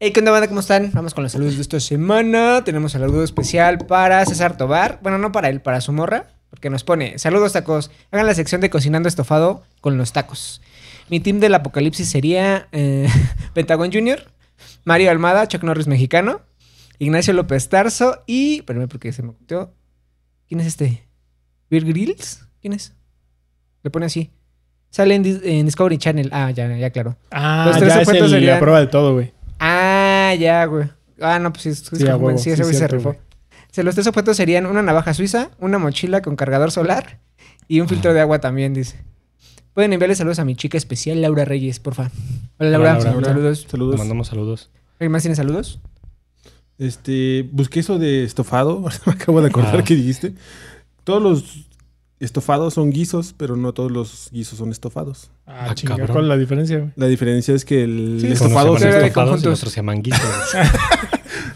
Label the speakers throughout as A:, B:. A: Hey, ¿qué onda, banda? ¿Cómo están? Vamos con los saludos de esta semana. Tenemos el saludo especial para César Tobar. Bueno, no para él, para su morra, porque nos pone: Saludos, tacos. Hagan la sección de cocinando estofado con los tacos. Mi team del apocalipsis sería eh, Pentagon Jr., Mario Almada, Chuck Norris mexicano, Ignacio López Tarso y. Espérame porque se me ocultó. ¿Quién es este? ¿Beer Grills? ¿Quién es? Le pone así. Sale en, Dis- en Discovery Channel. Ah, ya, ya, claro.
B: Ah,
A: Los tres
B: ya es
A: objetos
B: el-
A: serían-
B: la prueba de todo, güey.
A: Ah, ya, güey. Ah, no, pues sí, es- es
B: a
A: como-
B: huevo,
A: sí, ese
B: sí,
A: güey se
B: cierto,
A: rifó.
B: güey.
A: O sea, los tres objetos serían una navaja suiza, una mochila con cargador solar y un
B: Ah.
A: filtro de agua también, dice. Pueden enviarle saludos a mi chica especial, Laura Reyes, porfa. Hola, Laura.
B: Hola, Laura.
A: Saludos.
C: Te
D: Saludos.
C: mandamos saludos.
A: ¿Alguien más tiene saludos?
D: Este, busqué eso de estofado. ahora Me acabo de acordar
C: Ah.
D: que dijiste. Todos los estofados son guisos, pero no todos los guisos son estofados.
B: Ah,
C: Ah,
B: chinga,
C: cabrón.
B: ¿Cuál es la diferencia, güey?
D: La diferencia es que el
A: Sí,
D: estofado.
C: Unos se
A: era
C: llaman
A: de
C: estofados y
A: conjuntos.
C: otros se llaman guisos.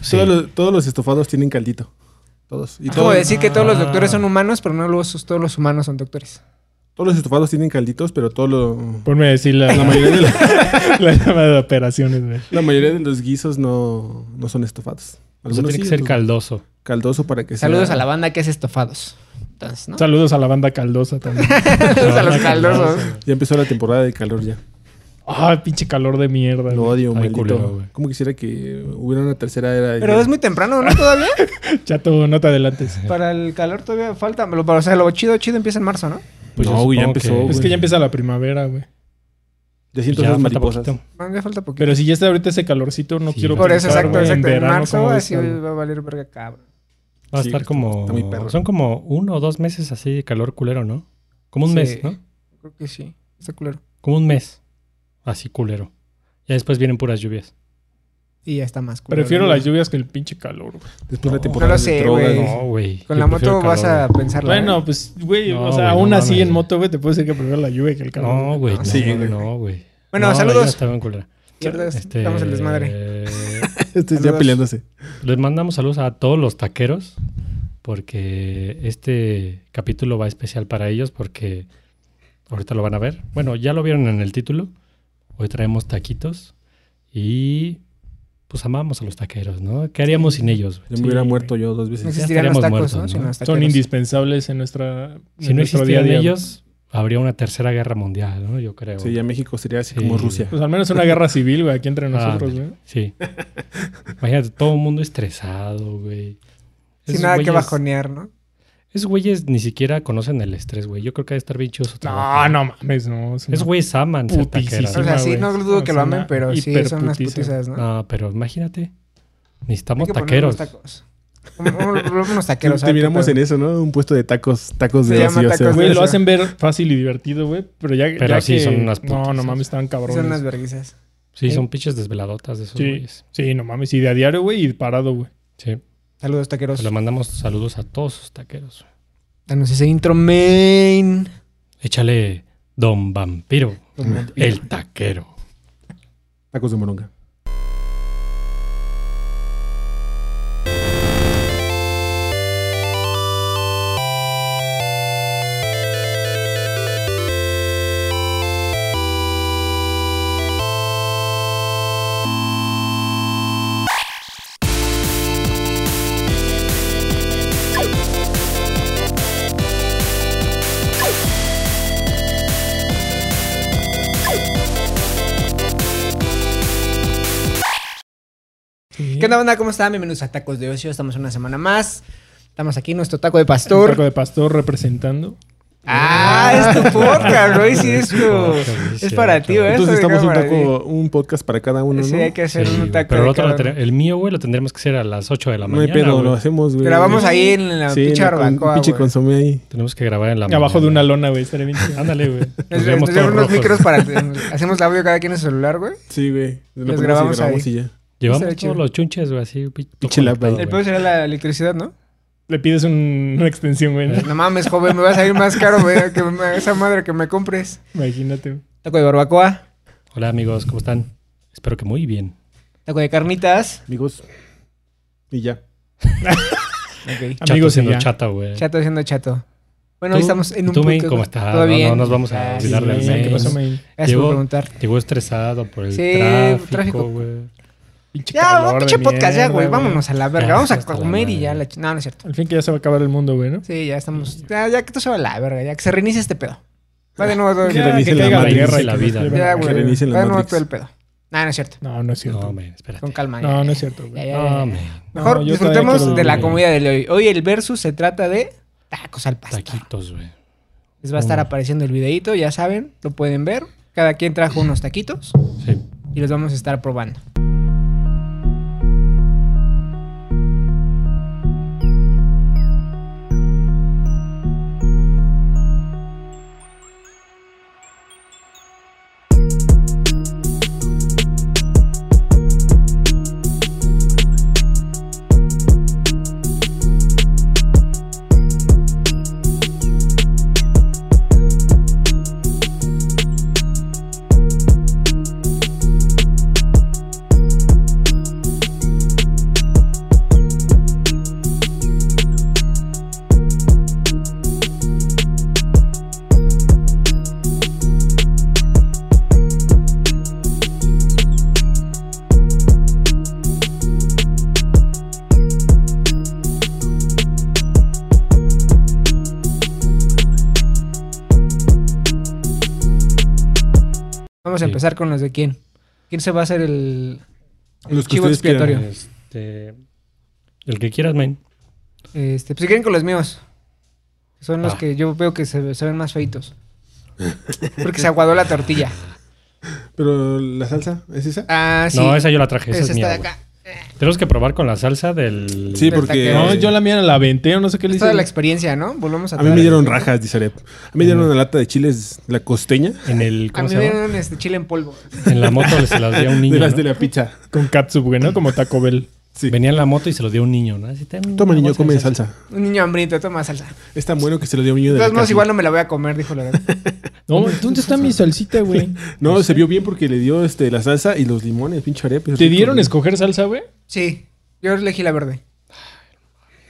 C: Sí.
D: todos, los, todos los estofados tienen caldito. Todos. Y
A: Es como
D: todos,
A: decir que todos los
C: Ah.
A: doctores son humanos, pero no los, todos los humanos son doctores.
D: todos los estofados tienen calditos, pero todo lo-
B: Ponme a decir la,
D: la,
B: la,
D: mayoría de la-
B: llamada de operaciones, güey.
D: la mayoría de los guisos no, no son estofados.
C: O sea, tiene
D: sí,
C: que ser
D: otros-
C: caldoso.
D: caldoso para que sea.
A: Saludos a la banda que es estofados. Entonces, ¿no?
B: Saludos a la banda caldosa también.
A: Saludos a los caldosos.
D: Ya empezó la temporada de calor ya.
B: Ah, pinche calor de mierda.
D: Lo
B: güey.
D: odio,
C: Ay,
D: maldito.
C: culero, güey.
D: Como quisiera que hubiera una tercera era. de
A: Pero
D: hielo.
A: es muy temprano, ¿no? Todavía.
B: Chato, no te adelantes.
A: Para el calor todavía falta. Lo- O sea, lo chido, chido empieza en marzo, ¿no?
C: Pues yo
D: No, güey, ya
C: supongo
D: empezó,
B: Es
D: güey.
B: que ya empieza la primavera, güey.
D: Ya
C: pues
D: siento
C: ya
D: esas
C: falta
D: mariposas.
C: poquito.
A: No, ya falta poquito.
B: Pero si ya está ahorita ese calorcito, no
C: Sí,
B: quiero
C: güey.
A: Por eso,
B: pensar,
A: exacto,
B: güey, en
A: exacto. En,
B: verano cómo
A: marzo
B: va a
A: así
B: estar, güey.
A: va a valer verga, cabrón.
C: Va a
D: Sí,
C: estar
D: está-
C: como.
D: está muy perro.
C: Son como uno o dos meses así de calor culero, ¿no? Como un
A: Sí.
C: mes, ¿no?
A: Creo que sí. Está culero.
C: Como un mes. Así culero. Ya después vienen puras lluvias.
A: Y ya está más culero.
B: Prefiero las lluvias que el pinche calor, güey.
D: Después
C: No.
D: la temporada
A: No lo sé,
D: de drogas.
A: güey.
C: No, güey.
A: Con
C: Yo
A: la
C: prefiero
A: moto vas a
C: calor.
A: pensarla.
B: Bueno,
A: ¿eh?
B: pues, güey,
C: No,
B: o sea,
C: güey,
B: aún
C: no
B: así
C: mames.
B: en moto, güey, te puede decir que prefiero la lluvia que el calor.
C: No, güey. No,
D: Sí,
C: güey,
D: güey.
C: no, güey.
A: Bueno,
C: No, la lluvia
A: saludos.
C: está bien culera.
A: Mierda,
C: Este,
A: Estamos en desmadre.
D: Estoy ya
A: Saludos.
D: peleándose.
C: Les mandamos saludos a todos los taqueros porque este capítulo va especial para ellos porque ahorita lo van a ver. Bueno, ya lo vieron en el título. Hoy traemos taquitos y pues amamos a los taqueros, ¿no? ¿Qué haríamos sin ellos?
D: Ya
C: güey?
D: me hubiera
B: güey.
D: muerto yo dos
A: No
D: veces.
A: existirían los
C: estaríamos
A: tacos,
C: muertos,
A: ¿no?
C: ¿no?
A: Sin los
B: Son
A: taqueros.
B: indispensables en nuestra.
C: Si
B: en
C: no
B: nuestro
C: existieran
B: día a día,
C: ellos, habría una tercera guerra mundial, ¿no? Yo creo.
D: Sí, ya México sería así
C: Sí.
D: como Rusia.
B: Pues al menos una guerra civil, güey, aquí entre
C: Ah,
B: nosotros,
C: ándale.
B: güey.
C: Sí. Imagínate, todo el mundo estresado, güey. Esos
A: Sin nada que
C: güeyes-
A: bajonear, ¿no?
C: Esos güeyes ni siquiera conocen el estrés, güey. Yo creo que ha de estar bien chido su trabajo.
B: No, no mames, no. es una-
C: Esos güeyes aman ser taqueros.
A: O
B: Putisísima,
A: sea, sí,
B: güey.
A: no dudo que lo
B: Es una
A: amen, pero sí, son unas
B: hiperputiza.
A: putizas, ¿no?
C: No, pero imagínate.
A: Hay
C: Necesitamos
A: que poner unos
C: taqueros.
A: tacos. Un- un- Unos taqueros.
D: Te miramos en
A: eso.
D: eso, ¿no? Un puesto de tacos, tacos
A: Se
D: de
A: llama
D: vacío. o sea,
A: tacos
B: Güey,
A: Eso.
B: lo hacen ver fácil y divertido, güey. Pero ya,
C: Pero
B: ya
C: sí,
B: que-
C: son unas
B: No, no
C: putizas.
B: mames, están cabrones.
A: Son unas verguizas.
C: Sí,
A: ¿Eh?
C: son pinches desveladotas de esos
B: sí,
C: güeyes.
B: sí, no mames. Y de a diario, güey, y parado, güey.
C: Sí.
A: Saludos, taqueros.
C: Se lo mandamos saludos a todos sus taqueros.
A: Danos ese intro, main.
C: Échale Don Vampiro, el taquero.
D: Tacos de moronga.
A: ¿Qué onda, banda? ¿Cómo están? Bienvenidos a Tacos de Ocio. Estamos una semana más. Estamos aquí, nuestro taco de
B: Un
A: pastor.
B: taco de pastor representando.
A: Ah, es tu podcast, güey. Sí, es tu... Es para ti, güey.
D: Entonces
A: Eso de
D: estamos un,
A: cámara,
D: taco, un podcast para cada uno, ¿no?
A: Sí, hay que hacer
C: Sí,
A: un
C: güey,
A: taco
C: pero el,
A: de
C: otro lo
A: cada uno.
C: ten- el mío, güey, lo tendremos que hacer a las 8 de la
D: no hay
C: mañana.
D: pedo,
C: güey.
D: lo hacemos, güey.
A: Grabamos ahí en la
D: Sí,
A: pinche
D: en la- un
A: barbacoa,
D: pinche
A: güey.
D: consomé ahí.
C: Tenemos que grabar en la
B: abajo de una
C: mañana.
B: lona, güey. Estaría bien chido.
C: Ándale, güey.
A: Nos,
C: vemos
A: nos llevamos
C: todos
A: unos
C: rojos.
A: micros para... Hacemos el audio cada quien en su celular, güey.
D: Sí, güey. Lo
A: Los
D: ponemos y
A: grabamos ahí.
D: y ya.
C: Llevamos
A: Estaría
C: todos
A: chido.
C: los chunches, güey, así. pi- todo
D: Pinche lapa,
C: conectado,
D: güey.
A: El peor
C: güey.
A: será la electricidad, ¿no?
B: Le pides un- una extensión, güey. ¿no?
C: Eh.
A: No mames, joven. Me va a salir más caro, güey, que me- esa madre que me compres.
B: Imagínate, güey.
A: Taco de barbacoa.
C: Hola amigos, ¿cómo están? Espero que muy bien.
A: Taco de carnitas.
D: Amigos. Y ya.
A: Ok.
C: Chato
B: Amigos, y
C: siendo
B: ya.
C: chata, güey.
A: Chato siendo chato. Bueno,
C: ¿Tú?
A: hoy estamos en un...
C: ¿Tú, Main,
A: podcast-
C: cómo estás?
A: ¿Todo
C: No, no
A: bien? Ah,
C: nos vamos a
A: Gracias,
C: olvidar del
A: Main.
B: Sí,
C: Main.
B: ¿qué pasó, main?
A: Gracias por
C: Llevo-
A: preguntar.
C: Llegó estresado por el
A: Sí, tráfico.
C: tráfico, güey.
B: Pinche
A: Ya,
B: calor
A: un
B: de
A: pinche podcast, ya,
B: mierda,
A: güey. Vámonos a la verga.
C: Ya,
A: Vamos a
C: hasta la
A: comer y
C: madre.
A: ya la ch- No, no es cierto.
B: Al fin que ya se va a acabar el mundo, güey, ¿no?
A: Sí, ya estamos. Ya, ya que todo se va a la verga, ya que se reinicie este pedo. Va de nuevo todo el
D: Que
A: pedo.
D: reinicie la
B: caiga
D: Matrix
B: guerra
C: y la
B: que
C: vida.
B: nos lleven
A: Ya,
B: a-
A: güey.
D: Que reinicie la
A: Va de nuevo
D: Matrix.
A: todo el pedo. No, no es cierto.
B: No, no es
C: No,
B: cierto.
C: men, espérate.
A: Con calma.
B: No,
A: ya,
B: no
A: ya,
B: es cierto,
A: ya,
B: güey.
A: ya, ya.
C: No, men.
A: Mejor
B: No, yo todavía
A: disfrutemos
B: quiero-
A: de la comida de hoy. Hoy el versus se trata de tacos al pastor.
C: Taquitos, güey.
A: Les va a estar
C: Mm.
A: apareciendo el videito, ya saben, lo pueden ver. Cada quien trajo unos taquitos
C: Sí.
A: y los vamos a estar probando. Vamos a
C: Sí.
A: empezar con los de quién. ¿Quién se va a hacer el, el
D: Los que
A: chivo
D: ustedes quieran.
A: expiatorio?
C: Este, el que quieras, men.
A: Este, pues si quieren con los míos. que Son los
C: Ah.
A: que yo veo que se, se ven más feitos. Porque se aguadó la tortilla.
D: Pero la salsa, ¿es esa?
A: Ah, sí.
C: No, esa yo la traje. Esa,
A: Esa
C: es
A: está
C: mía.
A: de
C: güey.
A: acá.
C: Tenemos que probar con la salsa del.
D: Sí,
A: Del
D: porque
A: taquero.
B: No, yo la mía la aventé o no sé qué le
A: Es toda
B: hice.
A: la experiencia, ¿no? Volvemos a
D: a mí
A: traer.
D: me dieron rajas, dice Arep. A mí me dieron una lata de chiles, la costeña,
C: En el.
A: A
C: ¿Cómo
A: mí
C: se
A: me
C: llama?
A: dieron este chile en polvo.
C: En la moto se las dio a un niño.
D: de las
C: ¿no?
D: de la pizza.
B: Con catsup, güey, ¿no? Como Taco Bell.
D: Sí.
C: Venía en la moto y se lo dio a un niño, ¿no? Así, "Ten
D: Toma,
C: una
D: niño,
C: bolsa
D: come
C: de
D: salsa.
A: Un niño hambriento, toma salsa. De
D: Es tan bueno que se lo dio a un niño de la
A: todos modos,
D: casa.
A: igual no me la voy a comer, dijo la verdad.
B: No, ¿dónde está mi salsita, güey?
D: No, se vio bien porque le dio este, la salsa y los limones, pinche Arep. es
B: ¿Te
D: rico,
B: dieron
D: güey.
B: escoger salsa, güey?
A: Sí, yo elegí la verde.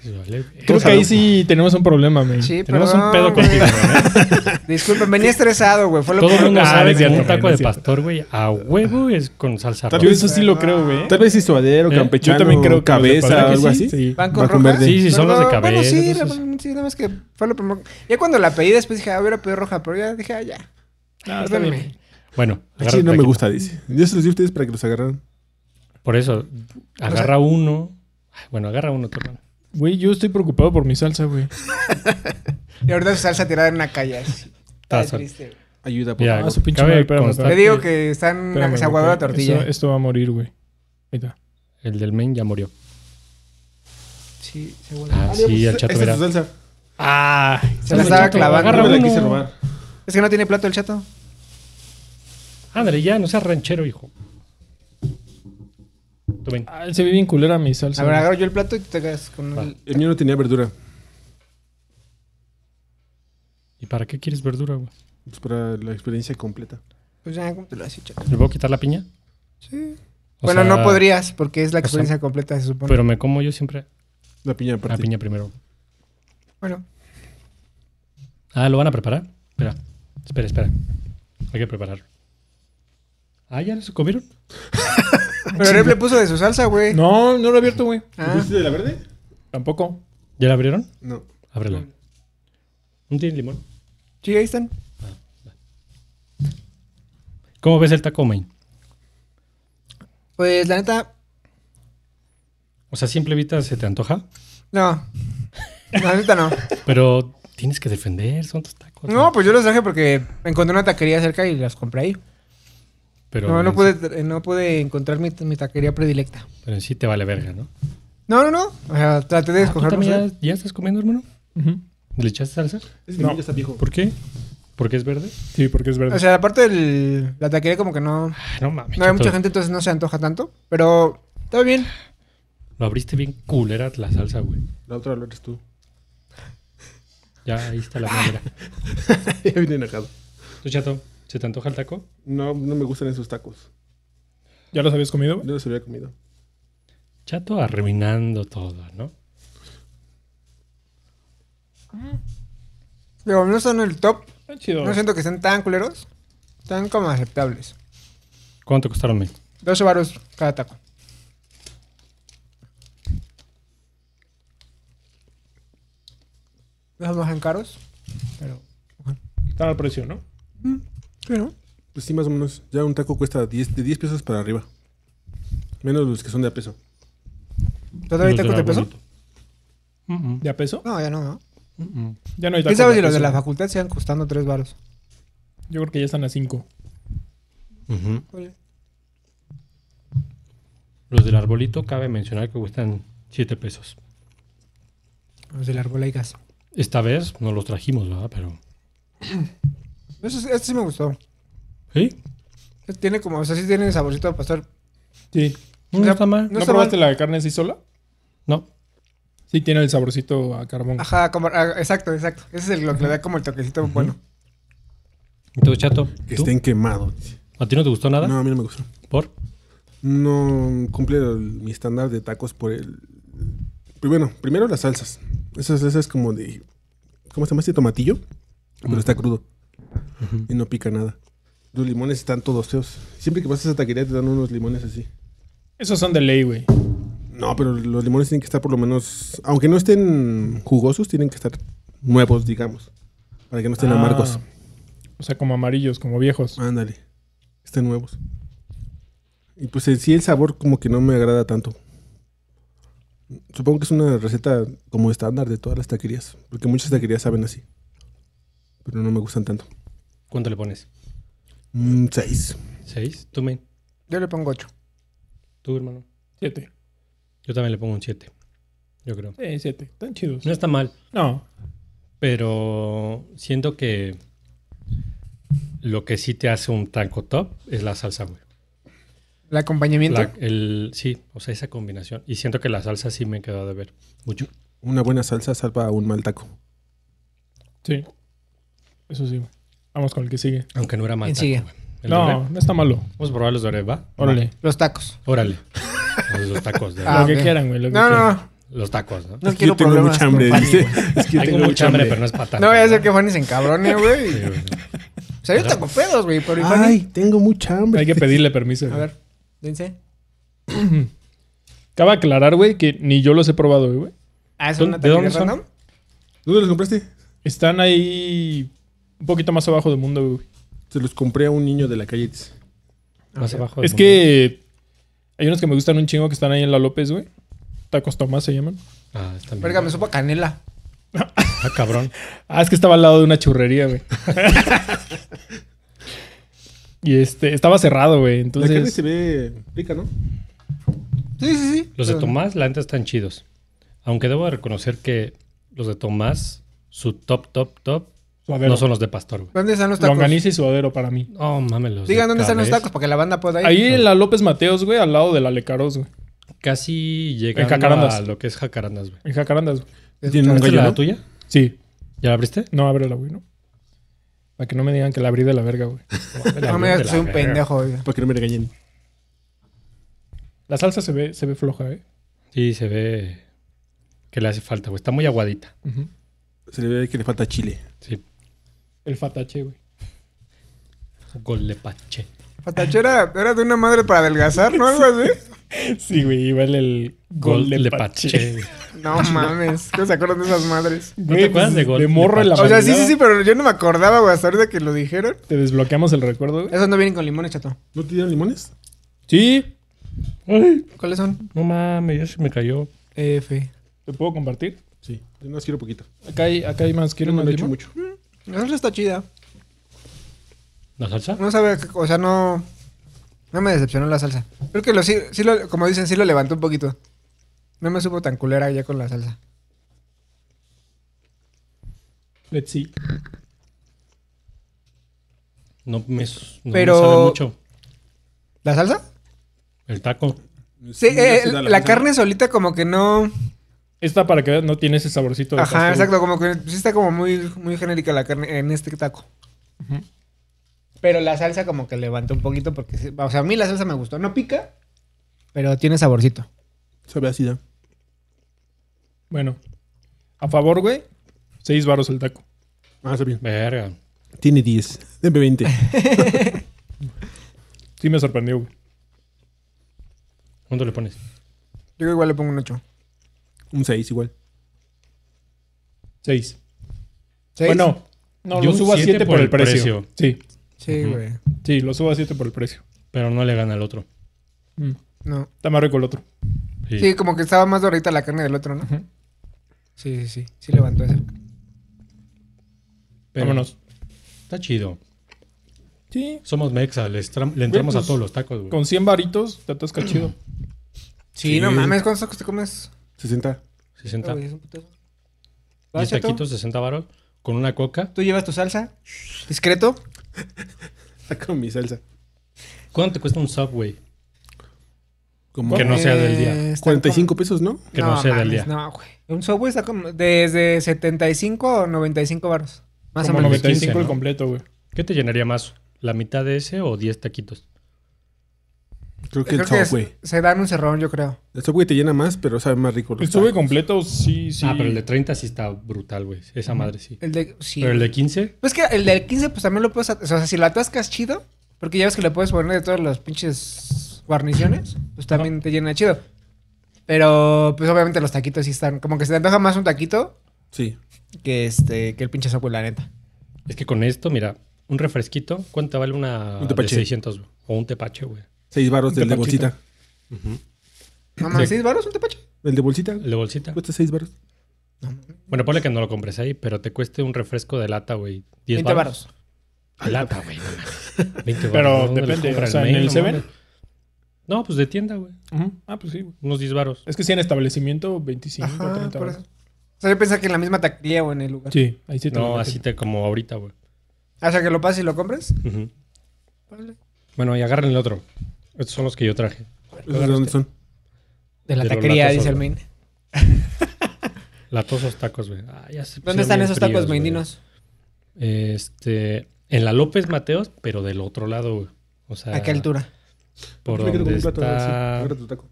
C: Híjole,
B: Creo que ahí sí tenemos un problema, güey.
A: Sí,
C: Tenemos
A: perdón,
C: un pedo
A: güey.
C: contigo, ¿no?
A: Disculpen, venía estresado, güey. Fue lo
C: Todo el
A: primero
C: mundo
A: que me
C: sabe
A: salió.
C: que
B: cierto,
C: un taco
B: güey,
C: de
B: no es cierto.
C: pastor, güey, a huevo es con salsa
D: Tal
C: roja.
B: Yo eso sí lo creo, güey.
D: Tal vez si suadero,
C: Eh,
D: campechano,
B: yo también creo que los de
D: cabeza,
B: Palenque
D: algo
B: sí,
D: así.
B: sí.
A: ¿Van con
D: Va con
A: roja?
D: verde.
C: Sí, sí, son los de
A: Perdón, Bueno,
C: cabeza,
A: sí,
C: esos.
A: realmente, sí, nada más que fue lo primero. Ya cuando la pedí, después dije, ah, hubiera pedido roja, pero ya dije, ah, ya.
B: Ah, está
A: Perdóname.
B: bien.
C: Bueno,
D: Al
C: agarra
D: chile
C: un
D: no me
C: taquito.
D: gusta, dice. Yo se los di a ustedes para que los agarraran.
C: Por eso, agarra uno. Ay, Bueno, agarra uno, tú, hermano.
B: Güey, yo estoy preocupado por mi salsa,
A: Mm,
B: güey.
A: Y ahorita su salsa tirada en una calle. así. Está
C: Taza.
A: triste. güey.
D: Ayuda, por
C: Mira,
D: favor.
B: Ah, su pinche
C: cabe
B: madre, espérame,
C: constar
A: Te
B: Aquí.
A: digo que están
B: Espérame,
A: se aguadó la
B: güey.
A: tortilla.
B: Eso- esto va a morir, güey. Ahí está.
C: que El del main ya murió.
A: Sí, se aguadó.
C: Ah, sí,
A: pues,
C: el chato
D: Esta es
C: verá.
D: tu salsa.
C: Ah,
A: este Se la estaba clavando.
D: No
C: Agarra
D: me la
C: uno.
D: quise robar.
A: Es que no tiene plato el chato.
C: Ándale, ya, no seas ranchero, hijo. Tú ven.
B: Ah, se ve bien culera mi salsa.
A: A ver,
B: güey.
A: agarro yo el plato y tú te quedas con
C: Va.
A: el.
D: El mío no tenía verdura.
C: ¿Y para qué quieres verdura, güey?
D: Pues para la experiencia completa.
A: Pues ya, ¿cómo te lo has chato?
C: ¿Le puedo quitar la piña?
A: Sí.
C: O
A: bueno,
C: sea,
A: no podrías, porque es la
C: o sea,
A: experiencia completa, se supone.
C: Pero me como yo siempre
D: La piña
C: la
D: aparte.
C: piña primero.
A: bueno,
C: Ah, ¿lo van a preparar? Espera, espera, espera. Hay que prepararlo. Ah, ¿ya se comieron? Ah,
A: pero Rep le puso de su salsa, güey.
B: No, no lo he abierto, güey.
A: Ah.
D: ¿Pusiste de la verde?
B: Tampoco.
C: ¿Ya la abrieron?
D: No.
C: Ábrela. ¿No tiene limón?
A: Sí, ahí están.
C: ¿Cómo ves el taco main?
A: Pues la neta,
C: O sea, simple vista se te antoja,
A: no. La neta no.
C: pero tienes que defender, son tus tacos.
A: No, pues yo los traje porque encontré una taquería cerca y las compré ahí.
C: pero
A: no, no
C: en-
A: pude, no pude encontrar mi, mi taquería predilecta.
C: Pero en sí te vale verga, ¿no?
A: No, no, no. O sea, traté de
C: Ah, ¿Tú
A: escoger.
C: también
A: no sé.
C: ya, ya estás comiendo, hermano?
B: Ujú.
C: ¿Le echaste salsa?
D: Ese
B: No.
D: no. está viejo.
C: ¿Por qué? ¿Porque es verde?
B: Sí, porque es verdad.
A: O sea, aparte de la taquería como que no...
C: Ah, no mames.
A: No hay mucha
C: chato.
A: gente, entonces no se antoja tanto. Pero estaba bien.
C: Lo abriste bien culera la salsa, güey.
D: La otra lo eres tú.
C: Ya ahí está la
A: Ah.
C: manera.
D: ya viene enojado.
C: ¿Tú, chato, se te antoja el taco?
D: No, no me gustan esos tacos.
B: ¿Ya los habías comido? güey?
D: No los había comido.
C: Chato arruinando todo, ¿no?
A: Pero no son el top.
B: Está chido.
A: No siento que estén tan culeros. Están como aceptables.
C: ¿Cuánto costaron, men?
A: Dos varos cada taco. Los bajan caros, pero.
B: Está al precio, ¿no?
A: Pero.
D: Pues sí, más o menos. Ya un taco cuesta 10, de 10 pesos para arriba. Menos los que son de a peso.
A: ¿Todavía tacos de peso?
C: Mm,
B: ¿De a peso?
A: No, ya no, ¿no?
C: mm, mm.
B: Ya no hay
A: ¿Quién
B: tacos
A: sabe si los de
B: peso.
A: la facultad se van costando tres varos?
B: Yo creo que ya están a 5.
C: Ujú. Los del arbolito cabe mencionar que cuestan 7 pesos.
A: Los de la arboleicas.
C: Esta vez no los trajimos, ¿verdad? Pero.
A: Eso, sí- este sí me gustó.
C: ¿Sí?
A: Este Tiene como, o sea, sí tiene saborcito de pastor.
B: Sí.
C: No
A: O sea,
C: está mal.
A: No
B: ¿No,
A: está
B: probaste
A: mal.
B: la de carne así sola?
C: No.
B: Sí, tiene el saborcito a carbón.
A: Ajá, como, ah, exacto, exacto. Ese es el, lo que le da como el toquecito bueno.
C: Entonces, chato,
D: Que
C: ¿tú?
D: estén quemados. dice.
C: ¿a ti no te gustó nada?
D: No, a mí no me gustó.
C: ¿Por?
D: No cumple el- mi estándar de tacos por el. Pero bueno, primero las salsas. Esas salsas como de. ¿Cómo se llama este tomatillo?
C: Mm.
D: Pero está crudo. Y no pica nada. Los limones están todos feos. Siempre que vas a esa taquería te dan unos limones así.
B: Esos son de ley, güey.
D: No, pero los limones tienen que estar por lo menos. Aunque no estén jugosos, tienen que estar nuevos, digamos. Para que no estén
B: Ah.
D: amargos.
B: O sea, como amarillos, como viejos.
D: Ándale. Estén nuevos. Y pues en sí el sabor como que no me agrada tanto. Supongo que es una receta como estándar de todas las taquerías. Porque muchas taquerías saben así. Pero no me gustan tanto.
C: ¿Cuánto le pones?
D: Mm, seis.
C: ¿Seis? ¿Tú, men?
A: Yo le pongo ocho.
C: ¿Tú, hermano?
B: Siete.
C: Yo también le pongo un 7. Yo creo.
B: Sí, siete. Están chidos.
C: No está mal,
B: No.
C: pero siento que lo que sí te hace un taco top es la salsa, güey.
A: El acompañamiento.
C: La- el, sí, o sea, esa combinación. Y siento que la salsa sí me quedó de ver mucho.
D: Una buena salsa salva a un mal taco.
B: Sí. Eso sí, güey. Vamos con el que sigue.
C: Aunque no era mal.
A: ¿Quién
C: taco,
A: sigue?
C: güey. ¿El de
B: No,
C: Oreb?
B: no está malo.
C: Vamos a probar los de Oreb, ¿va?
B: Órale.
A: Los tacos.
C: Órale. Los, los tacos de
A: Ah,
B: lo que
A: ok.
B: quieran, güey. lo que
A: No,
B: quieran.
A: no, no.
C: Los tacos, ¿no?
A: No
D: Es que
A: quiero
D: yo tengo
A: problemas
D: mucha hambre.
A: con Fanny,
D: dice.
A: güey.
D: Es que yo
C: Tengo
D: tengo
C: mucha hambre, pero
D: hambre.
C: no es patata.
A: No voy a hacer que Fanny se encabrone, güey.
C: Sí, güey.
A: O sea, yo taco pedos, güey, pero ¿y Fanny?
D: Ay, tengo mucha hambre.
B: Hay que pedirle permiso.
A: A
B: güey.
A: ver, dense.
B: Cabe aclarar, güey, que ni yo los he probado, güey.
A: Ah, ¿es
C: ¿Dó-
A: una
C: de
A: taquería
C: dónde son?
A: random?
D: ¿Dónde los compraste?
B: Están ahí un poquito más abajo del mundo, güey.
D: Se los compré a un niño de la calle. dice.
C: Más abajo. del
A: Pues
B: Es que hay unos que me gustan un chingo que están ahí en la López, güey. Tacos Tomás se llaman.
C: mundo. Ah, está bien.
A: Verga, me supo a canela.
C: Ah, cabrón.
B: Ah, es que estaba al lado de una churrería, güey. y este, estaba cerrado, güey.
D: La carne se
B: Entonces,
D: ve rica, ¿no?
A: Sí, sí, sí.
C: Los de
A: Pero-
C: Tomás, la neta, están chidos. Aunque debo de reconocer que los de Tomás, su top, top, top,
B: suadero.
C: no son los de Pastor, güey.
A: ¿Dónde están los tacos?
B: longaniza y suadero para mí.
C: Oh, mamelos.
A: Digan dónde están los tacos para que la banda pueda ir.
B: Ahí en la López Mateos, güey, al lado de la Lecaros, güey.
C: Casi llegando
B: Jacarandas.
C: a lo que es jacarandas, güey.
B: En Jacarandas, güey.
D: Tienen un
C: ¿Esta es
D: gallo,
C: la
D: ¿no?
C: tuya?
B: Sí.
C: ¿Ya la abriste?
B: No, ábrela, güey, ¿no? Para que no me digan que la abrí de la verga, güey.
A: No me digas que soy un pendejo, güey.
D: Para que no me regañen.
B: La salsa se ve, se ve floja, ¿eh?
C: Sí, se ve que le hace falta, güey. Está muy aguadita.
D: Se le ve que le falta chile.
C: Sí.
B: El fatache, güey.
C: Gol de pache.
A: Patacho era, era de una madre para adelgazar, ¿no? Algo así.
B: Sí, güey, iba el, el
C: Gol,
B: gol
C: de
B: de
C: pache.
B: Pache.
C: güey.
A: No mames. ¿Qué se acuerdan de esas madres?
B: Güey, pues,
C: te acuerdas de gol de
B: morro en la
A: O sea, sí, sí,
B: madrugada.
A: sí, pero yo no me acordaba, güey, hasta ahorita que lo dijeron.
B: Te desbloqueamos el recuerdo, güey.
A: Esos no vienen con limones, chato.
D: ¿No te dieron limones?
B: Sí.
C: Ay,
A: ¿Cuáles son?
C: no mames, ya se me cayó.
A: F.
B: ¿Te puedo compartir?
D: Sí. Yo no quiero poquito.
B: Acá hay, acá hay más.
D: Yo
B: ¿Quieren
D: no
B: más
D: le echo
B: limón?
D: mucho.
A: La salsa está chida.
C: ¿La salsa?
A: No sabe, o sea, no. No me decepcionó la salsa. Creo que lo sí, sí lo, como dicen, sí lo levantó un poquito. No me supo tan culera ya con la salsa.
B: Let's see.
C: No me, s- no me
A: Pero-
C: sabe mucho.
A: ¿La salsa?
C: El taco.
A: Sí, eh,
D: ya se da
A: la
D: cosa.
A: carne solita como que no.
B: Esta para que veas, no tiene ese saborcito. de
A: Ajá,
B: pastor, güey.
A: exacto, como que sí está como muy, muy genérica la carne en este taco. Pero la salsa como que levantó un poquito porque, sí- o sea, a mí la salsa me gustó. No pica, pero tiene saborcito.
D: Sabe ácida.
B: Bueno, a favor, güey, seis varos el taco.
D: Ah, está bien.
C: Verga.
D: Tiene 10. Deme 20.
B: Sí me sorprendió, güey.
C: ¿Cuánto le pones?
A: Yo igual le pongo un 8.
D: Un 6 igual.
B: Seis.
A: ¿Seis?
B: Bueno, no,
C: Yo
B: lo
C: un
B: subo a
C: siete
B: 7 por el precio. Sí,
A: Sí,
C: Ujú.
A: güey.
B: sí, lo subo a 7 por el precio.
C: Pero no le gana al otro.
B: Mm.
A: No.
B: Está más rico el otro.
C: Sí.
A: Sí, como que estaba más dorita la carne del otro, ¿no?
B: Ujú.
A: Sí, sí, sí. Sí levantó eso.
C: Pero
B: Vámonos.
C: Está chido.
B: Sí,
C: Somos Mexa, le, estra- le entramos
B: pues,
C: a todos los tacos, güey.
B: con 100 varitos te atasca chido.
A: Sí,
D: Sí.
A: no mames. ¿Cuántos te comes?
D: 60.
C: 60.
A: Ah, güey, es un putazo. ¿Vas,
C: 10
A: Chato?
C: taquitos, 60 varos. Con una coca.
A: ¿Tú llevas tu salsa? ¿Discreto?
D: Saco mi salsa.
C: ¿Cuánto te cuesta un Subway?
D: Como
C: Que no sea del día.
A: Eh, está
D: 45 pesos, ¿no?
A: como-
C: Que no, sea del
A: mames,
C: día.
A: No, güey. Un Subway está como desde 75 o 95 baros. Más
B: Como
A: o menos.
B: 95
C: 15,
B: el
C: ¿no?
B: completo, güey.
C: ¿Qué te llenaría más? ¿La mitad de ese o 10 taquitos?
D: Creo que
A: Creo
D: el
A: que es-
D: Subway.
A: se dan un cerrón, yo creo.
D: El Subway te llena más, pero sabe más rico. los
B: El sube
D: tacos.
B: completo, sí, sí.
C: Ah, pero el de 30 sí está brutal, güey. Esa madre sí.
A: El de. Sí.
C: Pero el de 15,
A: Pues que el del 15, pues también lo puedes. at- O sea, si lo atascas chido, porque ya ves que le puedes poner de todas las pinches guarniciones, pues también te llena chido. Pero, pues obviamente los taquitos sí están. Como que se te antoja más un taquito
D: Sí.
A: que este que el pinche soco, la neta.
C: es que con esto, mira, un refresquito, ¿cuánto vale una
D: Un
C: de
D: tepache.
C: 600 güey? o un tepache, güey?
D: 6 baros
B: Un
D: del de
B: tepachito.
D: bolsita.
A: No mames, ¿seis baros un tepache?
D: El de bolsita
C: El de bolsita.
D: cuesta 6 baros.
C: Bueno, ponle que no lo compres ahí, pero te cueste un refresco de lata, güey. 10
A: 20
C: baros.
A: baros.
C: De lata, güey. no mames. 20 baros.
B: Pero
C: ¿dónde los
B: depende,
C: compran?
B: o sea, ¿en
C: No
B: el
C: mames.
B: 7?
C: No, pues de tienda, güey.
B: Ujú. Ah, pues sí, güey.
C: Unos 10 varos.
B: Es que sí, en establecimiento, 25,
A: Ajá,
B: 30
A: por eso.
B: baros.
A: O sea, yo pensaba que en la misma taquilla o en el lugar.
B: Sí, ahí sí te lo
C: No,
B: meten.
C: así te como ahorita, güey.
A: O sea, que lo pases y lo compres.
C: Ujú.
A: Vale.
C: Bueno, y agarren el otro. Estos son los que yo traje.
D: ¿Esos de dónde son?
A: De la
C: De los
A: taquería,
C: latas
A: dice el
C: solos.
A: main.
C: Latosos tacos, güey. Ah, ya se pusieron
A: ¿Dónde están
C: bien
A: esos
C: fríos,
A: tacos
C: güey.
A: maindinos?
C: Este, en la López Mateos, pero del otro lado, güey. O sea,
A: ¿A qué altura?
C: por
D: Yo me quedo
C: donde
D: con un plato, sí.
C: está
D: Agarra tu taco.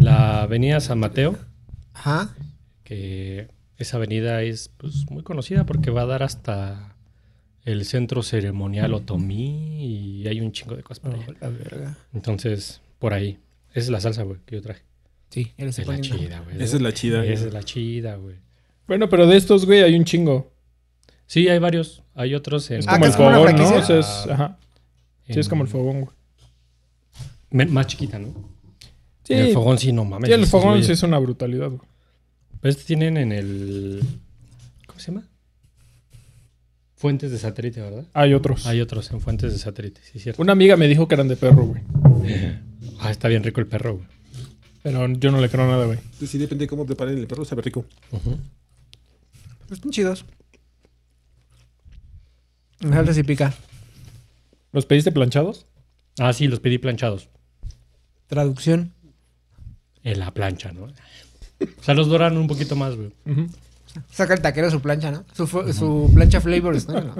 C: la avenida San Mateo,
A: Ajá.
C: que esa avenida es pues, muy conocida porque va a dar hasta el centro ceremonial Otomí y hay un chingo de cosas por allá.
A: la verga.
C: Entonces, por ahí. Esa es la salsa, güey, que yo traje.
A: Sí, él se
C: Es la
A: poniendo.
C: chida, güey.
D: Esa es la chida.
C: Esa es la chida, güey.
B: Bueno, pero de estos, güey, hay un chingo.
C: Sí, hay varios. Hay otros en...
B: Es
A: Ah,
B: como Ah,
A: que
B: el
A: es como una
B: fogón, ¿no?
A: franquicia.
B: O sea, es, ajá. Sí, es
C: en-
B: como el fogón, güey.
C: me- Más chiquita, ¿no?
B: Sí,
C: el fogón sí, no mames.
B: sí, el
C: esos
B: fogón
C: güeyes.
B: sí es una brutalidad, güey.
C: Pero este tienen en el. ¿Cómo se llama? Fuentes de satélite, ¿verdad?
B: Hay otros.
C: Hay otros en fuentes de satélite, sí, es cierto.
B: Una amiga me dijo que eran de perro, güey.
C: Ah, está bien rico el perro, güey.
B: Pero yo no le creo nada, güey.
D: Entonces, sí, depende de cómo preparen el perro, sabe rico.
A: Pues, Están chidos. En salsa sí pica.
B: ¿Los pediste planchados?
C: Ah, sí, los pedí planchados.
A: Traducción.
C: En la plancha, ¿no? O sea, los doran un poquito más, güey.
B: Ujú.
A: Saca el taquero su plancha, ¿no? Su, fu- su plancha flavors, ¿no? No.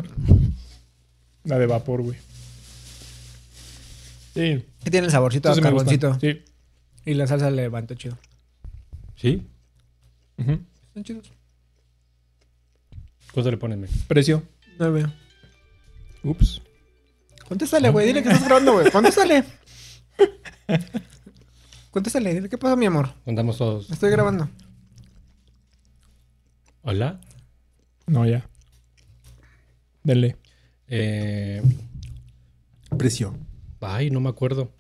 B: La de vapor, güey. Sí.
A: Que tiene el saborcito a
B: sí me gustan.
A: carboncito.
B: Sí.
A: Y la salsa le levantó chido.
C: ¿Sí?
B: Ujú.
A: Están chidos.
C: ¿Cuánto le ponen, güey?
B: Precio.
A: No veo.
B: Ups.
A: Contéstale, güey. Dile que estás grabando, güey. Contéstale. Contéstale. Dile, ¿qué pasa, mi amor?
C: Contamos todos.
A: Estoy grabando.
C: Hola.
B: No, ya. Denle.
C: Eh,
D: Precio.
C: ay, no me acuerdo.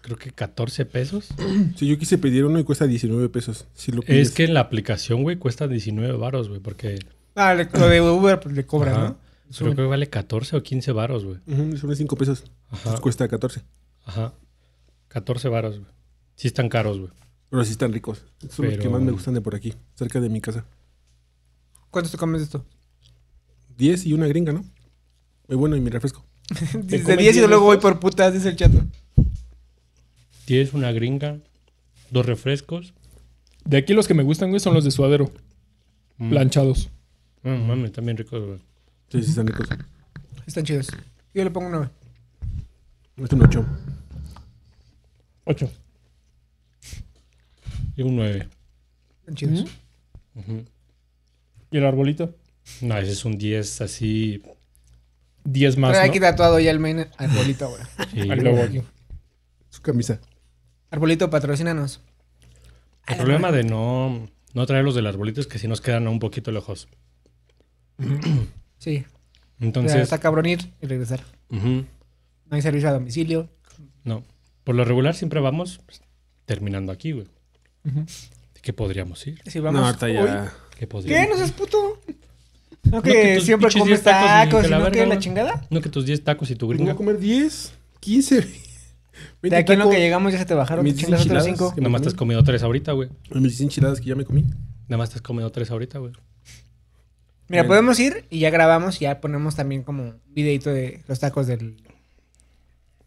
C: Creo que 14 pesos.
D: Si yo quise pedir uno y cuesta 19 pesos. Si lo pides.
C: Es que en la aplicación, güey, cuesta 19 varos, güey, porque
A: Ah, le- lo de Uber pues, le cobra,
C: Ajá.
A: ¿no?
C: creo
A: Suben.
C: que vale 14 o 15 varos, güey.
D: Ujú, sobre 5 pesos.
C: Ajá.
D: Pues cuesta 14.
C: Ajá. 14 varos, güey. Sí están caros, güey.
D: Pero sí están ricos. Son los
C: Pero-
D: que más me gustan de por aquí, cerca de mi casa.
A: ¿Cuántos te comes de esto?
D: 10 y una gringa, ¿no? Muy bueno, y mi refresco.
A: Dice 10
B: comes
A: y
B: diez
A: luego voy
B: estos?
A: por putas, dice el chato.
C: Tienes una gringa, dos refrescos.
B: De aquí los que me gustan, güey, son los de suadero.
C: Mm.
B: Planchados.
C: Mm, mames, están bien ricos, güey.
D: Sí, sí están ricos.
A: Están chidos. Yo le pongo 9.
D: Este Es un 8.
B: Ocho.
C: Y un 9.
A: Están chidos.
B: Ujú. ¿Y el arbolito?
C: No, ese es un 10 así.
B: Diez más,
A: Trae
B: ¿no?
A: aquí tatuado ya el main arbolito, güey.
C: sí,
B: Al
C: güey.
B: logo aquí.
D: Su camisa.
A: Arbolito, patrocínanos.
C: El problema de no, No traer los de las bolitas que si nos quedan un poquito lejos.
A: Sí. O sea,
C: Entonces,
A: está cabrón ir y regresar.
C: ujú,
A: No hay servicio a domicilio.
C: no. Por lo regular siempre vamos pues, terminando aquí, güey. ¿Qué podríamos ir?
A: Si
D: No,
A: vamos.
D: ahorita ya.
C: ¿Qué podríamos
A: ¿Qué? ¿No seas puto? No
C: No, que
A: que
C: tus
A: siempre
C: pinches
A: comes
C: 10 tacos y
A: tacos
C: que
A: y
C: la
A: no que
C: verga,
A: la
C: ¿no?
A: chingada.
C: No que tus 10 tacos y tu
D: Voy a
C: gringa.
D: comer 10, 15, 20
A: De aquí en lo que
D: tacos.
A: llegamos ya se te bajaron.
D: Mis
A: te chingas otros
D: enchiladas.
A: cinco.
D: que me
C: Nada más te has
D: comí.
C: comido tres ahorita, güey.
D: Mis enchiladas que ya me comí.
C: Nada más te has comido tres ahorita, güey.
A: Mira,
D: Bien.
A: podemos ir y ya grabamos y ya ponemos también como un videito de los tacos del,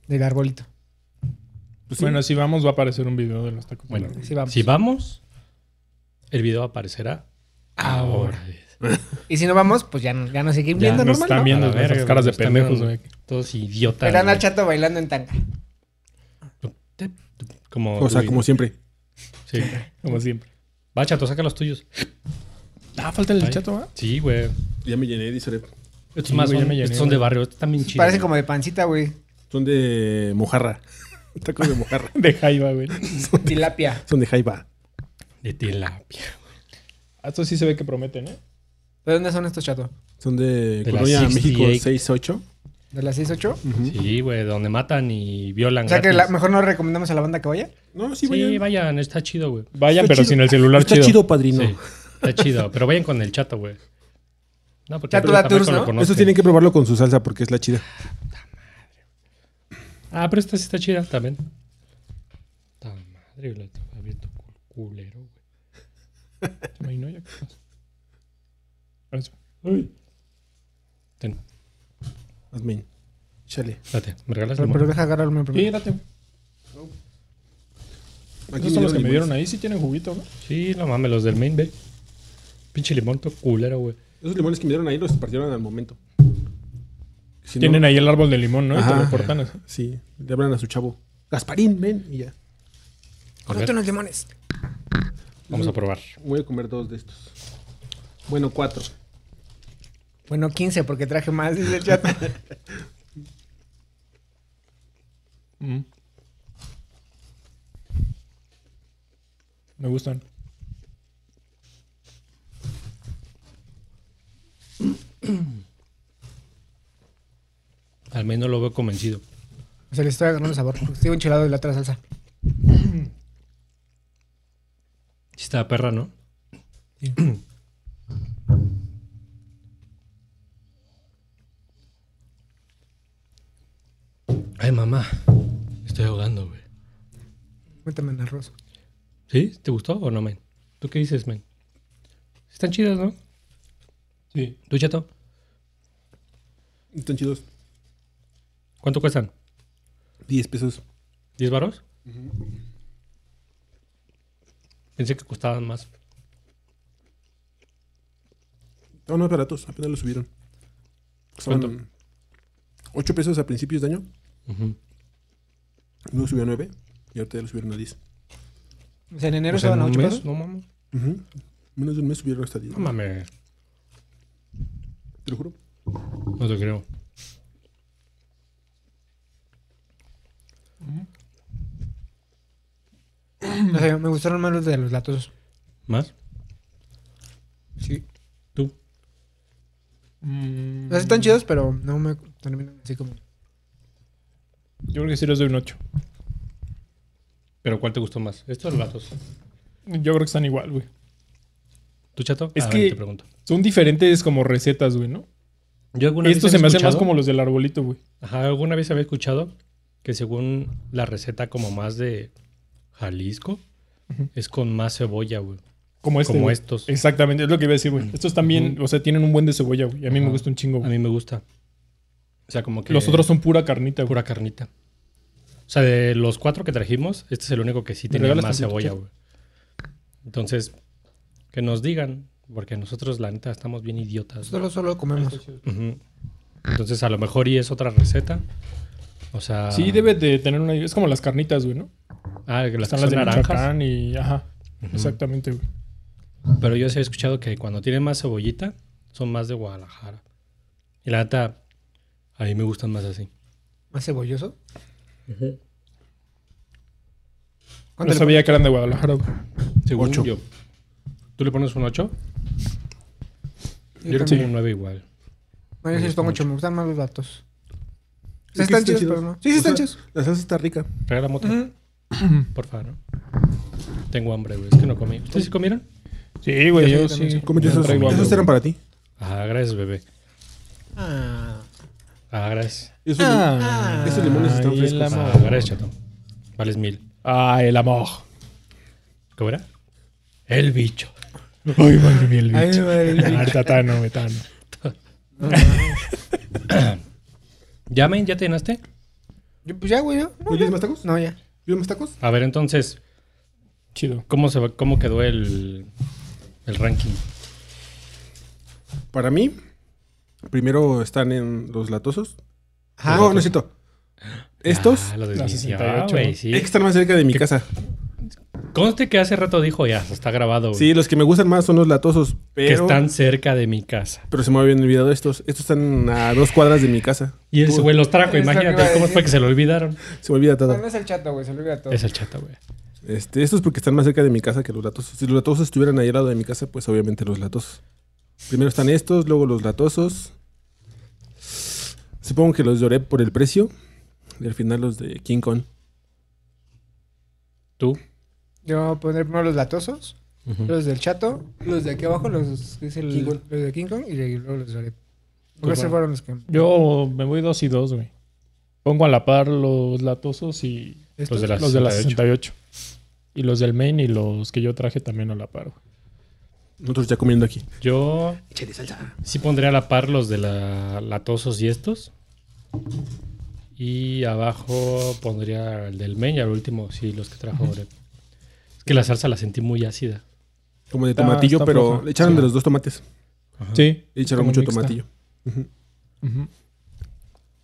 A: del arbolito.
D: Pues sí.
B: Bueno, si vamos va a aparecer un video de los tacos.
C: Bueno,
A: Sí, vamos.
C: si vamos, el video aparecerá ahora.
A: Y si no vamos, pues ya, no- ya nos seguimos viendo
B: nos
A: normal,
B: están
A: ¿no?
B: viendo
C: A la
B: nuestras
C: verga,
B: caras de
C: güey, nos
B: pendejos,
C: están-
B: güey.
C: Todos idiotas.
A: Verán al
C: güey.
A: chato bailando en tanga.
C: Como,
D: O sea,
C: Luis.
D: como siempre.
C: Sí.
B: Como siempre.
C: Va, chato, saca los tuyos.
B: Ah, falta el
C: Ay.
B: chato, ¿va?
C: Sí, güey.
D: Ya me llené, dice.
C: Estos
B: Sí,
C: más
B: güey, ya
C: son,
B: me llené,
C: estos son de
B: güey.
C: barrio. Estos también chidos.
A: Parece
C: güey.
A: como de pancita, güey.
D: Son de mojarra. Tacos de mojarra.
B: De Jaiba, güey.
A: Tilapia.
D: Son de jaiba.
C: De tilapia.
B: Ah, Esto sí se ve que prometen, ¿eh?
A: ¿De dónde son estos chatos?
D: Son de,
C: De la
D: Colonia México
C: 68.
D: 68.
A: ¿De las 6, 8?
C: Mm. Sí, güey. Donde matan y violan.
A: O sea que
C: gratis.
A: la- mejor no recomendamos a la banda que vaya.
D: No, sí,
C: Sí, vayan.
D: vayan.
C: está chido, güey.
B: Vayan,
D: Está
B: pero
D: chido.
B: sin el celular
D: Está
B: chido.
D: chido, padrino.
C: Sí, está chido. Pero vayan con el chato, güey. No, porque
A: Chato
C: el
A: da
C: tampoco
A: tours,
C: lo
A: ¿no?
C: conozco.
D: Eso tienen que probarlo con su salsa porque es la chida.
C: Ah, pero esta sí está chida también. Ta madre, güey, te va abierto cul- culero, güey.
B: Me imagino ya que pasa. Eso.
C: Ten,
D: Hazme. Chale.
C: espérate, me regalas
A: Pero,
C: el
A: pero
C: limón.
A: deja agarrarme primero.
B: Sí, date. güey.
D: Aquí
B: Esos son los que me dieron
D: limones.
B: ahí. Sí tienen juguito, ¿no?
C: Sí, no mames, los del main, ve. Pinche limón, todo culero, güey.
D: Esos limones que me dieron ahí los partieron al momento. Si no-
B: Tienen ahí el árbol de limón, ¿no? Y te
D: Ajá.
B: lo cortan así.
D: Sí, le hablan a su chavo. Gasparín, ven. Y ya.
A: Córtate unos limones.
C: Vamos a probar.
D: Voy a comer dos de estos. Bueno, cuatro.
A: Bueno, 15 porque traje más, dice el chato.
B: Mm. Me gustan.
C: Al menos lo veo convencido.
A: Se le estoy agarrando sabor. Estoy enchilado de la otra salsa.
C: Sí está perra, ¿no? Ay, mamá. Estoy ahogando, güey.
A: Méteme en arroz.
C: ¿Sí? ¿Te gustó o no, men? ¿Tú qué dices, men? Están chidas, ¿no?
B: Sí.
C: ¿Tú, chato?
D: Están chidos.
C: ¿Cuánto cuestan?
D: 10 pesos.
C: ¿10 varos? Pensé que costaban más.
D: Estaban más baratos. Apenas los subieron.
C: ¿Cuánto?
D: Estaban 8 pesos a principios de año. Luego subió a 9. Y ahorita ya lo subieron a 10.
A: O sea, en enero
C: O sea,
A: estaban a
C: Pues
A: 8
C: ¿en un mes?
A: pesos.
C: No mames.
D: Ujú. Menos de un mes subieron hasta 10.
C: No mames.
D: Te lo juro.
C: No te creo.
A: O sea, me gustaron más los de los latos.
C: ¿Más?
A: Sí.
C: ¿Tú?
B: Mm.
A: O sea, están chidos, pero no me terminan así como.
B: Yo creo que sí les doy un 8.
C: ¿Pero cuál te gustó más? ¿Estos o los latos?
B: Yo creo que están igual, güey.
C: ¿Tú, chato?
B: Es
C: A
B: que-
C: te pregunto.
B: Son diferentes como recetas, güey, ¿no?
C: Yo alguna
B: Esto
C: vez
B: se
C: había
B: me hace más
C: escuchado-
B: como los del arbolito, güey.
C: Ajá, alguna vez había escuchado que según la receta como más de Jalisco, es con más cebolla, güey.
B: Como este.
C: Como
B: güey.
C: estos.
B: Exactamente, es lo que iba a decir, güey. Estos también, o sea, tienen un buen de cebolla, güey. Y a mí me
C: Ajá.
B: gusta un chingo,
C: A
B: güey.
C: mí me gusta. O sea, como que...
B: Los otros son pura carnita, güey.
C: Pura carnita. O sea, de los cuatro que trajimos, este es el único que sí
B: ¿Me
C: tenía
B: regalas
C: más
B: tantito,
C: cebolla,
B: Chato?
C: güey. Entonces, que nos digan, porque nosotros, la neta, estamos bien idiotas. güey.
A: Solo, solo comemos.
C: Ujú. Entonces, a lo mejor y es otra receta. O sea...
B: Sí, debe de tener una. Es como las carnitas, güey, ¿no?
C: Ah, que las que
B: Están las
C: son
B: de
C: naranjas.
B: Michoacán y. Ajá. Exactamente, güey.
C: Pero yo sí he escuchado que cuando tienen más cebollita, son más de Guadalajara. Y la neta, a mí me gustan más así.
A: Más cebolloso.
B: No
A: ¿Cuánto le
B: sabía que eran de Guadalajara, güey.
C: Según
D: Ocho.
C: yo. ¿Tú le pones un 8? Yo le
A: Yo
C: pongo
A: también.
C: un 9 igual.
A: No, yo sí les pongo mucho. Me gustan más los datos. O sea,
D: Es que
A: están chidos, pero no. Sí, sí,
D: O
A: están
D: sea,
A: chidos.
D: La salsa está rica.
C: Regálame otra,
A: Ujú.
C: por favor. Tengo hambre, güey. Es que no comí. ¿Ustedes sí comieron?
B: Sí, güey, yo
A: Yo también
B: sí.
A: soy-
D: Cómete
B: Yo
D: esos,
B: traigo hambre,
D: esos eran para ti.
C: Ah, gracias, bebé.
A: Ah.
C: Ah, gracias.
D: Esos, esos limones están
B: Ay, el
D: frescos.
B: amor.
C: Ah, gracias, chato. Vales mil.
B: Ah, el amor.
C: ¿Cómo era? El bicho.
B: Ay, madre mía, el
A: Ay,
B: bicho.
A: madre mía.
B: Ah, tatano, metano.
C: ¿Llamen? ¿Ya te llenaste?
A: Yo, pues ya, güey, yo. No,
D: ¿Quieres
A: ya.
D: más tacos?
A: No, ya.
D: ¿Quieres más tacos?
C: A ver, entonces,
B: Chido.
C: ¿cómo, se va, cómo quedó el, el ranking?
D: Para mí, primero están en los latosos.
A: Ajá.
D: no, no es cierto. Estos,
C: Ah, lo
B: La
C: desvició,
B: 68.
C: güey, sí.
D: es que están más cerca de mi casa.
C: Conste que hace rato dijo, ya, está grabado, güey.
D: Sí, los que me gustan más son los latosos, pero,
C: que están cerca de mi casa.
D: pero se me habían olvidado estos. Estos están a dos cuadras de mi casa.
C: Y ese
D: Tú-
C: güey los trajo,
A: Es lo que
C: imagínate
A: iba a
C: cómo
A: decir.
C: fue que se lo olvidaron.
D: Se me olvida todo.
A: No, no es el chato, güey. Se lo olvida todo.
C: Es el chata, güey.
D: Este, estos porque están más cerca de mi casa que los latosos. Si los latosos estuvieran ahí al lado de mi casa, pues obviamente los latosos. Primero están estos, luego los latosos. Supongo que los lloré por el precio. Y al final los de King Kong.
C: Tú.
A: Yo pondré primero los latosos, los del chato, los de aquí abajo, los, que es el-
D: King Kong.
A: los de King Kong y de- luego los de Oreb.
B: Pues
A: Porque esos
B: bueno.
A: fueron los que.
B: Yo me voy dos y dos, güey. Pongo a la par los latosos y
A: estos.
C: Los de la
B: los de la
C: 68.
B: 68. Y los del main y los que yo traje también a la par, güey.
D: Nosotros ya comiendo aquí.
C: Yo sí pondría a la par los de la latosos y estos. Y abajo pondría el del main y al último, sí, los que trajo Oreb. Es que la salsa la sentí muy ácida.
D: Como de
B: Está-
D: tomatillo,
B: está
D: pero
B: floja.
D: le echaron
B: Sí.
D: de los dos tomates.
B: Sí.
D: Le echaron
B: como
D: mucho
B: mixta.
D: tomatillo.
B: Ujú.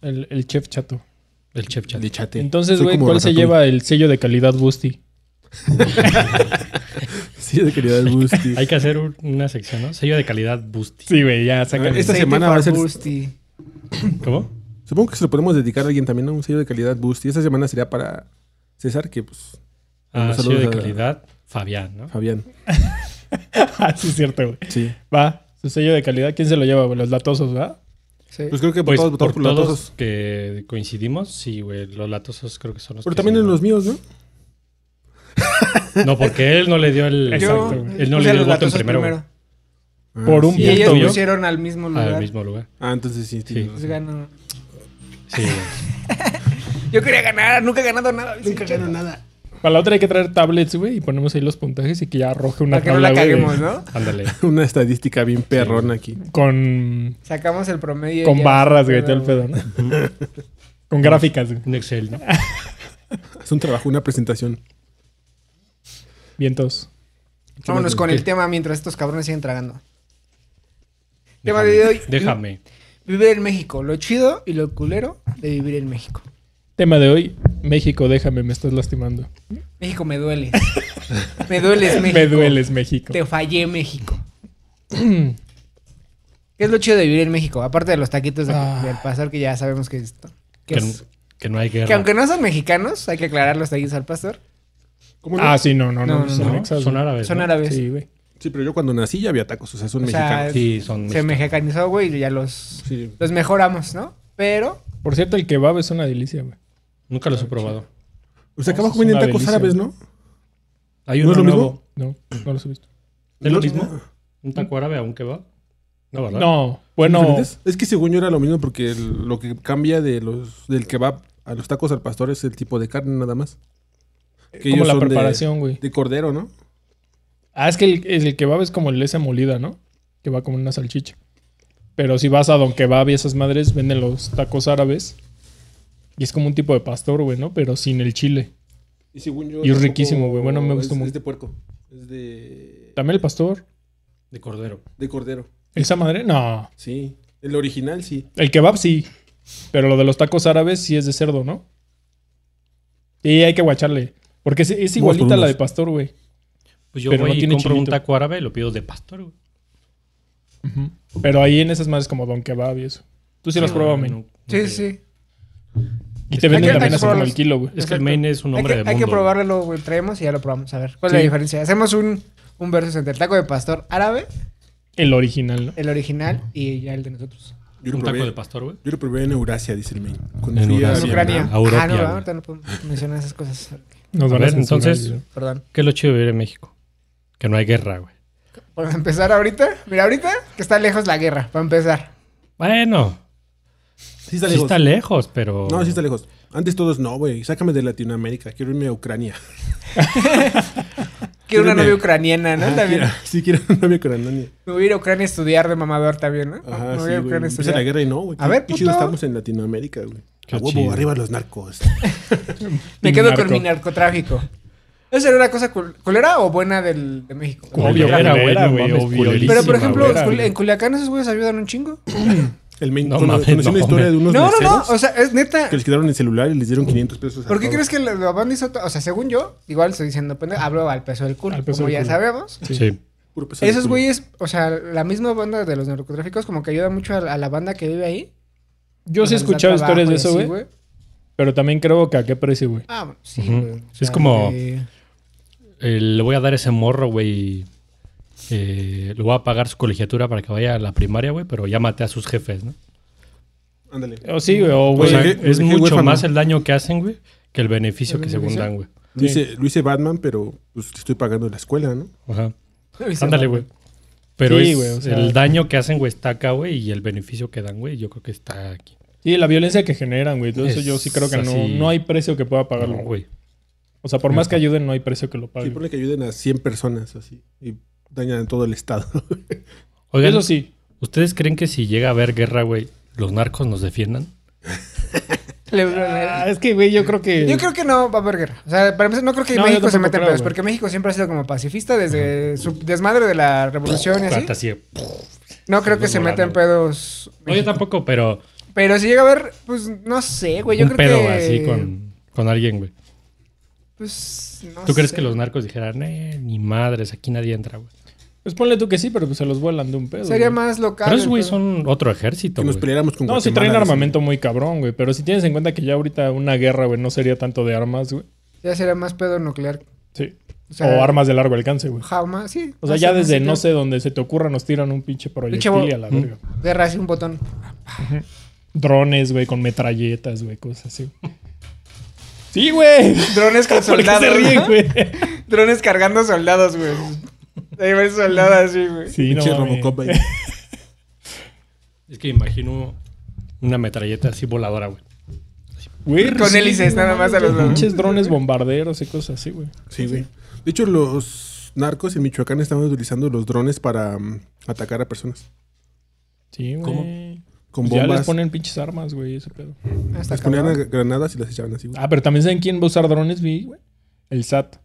B: El, el chef chato.
C: El chef chat.
D: De chate.
B: Entonces,
D: Soy
B: güey,
D: como
B: ¿cuál se
D: Ratatouille.
B: lleva el sello de calidad Busti?
D: Sí, de calidad del Busti.
C: Hay que hacer un- una sección, ¿no? Sello de calidad Busti.
B: Sí, güey, ya sacan.
D: Esta
A: Aceite
D: semana va a ser-
A: Farbusti.
C: ¿Cómo?
D: Supongo que se lo podemos dedicar a alguien también, a un sello de calidad Busti. Esta semana sería para César, que pues.
C: Ah,
D: Un saludo
C: sello de
D: a-
C: calidad Fabián, ¿no?
D: Fabián.
B: Ah, sí, es cierto, güey.
D: Sí.
B: Va, su sello de calidad, ¿quién se lo lleva, güey? Los latosos, ¿verdad?
A: Sí.
D: Pues creo que
C: Pues
D: todos
C: por
D: votamos
C: todos
D: por los latosos.
C: que coincidimos, sí, güey, los latosos creo que son los
D: Pero
C: que
D: también
C: se
D: en
C: llevan.
D: los míos, ¿no?
C: No, porque él no le dio el.
B: Exacto,
A: Yo
B: güey.
C: Él no
A: puse
C: le
A: a los
C: dio el voto en
A: latosos
C: primero,
B: Por un
A: Y
B: Punto,
A: ellos
B: güey.
A: pusieron al mismo
C: al
A: lugar.
C: mismo lugar.
D: Ah, entonces sí. tienes
A: Pues
D: razón.
A: ganó.
C: Sí, güey.
A: Yo quería ganar, nunca he ganado nada.
D: Nunca gano nada.
B: Para la otra hay que traer tablets, güey, y ponemos ahí los puntajes y que ya arroje una
A: Para que no la
B: tabla, güey,
A: caguemos, ¿no?
C: Ándale.
D: Una estadística bien perrona aquí.
B: Con,
A: Sacamos el promedio. y
B: con
A: ya.
B: barras, güey, todo el pedo, ¿no? con gráficas, güey.
C: Un Excel, ¿no?
D: Es un trabajo, una presentación.
B: Vientos.
A: Vámonos con el tema mientras estos cabrones siguen tragando. Tema de hoy.
C: Déjame.
A: Vivir en México. Lo chido y lo culero de vivir en México.
B: Tema de hoy, México, déjame, me estás lastimando.
A: México me duele. me dueles, México.
B: Me dueles, México.
A: Te fallé, México. ¿Qué es lo chido de vivir en México? Aparte de los taquitos de-
B: Ah.
A: del pastor que ya sabemos que, es- que
C: Que,
A: es-
C: que no hay guerra.
A: que aunque no son mexicanos, hay que aclarar los taquitos al pastor.
D: ¿Cómo no?
B: Ah, sí, no, no, no.
A: No,
B: son
C: ¿No?
B: mexas,
C: Son
B: güey.
C: árabes.
A: Son
C: ¿no?
A: árabes.
B: Sí, güey.
D: Sí, pero yo cuando nací ya había tacos, o sea, son
A: O sea,
D: mexicanos.
C: Sí, son.
A: Se
C: mixtos.
A: mexicanizó, güey, y ya los,
D: Sí.
A: los mejoramos, ¿no? Pero
B: Por cierto, el kebab es una delicia, güey.
C: Nunca
A: Ah,
C: los he probado.
D: O sea, acá
B: No,
D: abajo
B: es una
D: venden tacos
B: delicia.
D: árabes, ¿no?
C: Hay
D: ¿No
C: uno
D: es lo mismo?
C: nuevo.
B: No, no los he visto.
C: ¿Es lo
D: ¿No?
C: mismo? ¿Un taco árabe a un kebab? No, ¿verdad?
B: No,
D: ¿Son
B: bueno,
D: diferentes? Es que según yo era lo mismo porque el- lo que cambia de los del kebab a los tacos al pastor es el tipo de carne nada más. Que
B: Eh, como
D: ellos
B: la
D: son de-
B: preparación, güey.
D: De cordero, ¿no?
B: Ah, es que el, es el kebab es como el esa molida, ¿no? Que va como una salchicha. Pero si vas a Don Kebab y esas madres, venden los tacos árabes. Y es como un tipo de pastor, güey, ¿no? Pero sin el chile.
D: Y según yo.
B: Y es riquísimo, güey. Bueno, me gustó
D: es,
B: mucho.
D: Es de puerco. Es de.
B: También el pastor.
C: De cordero.
D: De cordero.
B: Esa madre, no.
D: Sí. El original, sí.
B: El kebab sí. Pero lo de los tacos árabes sí es de cerdo, ¿no? Y hay que guacharle. Porque es, es
D: Vamos por
B: igualita a la
D: unos.
B: de pastor, güey.
C: Pues yo
B: Pero
C: voy
B: no
C: y
B: tiene
C: compro un
B: chilito.
C: taco árabe y lo pido de pastor, güey.
B: Pero ahí en esas madres como Don Kebab y eso. Tú sí las
C: Ah,
B: probas,
C: no,
B: men.
A: sí,
C: nunca.
A: sí.
B: Y
A: Hay
B: te venden
A: que- hay
B: también
A: que
B: así como
A: probarlos.
B: el kilo, güey.
C: Es que el
A: Exacto.
C: main es un
A: Hay
C: hombre
A: que,
C: de mundo.
A: hay que
C: güey.
A: probarlo, güey. Traemos y ya lo probamos. A ver, ¿cuál es
B: Sí.
A: la diferencia? Hacemos un, un un versus entre el taco de pastor árabe,
B: El original, ¿no?
A: el original, y ya el de nosotros.
D: Yo lo
C: Un taco
D: probé,
C: de pastor, güey.
D: yo lo probé en Eurasia, dice el men. Cuando
C: En
D: fui a
A: En
C: Eurasia.
D: Vietnam.
A: Ucrania.
C: a Europa,
A: ah, no,
C: güey.
A: ahorita no puedo mencionar esas cosas.
B: Nos
C: A
B: van a,
C: ver,
B: censurar,
C: entonces-
B: güey.
A: Perdón.
C: ¿Qué es lo chido de vivir en México? Que no hay guerra, güey.
A: Para empezar ahorita, mira, ahorita que está lejos la guerra, para empezar.
C: Bueno,
D: Sí está
C: sí
D: lejos.
C: está lejos, pero...
D: No, sí está lejos. Antes todos, no, güey, sácame de Latinoamérica, quiero irme a Ucrania.
A: Quiero una
D: Quiero
A: novia
D: una-
A: ucraniana, ¿no?
D: Ajá,
A: también.
D: quiero- sí, quiero una novia ucraniana.
A: Me voy a ir a Ucrania a estudiar de mamador también, ¿no?
D: Ajá,
A: Me
D: sí,
A: voy a ir a Ucrania
D: güey.
A: a
D: Empieza la
A: estudiar.
D: guerra y no, güey.
A: A
D: Qué-
A: ver,
D: qué chido
A: puto.
D: estamos en Latinoamérica, güey.
C: Qué
D: A huevo,
C: chido.
D: arriba los narcos.
A: Me quedo
B: Narco.
A: con mi narcotráfico. ¿Esa era una cosa cul- culera o buena del, de México?
B: Obvio,
C: Culera,
B: era,
C: güey,
B: güey,
C: no
B: güey,
C: mames,
B: obvio.
C: culerísima,
A: Pero, por ejemplo,
B: culera,
A: Cul-
B: güey.
A: en Culiacán esos güeyes ayudan un chingo.
D: El men
C: No
D: cono-
C: mames,
D: conocí
C: no
D: una historia
C: mames.
D: de unos
A: No, no, no.
D: meseros
A: O sea, es neta.
D: que les quitaron el celular y les dieron 500 pesos. a
A: ¿Por qué
D: todos.
A: crees que la la banda hizo... to- O sea, según yo, igual estoy diciendo, pendejo, hablo al peso del culo,
B: Al peso
A: como
B: del
A: ya
B: culo.
A: sabemos.
C: Sí.
D: Puro peso de
A: Esos
D: culo.
A: güeyes, o sea, la misma banda de los narcotráficos como que ayuda mucho a, la- a la banda que vive ahí.
B: Yo
A: O
B: sí
A: sea, les da
B: he escuchado historias de
A: trabajo y
B: eso,
A: así,
B: güey. Pero también creo que a qué precio, güey.
A: Ah, bueno, sí,
C: Ujú.
A: güey.
C: Sí,
A: O
C: es
A: sea,
C: como-
A: de-
C: Eh, le voy a dar ese morro, güey. Eh, le voy a pagar su colegiatura para que vaya a la primaria, güey, pero ya maté a sus jefes, ¿no?
D: Ándale.
B: O sí, güey, o
C: O
B: güey.
C: sea,
D: Oye,
C: es
D: qué
C: mucho
D: huérfano.
C: más el daño que hacen, güey, que el beneficio
A: ¿El
C: que según
A: beneficio?
C: dan, güey.
D: Lo hice, lo hice Batman, pero pues te estoy pagando la escuela, ¿no?
C: Ajá.
A: Ay, se
C: Ándale,
A: va,
C: güey. Pero
B: Sí,
C: es-
B: güey, o sea-
C: el daño que hacen, güey, está acá, güey, y el beneficio que dan, güey, yo creo que está aquí.
B: Sí, la violencia que generan, güey. Todo eso yo sí creo que
C: Es
B: no,
C: así.
B: no hay precio que pueda pagarlo.
C: No, güey.
B: o sea, por más que ayuden, no hay precio que lo
D: Sí,
B: pague.
D: ponle que ayuden a 100 personas así y dañan a todo el estado.
C: Oigan,
B: eso sí.
C: ¿ustedes creen que si llega a haber guerra, güey, los narcos nos defiendan?
A: Le- le-
B: Ah, es que, güey, yo creo que.
A: Yo creo que no va a haber guerra. O sea, para empezar, no creo que
B: No, yo
A: México se
B: tampoco
A: meta en
B: creo,
A: pedos,
B: güey.
A: porque México siempre ha sido como pacifista desde su desmadre de la revolución y así.
C: Plata, sí.
A: No creo que se
C: volando.
A: meta en pedos.
C: No, yo tampoco, pero
A: Pero si llega a haber, pues no sé, güey. Yo
C: un
A: creo
C: pedo
A: que.
C: así con, con alguien, güey.
A: Pues, no
C: ¿Tú crees
A: sé.
C: que los narcos dijeran, eh, ni madres, aquí nadie entra, güey?
B: Pues ponle tú que sí, pero pues se los vuelan de un pedo.
A: Sería
B: güey.
A: más local.
C: Pero esos, güey,
A: el pedo.
C: son otro ejército,
D: Que nos
C: güey.
D: peleáramos con
B: No, si
D: Guatemala,
B: traen
D: así.
B: armamento muy cabrón, güey. Pero si tienes en cuenta que ya ahorita una guerra, güey, no sería tanto de armas, güey.
A: Ya sería más pedo nuclear.
B: Sí.
A: O
B: O,
A: sea,
B: armas de largo alcance, güey.
A: Jamás, sí.
B: O sea,
A: más
B: ya
A: o menos,
B: desde
A: sí,
B: no
A: claro.
B: sé dónde se te ocurra nos tiran un pinche proyectil
A: chavo.
B: y a la verga.
A: Guerra así un botón.
B: Drones, güey, con metralletas, güey, cosas así. Sí, güey.
A: Drones con
B: ¿Por qué
A: soldados.
B: se ríen,
A: ¿no?
B: güey?
A: Drones cargando soldados, güey. Ahí ves soldados así, güey.
B: Sí, no.
D: Pinche
B: mames.
D: Robocop ahí.
C: Es que imagino una metralleta así voladora, güey.
B: Güey,
A: Con
B: sí,
A: hélices,
B: no
A: nada más a
B: mames,
A: los lados.
B: Pinches drones bombarderos y cosas así, güey.
D: Sí, güey. De hecho, los narcos en Michoacán estaban utilizando los drones para mm, atacar a personas.
B: Sí, güey.
D: ¿Cómo? Con
B: Pues ya
D: bombas.
B: les ponen pinches armas, güey, ese pedo.
A: Hasta
D: les ponían
A: cabrón.
D: a- granadas y las echaban así, güey.
B: Ah, pero también saben quién va a usar drones, vi, güey. El SAT.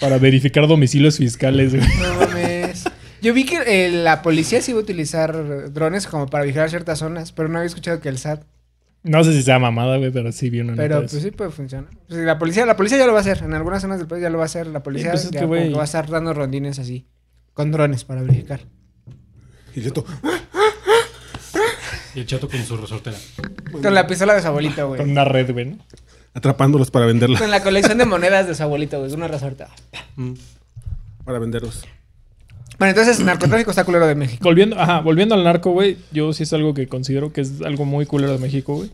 B: Para verificar domicilios fiscales, güey.
A: No mames. Yo vi que eh, la policía sí iba a utilizar drones como para vigilar ciertas zonas, pero no había escuchado que el SAT.
B: No sé si sea mamada, güey, pero sí vi una nota
A: Pero
B: de
A: pues
B: eso.
A: sí puede funcionar. Pues, la policía, la policía ya lo va a hacer. En algunas zonas del país ya lo va a hacer. La policía
B: pues, es
A: ya
B: que,
A: como
B: güey.
A: que va a estar dando rondines así. Con drones para verificar.
D: Y yo to-
C: Y el chato con su resortera.
A: Con la pistola de su abuelita, güey.
B: Con una red, güey, ¿no?
D: atrapándolos para venderlas.
A: Con la colección de monedas de su abuelita, güey. Es una resorta.
D: Para venderlos.
A: Bueno, entonces, narcotráfico está culero de México.
B: Volviendo, ajá, volviendo al narco, güey, yo sí es algo que considero que es algo muy culero de México, güey.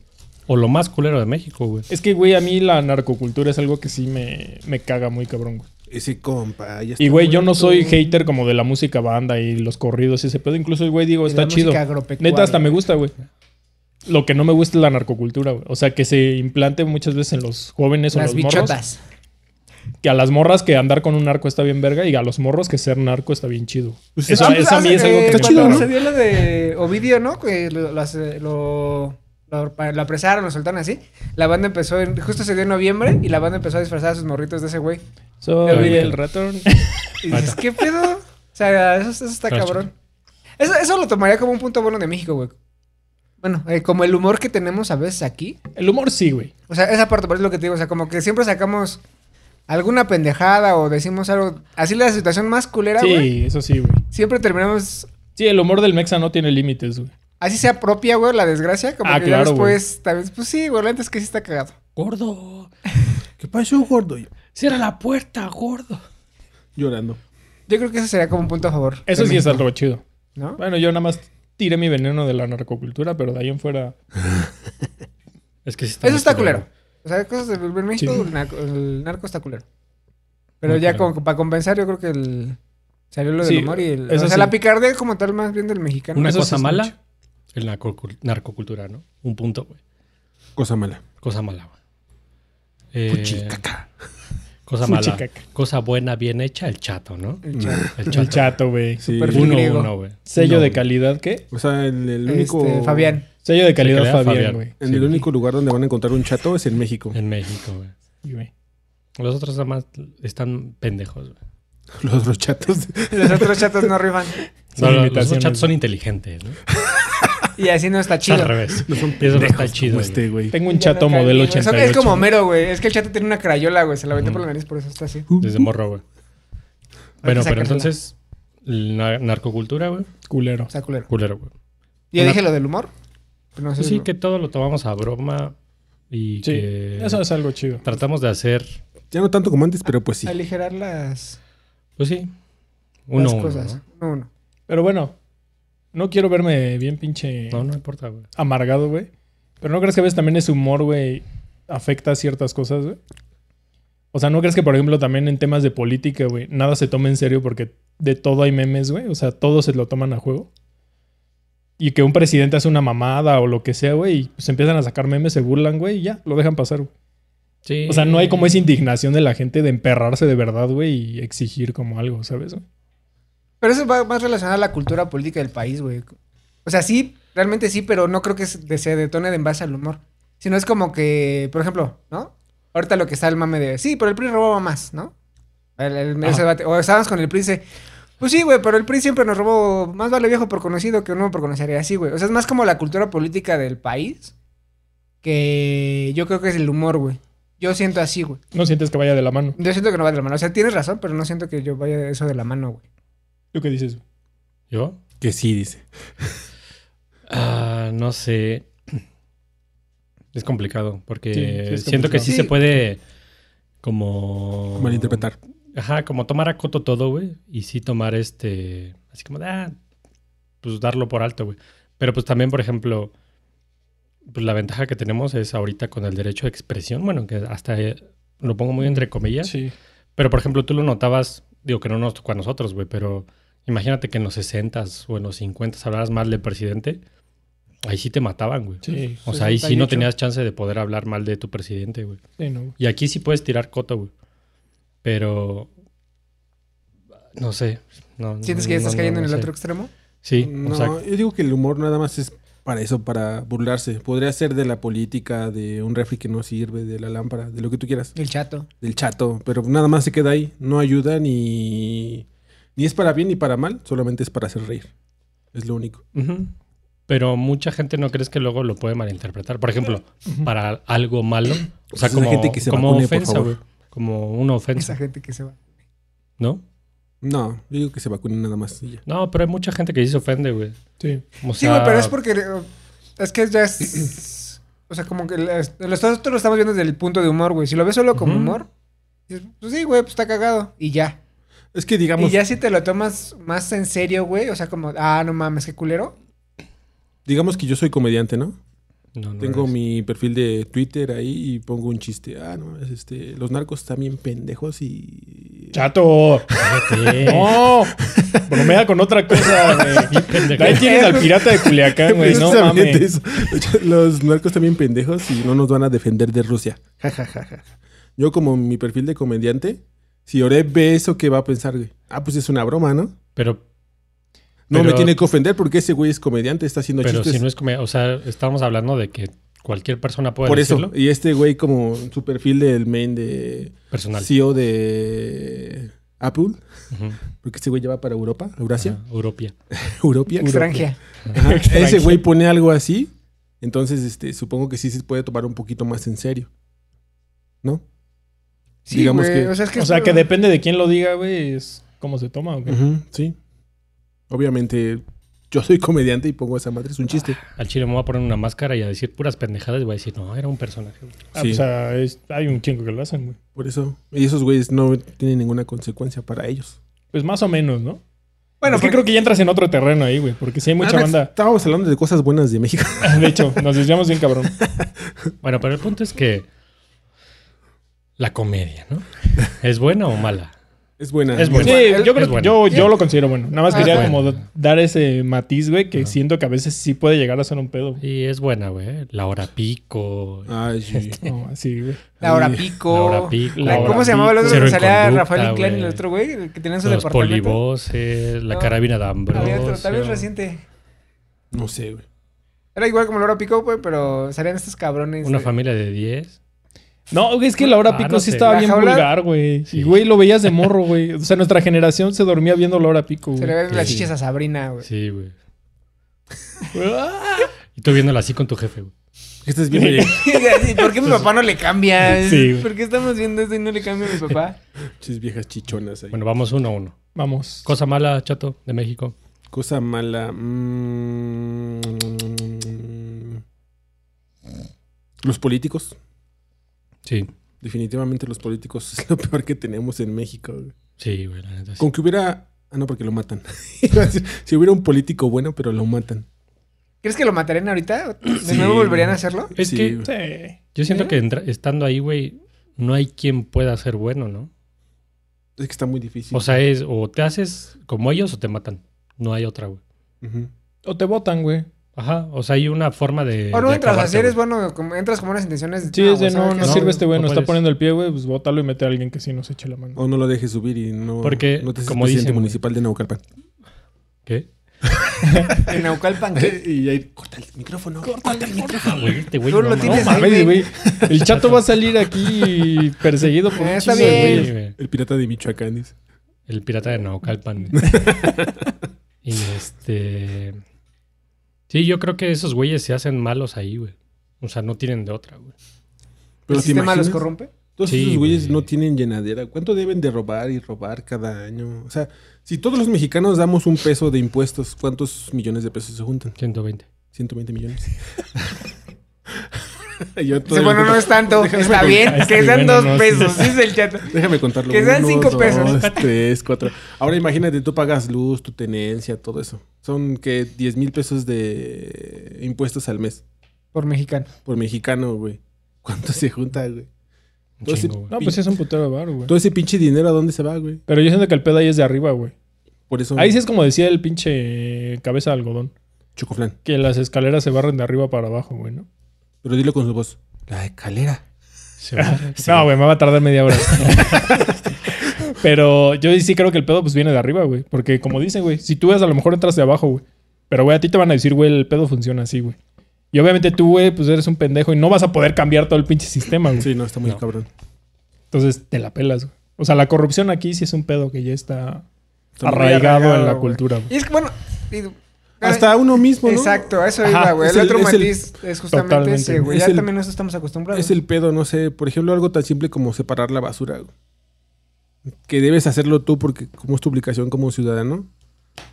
C: O lo más culero de México, güey.
B: Es que, güey, a mí la narcocultura es algo que sí me, me caga muy cabrón, güey.
D: Ese compa. ya
B: Y,
D: está
B: güey, yo no
D: muerto.
B: soy hater como de la música banda y los corridos y ese pedo. Incluso, güey, digo,
A: Y la
B: está
A: música
B: chido.
A: agropecuaria.
B: Neta, hasta me gusta, güey. Lo que no me gusta es la narcocultura, güey. O sea, que se implante muchas veces en los jóvenes o
A: Las
B: los morros.
A: bichotas.
B: Que a las morras que andar con un narco está bien verga y a los morros que ser narco está bien chido.
D: Pues
B: eso
D: está-
B: eso a mí es algo que
A: está
B: me
A: chido,
B: caga,
A: ¿no?
B: ¿no?
A: Ah, Se dio lo de Ovidio, ¿no? Que lo, lo hace- lo- lo- pa- lo apresaron, lo soltaron así. La banda empezó, en- justo se dio en noviembre y la banda empezó a disfrazar a sus morritos de ese güey.
B: Soy
C: Ahorita.
B: el ratón.
A: Y dices, ¿qué pedo? O sea, eso, eso está
C: Claro,
A: cabrón. Eso, eso lo tomaría como un punto bueno de México, güey. Bueno, eh, como el humor que tenemos a veces aquí.
B: El humor sí, güey.
A: O sea, esa parte pero es lo que te digo. O sea, como que siempre sacamos alguna pendejada o decimos algo. Así la situación más culera,
B: Sí,
A: güey.
B: eso sí, güey.
A: Siempre terminamos
B: Sí, el humor del Mexa no tiene límites, güey.
A: Así sea propia, güey, la desgracia. Como
B: Ah,
A: que ya
B: claro,
A: después, tal vez, pues sí, güey, la neta es que sí está cagado.
C: Gordo.
D: ¿Qué pasó, gordo?
C: Cierra la puerta, gordo.
D: Llorando.
A: Yo creo que eso sería como un punto a favor.
B: Eso
A: de
B: sí es
A: México,
B: algo chido.
A: ¿No?
B: Bueno, yo nada más tiré mi veneno de la narcocultura, pero de ahí en fuera.
C: Es que sí
A: Eso
C: muy
A: está
C: culero.
A: culero. O sea, cosas del del México,
B: Sí.
A: el, narco, el narco está culero. Pero
C: Muy
A: ya
C: culero.
A: como para compensar, yo creo que el, salió lo del
B: Sí,
A: humor y el. O
B: eso
A: sea,
B: sí.
A: la picardía como tal, más bien del mexicano.
C: Una
B: Eso sí
C: cosa
B: es
C: mala,
B: mucho.
C: el narcocul- narcocultura, ¿no? Un punto, güey.
D: Cosa mala.
C: Cosa mala, güey. Eh,
D: Puchicaca.
C: cosa mala.
B: Fuchicaca.
C: Cosa buena, bien hecha, el chato, ¿no?
A: El chat.
C: El
B: El
C: chato.
B: chato, güey.
D: Sí.
A: Perfil
C: Uno,
A: griego.
C: uno, güey.
B: Sello
C: Uno,
B: de
C: güey.
B: calidad, ¿qué?
D: O sea, el, el único.
A: Este, Fabián.
B: Sello de calidad
C: calidad
B: Fabián,
C: Fabián.
B: güey.
D: En el
C: Sí.
D: único lugar donde van a encontrar un chato es en México.
C: En México, güey.
B: Y, güey,
C: Los otros nada más están pendejos, güey.
D: Los, los chatos.
A: Los otros chatos no rifan.
C: No,
B: Son
C: no, los otros
B: imitaciones,
C: chatos son
B: güey.
C: inteligentes, ¿no?
A: Y así no está
C: Es al
A: chido.
C: revés.
D: No son
C: Eso no
D: pendejos
C: está chido,
D: como
C: güey.
D: este, güey.
B: Tengo un chato modelo 88.
A: Es como Homero, güey. Es que el chato tiene una crayola, güey. Se la metió por la nariz, por eso está así.
C: Desde morro, güey. Bueno, pero
A: sacársela.
C: entonces, la narcocultura, güey.
B: culero.
A: Está culero.
C: Culero, güey.
A: Yo
C: Una-
A: dije lo del humor. pero no sé
C: Sí,
A: si-
C: que todo lo tomamos a broma
B: Sí,
C: y que
B: eso es algo chido.
C: tratamos de hacer,
D: Ya no tanto como antes, pero pues sí.
A: Aligerar las,
C: pues sí, uno
A: las
C: a uno.
A: cosas. Uno, uno.
B: Pero bueno, no quiero verme bien pinche
C: ¿no? no, no importa, güey.
B: amargado, güey. Pero no crees que a veces también ese humor, güey, afecta ciertas cosas, güey. O sea, ¿no crees que, por ejemplo, también en temas de política, güey, nada se toma en serio porque de todo hay memes, güey? O sea, todos se lo toman a juego. Y que un presidente hace una mamada o lo que sea, güey, y se empiezan a sacar memes, se burlan, güey, y ya, lo dejan pasar, güey.
C: Sí.
B: O sea, no hay como esa indignación de la gente de emperrarse de verdad, güey, y exigir como algo, ¿sabes? güey?
A: Pero eso va más relacionado a la cultura política del país, güey. O sea, sí, realmente sí, pero no creo que se de- se detone de en base al humor. Sino es como que, por ejemplo, ¿no? Ahorita lo que está el mame de, sí, pero el PRI robaba más, ¿no? El- el- ese
C: Ajá.
A: debate. O estábamos con el PRI y dice, pues sí, güey, pero el PRI siempre nos robó más vale viejo por conocido que uno por conocer. Y así, güey. O sea, es más como la cultura política del país que yo creo que es el humor, güey. Yo siento así, güey.
B: No sientes que vaya de la mano.
A: Yo siento que no va de la mano. O sea, tienes razón, pero no siento que yo vaya eso de la mano, güey.
B: ¿Tú qué dices? güey?
C: ¿Yo?
D: Que sí, dice.
C: Ah, no sé. Es complicado porque
B: Sí, sí, es
C: siento que sí,
A: complicado. Sí.
C: se puede como...
D: Malinterpretar.
C: Ajá, como tomar a coto todo, güey. Y sí tomar este... Así como de... ah, pues darlo por alto, güey. Pero pues también, por ejemplo, pues la ventaja que tenemos es ahorita con el derecho de expresión. Bueno, que hasta eh, lo pongo muy entre comillas.
B: Sí.
C: Pero, por ejemplo, tú lo notabas, digo que no nos tocó a nosotros, güey, pero imagínate que en los 60s o en los 50s hablaras mal del presidente, ahí sí te mataban, güey.
B: Sí.
C: o sea, ahí sí no
A: 68.
C: tenías chance de poder hablar mal de tu presidente, güey.
B: Sí, no, güey.
C: Y aquí sí puedes tirar coto, güey. Pero. No sé. No,
A: ¿Sientes
C: no,
A: que ya
C: no,
A: estás
C: no,
A: cayendo
C: no
A: en el
C: sé.
A: otro extremo?
C: Sí,
D: No,
C: o sea,
D: yo digo que el humor nada más es para eso, para burlarse. Podría ser de la política, de un refri que no sirve, de la lámpara, de lo que tú quieras,
A: El chato.
D: del chato, pero nada más se queda ahí. No ayuda ni, ni es para bien ni para mal, solamente es para hacer reír. Es lo único.
C: Ujú. Pero mucha gente no crees que luego lo puede malinterpretar. Por ejemplo, para algo malo. O sea,
D: Esa
C: como,
D: gente que se
C: como
D: vacune, por
C: ofensa,
D: favor.
C: güey. Como una
A: Esa
C: ofensa,
A: gente que se va.
C: ¿no?
D: No, yo digo que se vacunen nada más y ya.
C: No, pero hay mucha gente que sí se ofende, güey.
B: Sí.
C: O
A: Sí,
C: sea,
A: güey, pero es porque. eh, Es que ya es. O sea, como que las- nosotros lo estamos viendo desde el punto de humor, güey. Si lo ves solo como
C: Ujú.
A: humor, dices, pues sí, güey, pues está cagado. Y ya.
D: Es que digamos,
A: Y ya si te lo tomas más en serio, güey. O sea, como, ah, no mames, qué culero.
D: digamos que yo soy comediante, ¿no?
C: No, no
D: Tengo
C: eres.
D: mi perfil de Twitter ahí y pongo un chiste. Ah, no, es este, los narcos están bien pendejos y...
B: ¡Chato!
C: Cállate.
B: ¡No! Bromea con otra cosa, güey.
C: Pendejo.
B: Ahí tienes al pirata de Culiacán, güey. No
D: Precisamente
B: mames.
D: eso. Los narcos también pendejos y no nos van a defender de Rusia. Ja, ja, ja, ja. Yo como mi perfil de comediante, si Oreb ve eso, ¿qué va a pensar? güey? Ah, pues es una broma, ¿no?
C: Pero,
D: No me
C: Pero-
D: tiene que ofender porque ese güey es comediante, está haciendo
C: pero
D: chistes.
C: si no es como... O sea, estamos hablando de que cualquier persona puede
D: Por
C: decirlo.
D: eso. Y este güey como su perfil del main de
C: Personal.
D: CEO de Apple,
C: Ujú.
D: porque este güey ya va para Europa, Eurasia,
C: Ajá, Europia.
D: Europa.
A: Extranjea.
D: Ajá, Ese güey pone algo así, entonces este, supongo que sí se puede tomar un poquito más en serio. ¿No?
A: Sí,
D: Digamos
A: güey,
D: que-
A: O sea, es que,
B: O sea, que depende de quién lo diga, güey, es cómo se toma, güey.
D: Ujú, sí. Obviamente, yo soy comediante y pongo esa madre, es un chiste.
C: Al chile me voy a poner una máscara y a decir puras pendejadas y voy a decir, no, era un personaje. güey".
B: Ah,
D: Sí.
B: O sea, es- hay un chingo que lo hacen, güey.
D: Por eso. Y esos güeyes no tienen ninguna consecuencia para ellos.
B: Pues más o menos, ¿no?
A: Bueno,
B: Bueno, porque
A: porque-
B: creo que ya entras en otro terreno ahí, güey. Porque sí hay mucha
D: Ah,
B: banda.
D: Estábamos hablando de cosas buenas de México.
B: De hecho, nos desviamos bien cabrón.
C: Bueno, pero el punto es que la comedia, ¿no? ¿Es buena o mala?
D: Es buena.
C: Es buena.
B: Sí,
C: bueno.
B: yo creo
C: Es
B: que yo,
C: bueno.
B: yo lo considero bueno. Nada más
A: Ah,
B: quería
C: es
B: como
C: bueno.
B: da- dar ese matiz, güey, que
C: Ajá.
B: siento que a veces sí puede llegar a ser un pedo. güey.
C: Y es buena, güey. La hora pico.
A: Ah,
D: Ay, sí.
B: No, así, güey.
A: La hora
D: Sí.
A: pico.
C: La hora pico,
A: la-
B: la
A: ¿Cómo
B: hora
A: se llamaba el otro?
C: pico.
A: que
C: Cero en
A: salía
C: conducta,
A: Rafael Inclán y el
C: güey.
A: otro güey, el que tenían su
C: Los
A: departamento.
C: poliboses, la
A: No.
C: carabina de
A: Había otro, tal vez
C: Ambrosio.
A: reciente.
D: No sé, güey.
A: Era igual como la hora pico, güey, pero salían estos cabrones.
C: Una
A: de-
C: familia de 10.
B: No, güey, es que la hora
C: Ah,
B: pico
C: no
B: sí
C: sé.
B: estaba
A: ¿La
B: bien
A: jaula?
B: vulgar, güey.
C: Sí.
B: Y, güey, lo veías de morro, güey. O sea, nuestra generación se dormía viendo la hora pico,
A: Se le
B: güey.
A: ven las
C: Sí.
A: chichas a Sabrina, güey.
C: Sí, güey. Y tú viéndola así con tu jefe, güey.
D: ¿Qué estás viendo?
A: Así, ¿Por qué mi papá no le cambia?
B: Sí, güey.
A: ¿Por qué estamos viendo esto y no le cambia a mi papá?
D: Chis viejas chichonas ahí.
C: Bueno, vamos uno a uno.
B: Vamos.
C: Cosa mala, chato, de México.
D: Cosa mala. mm, Los políticos.
C: Sí.
D: Definitivamente los políticos es lo peor que tenemos en México. güey.
C: Sí, güey, la neta. sí.
D: Con que hubiera... Ah, no, porque lo matan. Iba a decir, si hubiera un político bueno, pero lo matan.
A: ¿Crees que lo matarían ahorita? ¿De
D: Sí.
A: nuevo volverían a hacerlo?
C: Es
D: Sí,
C: que
D: güey.
B: Sí.
C: yo siento que entra- estando ahí, güey, no hay quien pueda ser bueno, ¿no?
D: Es que está muy difícil.
C: O sea, es o te haces como ellos o te matan. No hay otra, güey.
D: Ujú.
B: O te votan, güey.
C: Ajá, o sea, hay una forma de.
A: O no
C: de
A: entras a
C: acabarte,
A: ser, es
C: güey.
A: bueno, como- entras con buenas intenciones.
B: Sí, es de
A: güey,
B: no,
A: Ah, pues, ¿sabes
B: no
A: qué?
C: No,
B: sirve este güey,
C: no
B: nos está
C: puedes.
B: poniendo el pie, güey. Pues bótalo y mete a alguien que sí nos eche la mano.
D: O no lo dejes subir y no,
C: Porque,
D: no te haces
C: como
D: presidente
C: dicen, güey.
D: municipal de Naucalpan.
C: ¿Qué?
A: En Naucalpan, ¿qué?
D: y ahí, corta el micrófono. Corta el micrófono.
C: Ah, güey, este güey.
A: Tú
C: no
A: lo
C: mames.
A: tienes
C: No mames,
A: ahí.
B: Mames, güey. El chato va a salir aquí perseguido por un
A: Eh, Está
B: chingo de
A: bien.
B: güeyes.
C: güey, güey.
D: El pirata de Michoacán dice.
C: El pirata de Naucalpan. y este. Sí, yo creo que esos güeyes se hacen malos ahí, güey. O sea, no tienen de otra, güey.
A: ¿El
D: ¿te
A: sistema los
D: imaginas?
A: corrompe?
D: Todos
C: Sí,
D: esos güeyes
C: güey.
D: no tienen llenadera. ¿Cuánto deben de robar y robar cada año? O sea, si todos los mexicanos damos un peso de impuestos, ¿cuántos millones de pesos se juntan?
C: 120.
D: 120 millones.
A: Dice,
D: Yo todavía
A: bueno,
D: me-
A: no es tanto. Está
D: con-
A: bien,
B: Ay,
A: que
B: sí,
A: sean
B: bueno,
A: dos
B: no, sí.
A: pesos, dice el chato.
D: Déjame contarlo.
A: Que sean
D: Uno,
A: cinco
D: dos,
A: pesos.
D: tres, cuatro. Ahora imagínate, tú pagas luz, tu tenencia, todo eso. Son que 10 mil pesos de impuestos al mes
A: Por mexicano.
D: por mexicano, güey. ¿Cuánto se junta, güey?
C: Un
D: Entonces,
C: chingo, güey.
B: No, pues es un putero de bar, güey.
D: Todo ese pinche dinero, ¿a dónde se va, güey?
B: Pero yo siento que el pedo ahí es de arriba, güey.
D: Por eso.
B: Ahí sí es como decía el pinche cabeza de algodón.
D: Chocoflan.
B: Que las escaleras se barren de arriba para abajo, güey, ¿no?
D: Pero dilo con su voz. La escalera.
C: Se va.
B: No, güey, me va a tardar media hora. Pero yo sí creo que el pedo pues viene de arriba, güey. Porque como dicen, güey, si tú ves, a lo mejor entras de abajo, güey. Pero, güey, a ti te van a decir, güey, el pedo funciona así, güey. Y obviamente tú, güey, pues eres un pendejo y no vas a poder cambiar todo el pinche sistema, güey.
D: Sí, no, está muy
C: No.
D: cabrón.
B: Entonces te la pelas, güey. O sea, la corrupción aquí sí es un pedo que ya está,
D: Está muy
B: arraigado, en la
A: güey.
B: cultura, güey.
A: Y es que, bueno. digo,
D: Hasta uno mismo, ¿no?
A: Exacto, a eso
B: Ajá,
A: iba, güey.
D: es
A: El,
D: el-
A: otro
D: es el-
A: matiz es justamente
B: totalmente,
A: ese, güey.
D: es
A: Ya
D: el-
A: también a eso estamos acostumbrados.
D: Es el pedo, no sé. Por ejemplo, algo tan simple como separar la basura. güey. Que debes hacerlo tú porque como es tu obligación como ciudadano,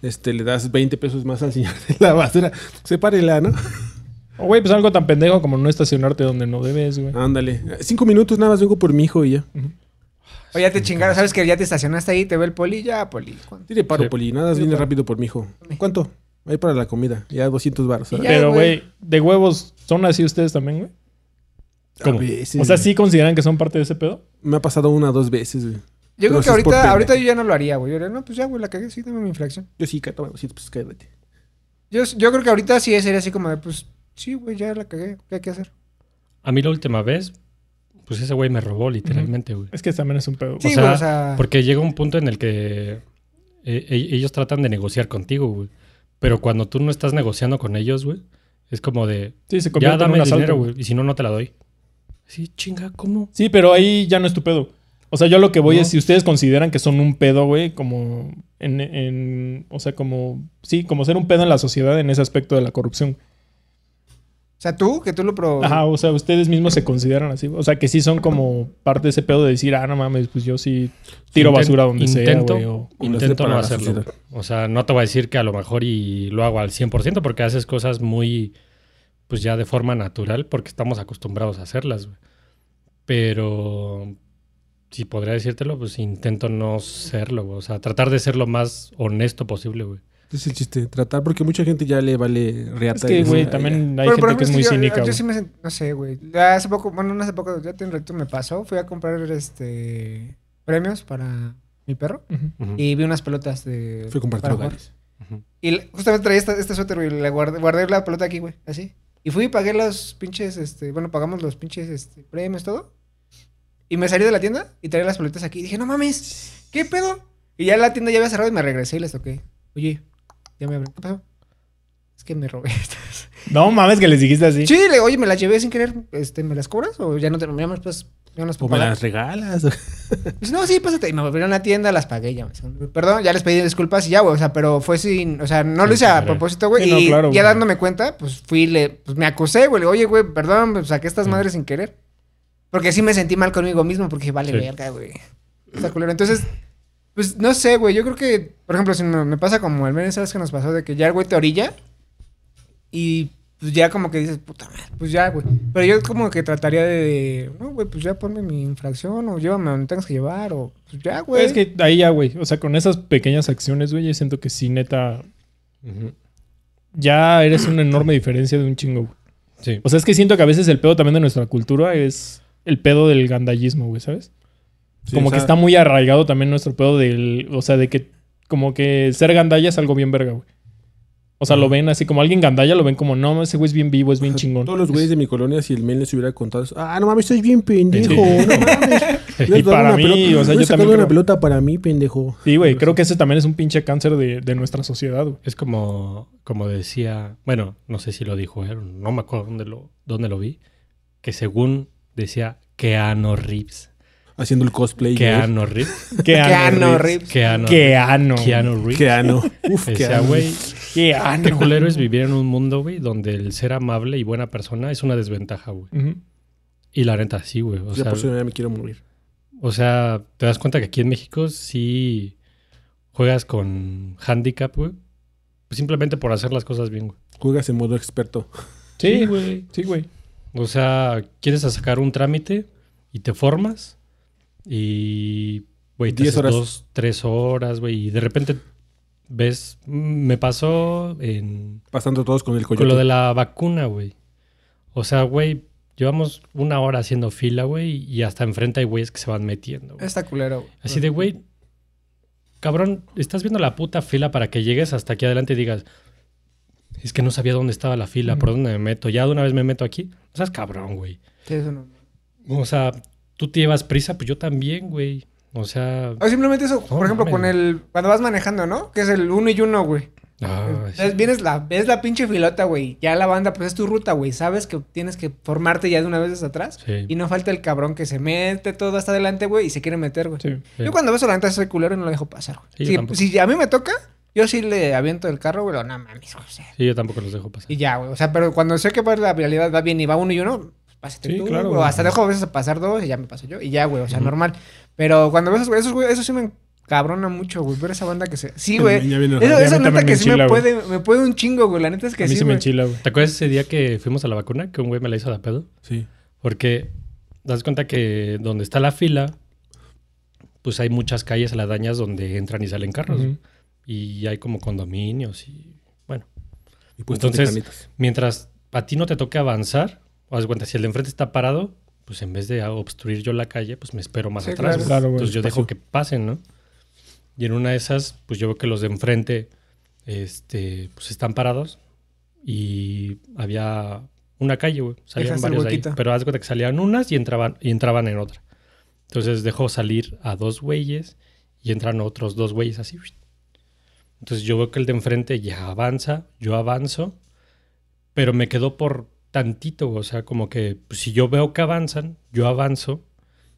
D: este, le das 20 pesos más al señor de la basura. Sepárela, ¿no?
B: O, güey, pues algo tan pendejo como no estacionarte donde no debes, güey.
D: Ándale. Cinco minutos nada más vengo por mi hijo y ya.
A: O ya te chingaron, sabes que ya te estacionaste ahí, te ve el poli, ya, poli. ¿cuánto?
D: Tire paro,
C: Sí.
D: Poli. Nada más
A: Tire
D: viene
A: paro.
D: rápido por mi hijo. ¿Cuánto? Ahí para la comida. Ya 200 baros.
A: Y ya,
B: Pero,
A: güey.
B: güey, de huevos, ¿son así ustedes también, güey?
C: ¿Cómo?
B: O sea, ¿sí consideran que son parte de ese pedo?
D: Me ha pasado una o dos veces, güey.
A: Yo creo
D: Pero
A: que
D: eso es por
A: ahorita, ahorita yo
D: pendejo.
A: ya no lo haría, güey. Yo diría, no, pues ya, güey, la cagué, sí, dame mi infracción.
D: Yo sí, toma 200 pesos, cállate.
A: Yo, yo creo que ahorita sí sería así como de, pues, sí, güey, ya la cagué, ¿qué hay que hacer?
C: A mí la última vez, pues ese güey me robó literalmente, güey.
B: Es que también es un pedo.
A: Sí,
C: o sea,
A: güey, o sea-
C: porque llega un punto en el que eh, e- ellos tratan de negociar contigo, güey. Pero cuando tú no estás negociando con ellos, güey, es como de,
B: Sí, se convierte
C: ya
B: en
C: dame
B: un
C: el
B: asalto.
C: dinero, güey, y si no, no te la doy. Sí, chinga, ¿cómo?
B: Sí, pero ahí ya no es tu pedo. O sea, yo lo que voy
C: No.
B: es si ustedes consideran que son un pedo, güey, como en, en- O sea, como... Sí, como ser un pedo en la sociedad en ese aspecto de la corrupción.
A: O sea, tú, que tú lo pro...
B: Ajá, o sea, ustedes mismos se consideran así. O sea, que sí son como parte de ese pedo de decir, ah, no mames, pues yo sí tiro
C: Inten-
B: basura donde sea,
C: intento-
B: güey. o-
D: o lo
C: Intento
D: sepa
C: no
D: la
C: hacerlo.
D: sociedad.
C: güey. O sea, no te voy a decir que a lo mejor y lo hago al 100% porque haces cosas muy, pues ya de forma natural porque estamos acostumbrados a hacerlas, güey. Pero si podría decírtelo, pues intento no serlo, güey. O sea, tratar de ser lo más honesto posible, güey.
D: Es el chiste, tratar, porque mucha gente ya le vale reata.
B: Es
D: y
B: que,
D: dice,
B: güey,
D: "Ay, ya".
B: también hay
A: Pero, por
B: gente que es
A: ejemplo,
B: muy
A: yo-
B: cínica.
A: Yo,
B: güey.
A: sí me sent- no sé, güey. Ya Hace poco, bueno, no hace poco, ya tiene recto me pasó. Fui a comprar este premios para mi perro
B: Ujú.
C: Ujú,
A: y vi unas pelotas de.
D: Fui a comprar
A: para
D: drogas.
C: ujú.
A: Y la- justamente traía esta, este suéter, güey. La guardé, guardé la pelota aquí, güey. Así. Y fui y pagué los pinches, este, bueno, pagamos los pinches este, premios, todo. Y me salí de la tienda y traía las pelotas aquí. Y dije, no mames, ¿qué pedo? Y ya la tienda ya había cerrado y me regresé y les toqué. Oye, ya me abrí. ¿Qué pasó? Es que me robé estas.
B: No mames que les dijiste así.
A: Sí, le, oye, me las llevé sin querer. Este, ¿me las cobras? O ya no te ya me- pues, ya no las
D: O
A: puedo
D: me
A: pagar.
D: las regalas.
A: Pues, no, sí, pásate. Y me volvieron a la tienda, las pagué ya. güey. Perdón, ya les pedí disculpas y ya, güey. O sea, pero fue sin. O sea, no lo
C: Sin
A: hice a
C: querer.
A: propósito, güey.
B: Sí, no,
A: y
B: claro,
A: ya
B: güey.
A: dándome cuenta, pues fui, y le, pues me acusé, güey. Le digo, Oye, güey, perdón, pues, saqué estas
C: Mm.
A: madres sin querer. Porque sí me sentí mal conmigo mismo, porque dije, vale,
C: Sí.
A: verga, güey. Está culero. Entonces, pues no sé, güey. Yo creo que, por ejemplo, si me, me pasa como el menos, ¿sabes qué nos pasó? De que ya el güey te orilla y pues ya como que dices, puta madre, pues ya, güey. Pero yo como que trataría de, no, güey, pues ya ponme mi infracción o llévame a donde tengas que llevar o pues ya, güey.
B: Es que ahí ya, güey. O sea, con esas pequeñas acciones, güey, yo siento que sí, neta,
C: Ujú.
B: ya eres una enorme diferencia de un chingo, güey.
C: Sí.
B: O sea, es que siento que a veces el pedo también de nuestra cultura es el pedo del gandallismo, güey, ¿sabes?
D: Sí,
B: como
D: o
B: que
D: sea,
B: está muy arraigado también nuestro pedo del. O sea, de que. Como que ser gandalla es algo bien verga, güey. O sea, lo ven así como alguien gandalla, lo ven como, no, ese güey es bien vivo, es bien
D: o sea,
B: chingón.
D: Todos los güeyes de mi colonia, si el men les hubiera contado, ah, no mames, estás bien pendejo.
C: Sí.
D: No mames.
B: Y para mí, o sea, yo también.
D: una
B: creo-
D: pelota para mí, pendejo.
B: sí, güey, creo que ese también es un pinche cáncer de, de nuestra sociedad, güey.
C: Es como, como decía, bueno, no sé si lo dijo él, no me acuerdo dónde lo, dónde lo vi, que según decía Keanu Reeves.
D: Haciendo el cosplay. güey.
C: Keanu Reeves.
A: Keanu Reeves.
C: Keanu,
B: Keanu.
C: Keanu Reeves.
D: Keanu. Uf,
C: Decía,
D: Keanu.
C: güey,
B: Keanu.
C: qué culero es vivir en un mundo, güey, donde el ser amable y buena persona es una desventaja, güey.
B: Ujú.
C: Y la neta, sí, güey. O sea,
D: Ya por eso ya me quiero morir.
C: o sea, te das cuenta que aquí en México sí juegas con handicap, güey. Simplemente por hacer las cosas bien, güey.
D: Juegas en modo experto.
B: Sí, güey. Sí, güey.
C: O sea, quieres sacar un trámite y te formas y, güey, te
D: Diez
C: haces
D: horas.
C: dos, tres horas, güey, y de repente ves, mm, me pasó en,
D: Pasando todos con el coyote.
C: con lo de la vacuna, güey. O sea, güey, llevamos una hora haciendo fila, güey, y hasta enfrente hay güeyes que se van metiendo. güey.
A: Está culero, güey.
C: Así de, güey, cabrón, estás viendo la puta fila para que llegues hasta aquí adelante y digas, es que no sabía dónde estaba la fila, por dónde me meto, ya de una vez me meto aquí. O sea, es cabrón, güey.
A: Sí, eso no.
C: O sea, tú te llevas prisa, pues yo también, güey. O sea,
A: O simplemente eso, por
C: Oh, No
A: ejemplo, con
C: mames.
A: el. Cuando vas manejando, ¿no? Que es el uno y uno, güey.
C: ay,
A: Entonces vienes la, ves la pinche filota, güey. Ya la banda, pues es tu ruta, güey. Sabes que tienes que formarte ya de una vez desde atrás.
C: sí,
A: Y no falta el cabrón que se mete todo hasta adelante, güey, y se quiere meter, güey.
B: Sí.
C: sí.
A: Yo cuando veo solamente soy culero y no lo dejo pasar, güey.
C: Sí, yo
A: Si-
C: tampoco.
A: si, a mí me toca, yo sí le aviento el carro, güey, lo, no mames, o sea.
C: Sí, yo tampoco los dejo pasar.
A: Y ya, güey. O sea, pero cuando sé que pues, la realidad va bien y va uno y uno, pues pásate
B: Sí,
A: tú,
B: claro,
A: güey. O
B: güey.
A: hasta dejo a veces pasar dos y ya me paso yo. Y ya, güey, o sea, normal. Pero cuando veo esos, güey, esos, güey, eso sí me encabrona mucho, güey. Ver esa banda que se... Sí, güey.
D: Ya viene-
A: Eso,
B: a mí
A: eso
B: también
A: neta
B: me
A: que sí me
B: enchila, güey.
A: puede, me puede un chingo, güey. La neta es que
B: a mí
A: sí,
B: se me
A: güey.
B: enchila, güey.
C: ¿Te acuerdas ese día que fuimos a la vacuna? Que un güey me la hizo de pedo.
D: Sí.
C: Porque das cuenta que donde está la fila, pues hay muchas calles aledañas donde entran y salen carros.
B: Ujú.
C: Y hay como condominios y bueno.
D: Y puestos de
C: Entonces-
D: canitas.
C: Mientras a ti no te toque avanzar, o haz cuenta, si el de enfrente está parado, pues en vez de obstruir yo la calle, pues me espero más
A: Sí, claro.
C: atrás. güey.
B: Claro, güey.
C: Entonces yo dejo
D: Espacio.
C: que pasen, ¿no? Y en una de esas, pues yo veo que los de enfrente, este, pues están parados y había una calle, güey.
A: Dejaste
C: Salían
A: el
C: varios de ahí.
A: huequito.
C: Pero haz cuenta que salían unas y entraban, y entraban en otra. Entonces dejo salir a dos güeyes y entran otros dos güeyes así. Entonces yo veo que el de enfrente ya avanza, yo avanzo, pero me quedo por tantito, o sea, como que pues, si yo veo que avanzan, yo avanzo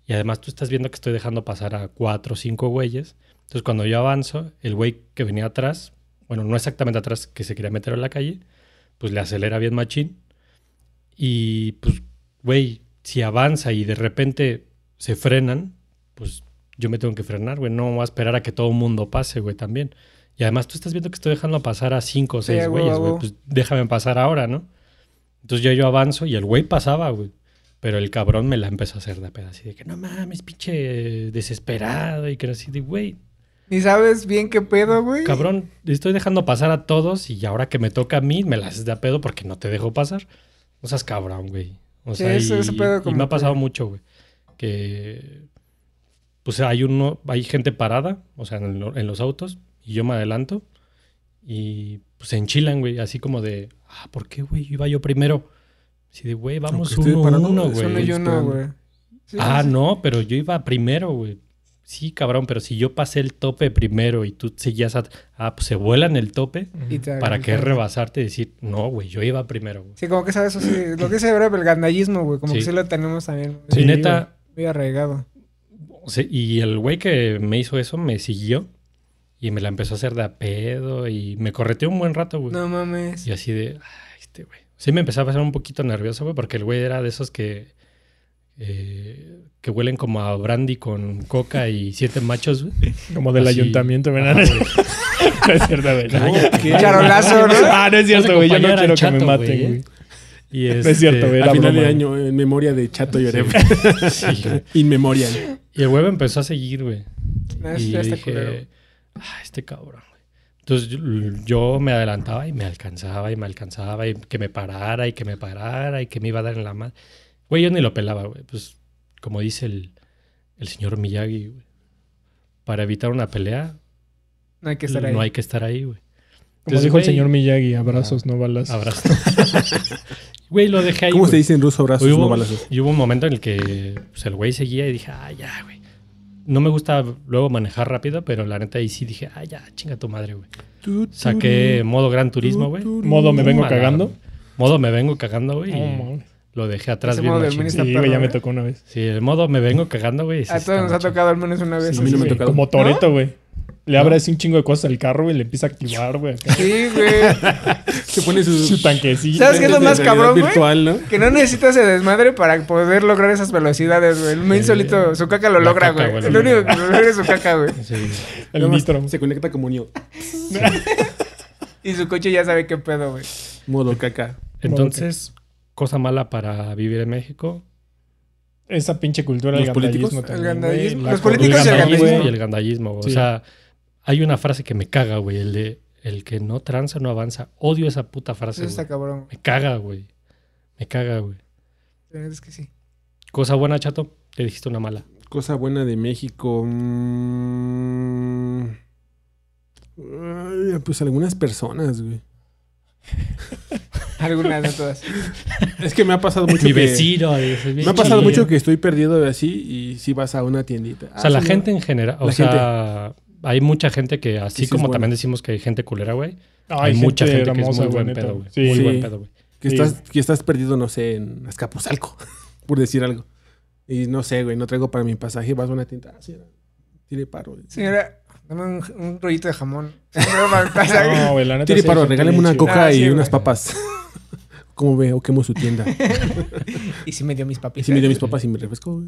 C: y además tú estás viendo que estoy dejando pasar a cuatro o cinco güeyes. Entonces cuando yo avanzo, el güey que venía atrás, bueno, no exactamente atrás, que se quería meter a la calle, pues le acelera bien machín y pues, güey, si avanza y de repente se frenan, pues yo me tengo que frenar, güey. No voy a esperar a que todo el mundo pase, güey, también. Y además tú estás viendo que estoy dejando pasar a cinco o
A: Sí, a
C: seis
A: huevo,
C: güeyes,
A: a
C: güey.
A: huevo.
C: Pues déjame pasar ahora, ¿no? Entonces ya yo avanzo y el güey pasaba, güey. Pero el cabrón me la empezó a hacer de pedo, así de que no mames, pinche desesperado y que era así de, güey,
A: Ni sabes bien qué pedo, güey.
C: cabrón, estoy dejando pasar a todos y ahora que me toca a mí me la haces de a pedo porque no te dejo pasar. No seas cabrón, güey. O
A: Sí,
C: sea,
A: eso-
C: y,
A: ese pedo
C: y
A: como
C: me ha pasado
A: que-
C: mucho, güey. Que pues hay uno, hay gente parada, o sea, en, lo- en los autos, y yo me adelanto y pues se enchilan, güey, así como de, ah, ¿por qué, güey? Iba yo primero. Así de, güey, vamos
D: Aunque esté
C: uno,
D: parado,
C: uno,
D: es
C: güey.
A: Solo yo no,
D: Están-
A: güey. Sí,
C: Ah,
A: sí, sí.
C: no, pero yo iba primero, güey. Sí, cabrón, pero si yo pasé el tope primero y tú seguías a... Ah, pues se vuelan el tope.
A: Y te
C: ¿Para
A: agarran.
C: qué rebasarte y decir, no, güey, yo iba primero, güey?
A: Sí, como que sabes, así, lo que se ve el gandallismo, güey. Como
C: Sí.
A: que sí lo tenemos también.
C: Sí,
B: Sí,
C: neta.
A: Muy arraigado.
C: o sea, y el güey que me hizo eso me siguió y me la empezó a hacer de a pedo y me correteó un buen rato, güey.
A: No mames.
C: Y así de, ay, este güey. Sí me empezaba a pasar un poquito nervioso, güey, porque el güey era de esos que... eh, que huelen como a brandy con coca y siete machos, güey.
B: Como del
C: Así.
B: ayuntamiento, ¿verdad? no es cierto, güey.
A: Un charolazo, ¿no?
B: Ah, no es cierto, güey. Yo no
C: Compañero
B: quiero que
C: chato,
B: me maten,
C: güey,
B: güey.
C: ¿eh? Y
B: No es cierto,
C: este,
B: güey.
D: Al
B: Era broma,
D: final de
B: güey.
D: año, en memoria de Chato lloré.
C: Sí, güey.
D: In memoriam.
C: Y el güey me empezó a seguir, güey.
A: No,
C: y
A: eso ya
C: yo
A: está
C: dije, ah, este cabrón, güey. Entonces yo, yo me adelantaba y me alcanzaba y me alcanzaba y que me parara y que me parara y que me iba a dar en la mano. Güey, yo ni lo pelaba, güey. Pues como dice el, el señor Miyagi, güey. Para evitar una pelea,
A: No hay que estar ahí.
C: no hay que estar ahí, güey.
B: Como
C: Entonces,
B: dijo el
C: güey,
B: señor Miyagi, abrazos, no balas.
C: Abrazo. Güey, lo dejé ahí.
D: ¿Cómo se
C: güey.
D: dice en ruso abrazos,
C: Y hubo,
D: no balazos?
C: y hubo un momento en el que pues, el güey seguía y dije, ah, ya, güey. No me gusta luego manejar rápido, pero la neta ahí sí dije, ah, ya, chinga tu madre, güey. Saqué modo gran turismo, güey.
B: Modo me vengo
C: Malar,
B: cagando.
C: güey. Modo me vengo cagando, güey. y
B: No, mames.
C: lo dejé atrás
A: Ese
C: bien
A: modo del
C: machín.
A: mini
B: Sí,
A: Está
B: güey,
A: perro,
B: ya me
A: ¿eh?
B: tocó una vez.
C: Sí, el modo me vengo cagando, güey. sí
A: A
C: está
A: todos nos ha
C: machín.
A: tocado al menos una vez.
D: a mí no me ha
B: Sí,
D: tocado.
B: Como Toreto, güey. Le abre así un chingo de cosas al carro, güey. Le empieza a activar, güey. acá.
A: Sí, güey.
D: Se pone
B: Su
D: su...
B: tanquecillo.
A: ¿Sabes qué es lo
D: de
A: más
D: realidad
A: cabrón, güey?
D: virtual, ¿no?
A: Que no necesita ese desmadre para poder lograr esas velocidades, güey. El main
C: Sí.
A: solito, su caca lo
C: La
A: logra,
C: caca,
A: güey.
C: güey,
A: Lo
C: lo
A: único
C: logra.
A: que lo logra es su caca, güey.
C: Sí, güey.
B: El
D: Nada más
B: nitro.
D: Se conecta como niño.
A: Y su coche ya sabe qué pedo, güey.
D: Modo caca.
C: Entonces, cosa mala para vivir en México.
B: Esa pinche cultura del
D: ¿Los políticos?
B: gandallismo también,
A: El gandallismo.
B: güey. La
A: Los
B: cor-
A: políticos y el
C: gandallismo
A: gandallismo.
C: y el gandallismo, güey.
B: Sí.
C: O sea, hay una frase que me caga, güey. El de el que no tranza no avanza. Odio esa puta frase.
A: Eso está
C: güey.
A: cabrón.
C: Me caga, güey. Me caga, güey.
A: güey. Es que sí.
C: Cosa buena, chato. Te dijiste una mala.
D: Cosa buena de México. mm. Ay, Pues algunas personas, güey.
A: Algunas de todas.
D: Es que me ha pasado mucho
C: Mi
D: que-
C: vecino.
D: Me ha pasado mucho que estoy perdido así y si vas a una tiendita. Ah,
C: O sea, la
D: sí,
C: gente en general. O
D: La
C: sea, hay mucha gente que, así
D: sí es
C: como
D: buena.
C: también decimos que hay gente culera, güey.
B: Ay,
C: Hay, mucha gente que es
B: hermosa,
C: muy buen
B: neta.
C: pedo, güey.
B: Sí,
C: Muy
D: Sí.
C: buen pedo, güey.
D: Que,
B: Sí.
D: estás, que estás perdido, no sé, en Azcapotzalco, por decir algo. Y no sé, güey, no traigo para mi pasaje, vas a una tienda. Ah, señora, tiene paro. güey.
A: Señora, dame un, un rollito de jamón. Señora, para el pasaje.
B: No, güey, la neta.
D: Tiene
B: sí,
D: paro,
B: gente
D: regáleme
B: bien
D: una
B: chida.
D: coca
A: Ah, sí,
D: y
A: güey.
D: unas papas. ¿Cómo veo? Quemo su tienda.
A: Y sí me dio mis
D: Y
A: papitas.
D: si me dio mis papas y me refresco, güey.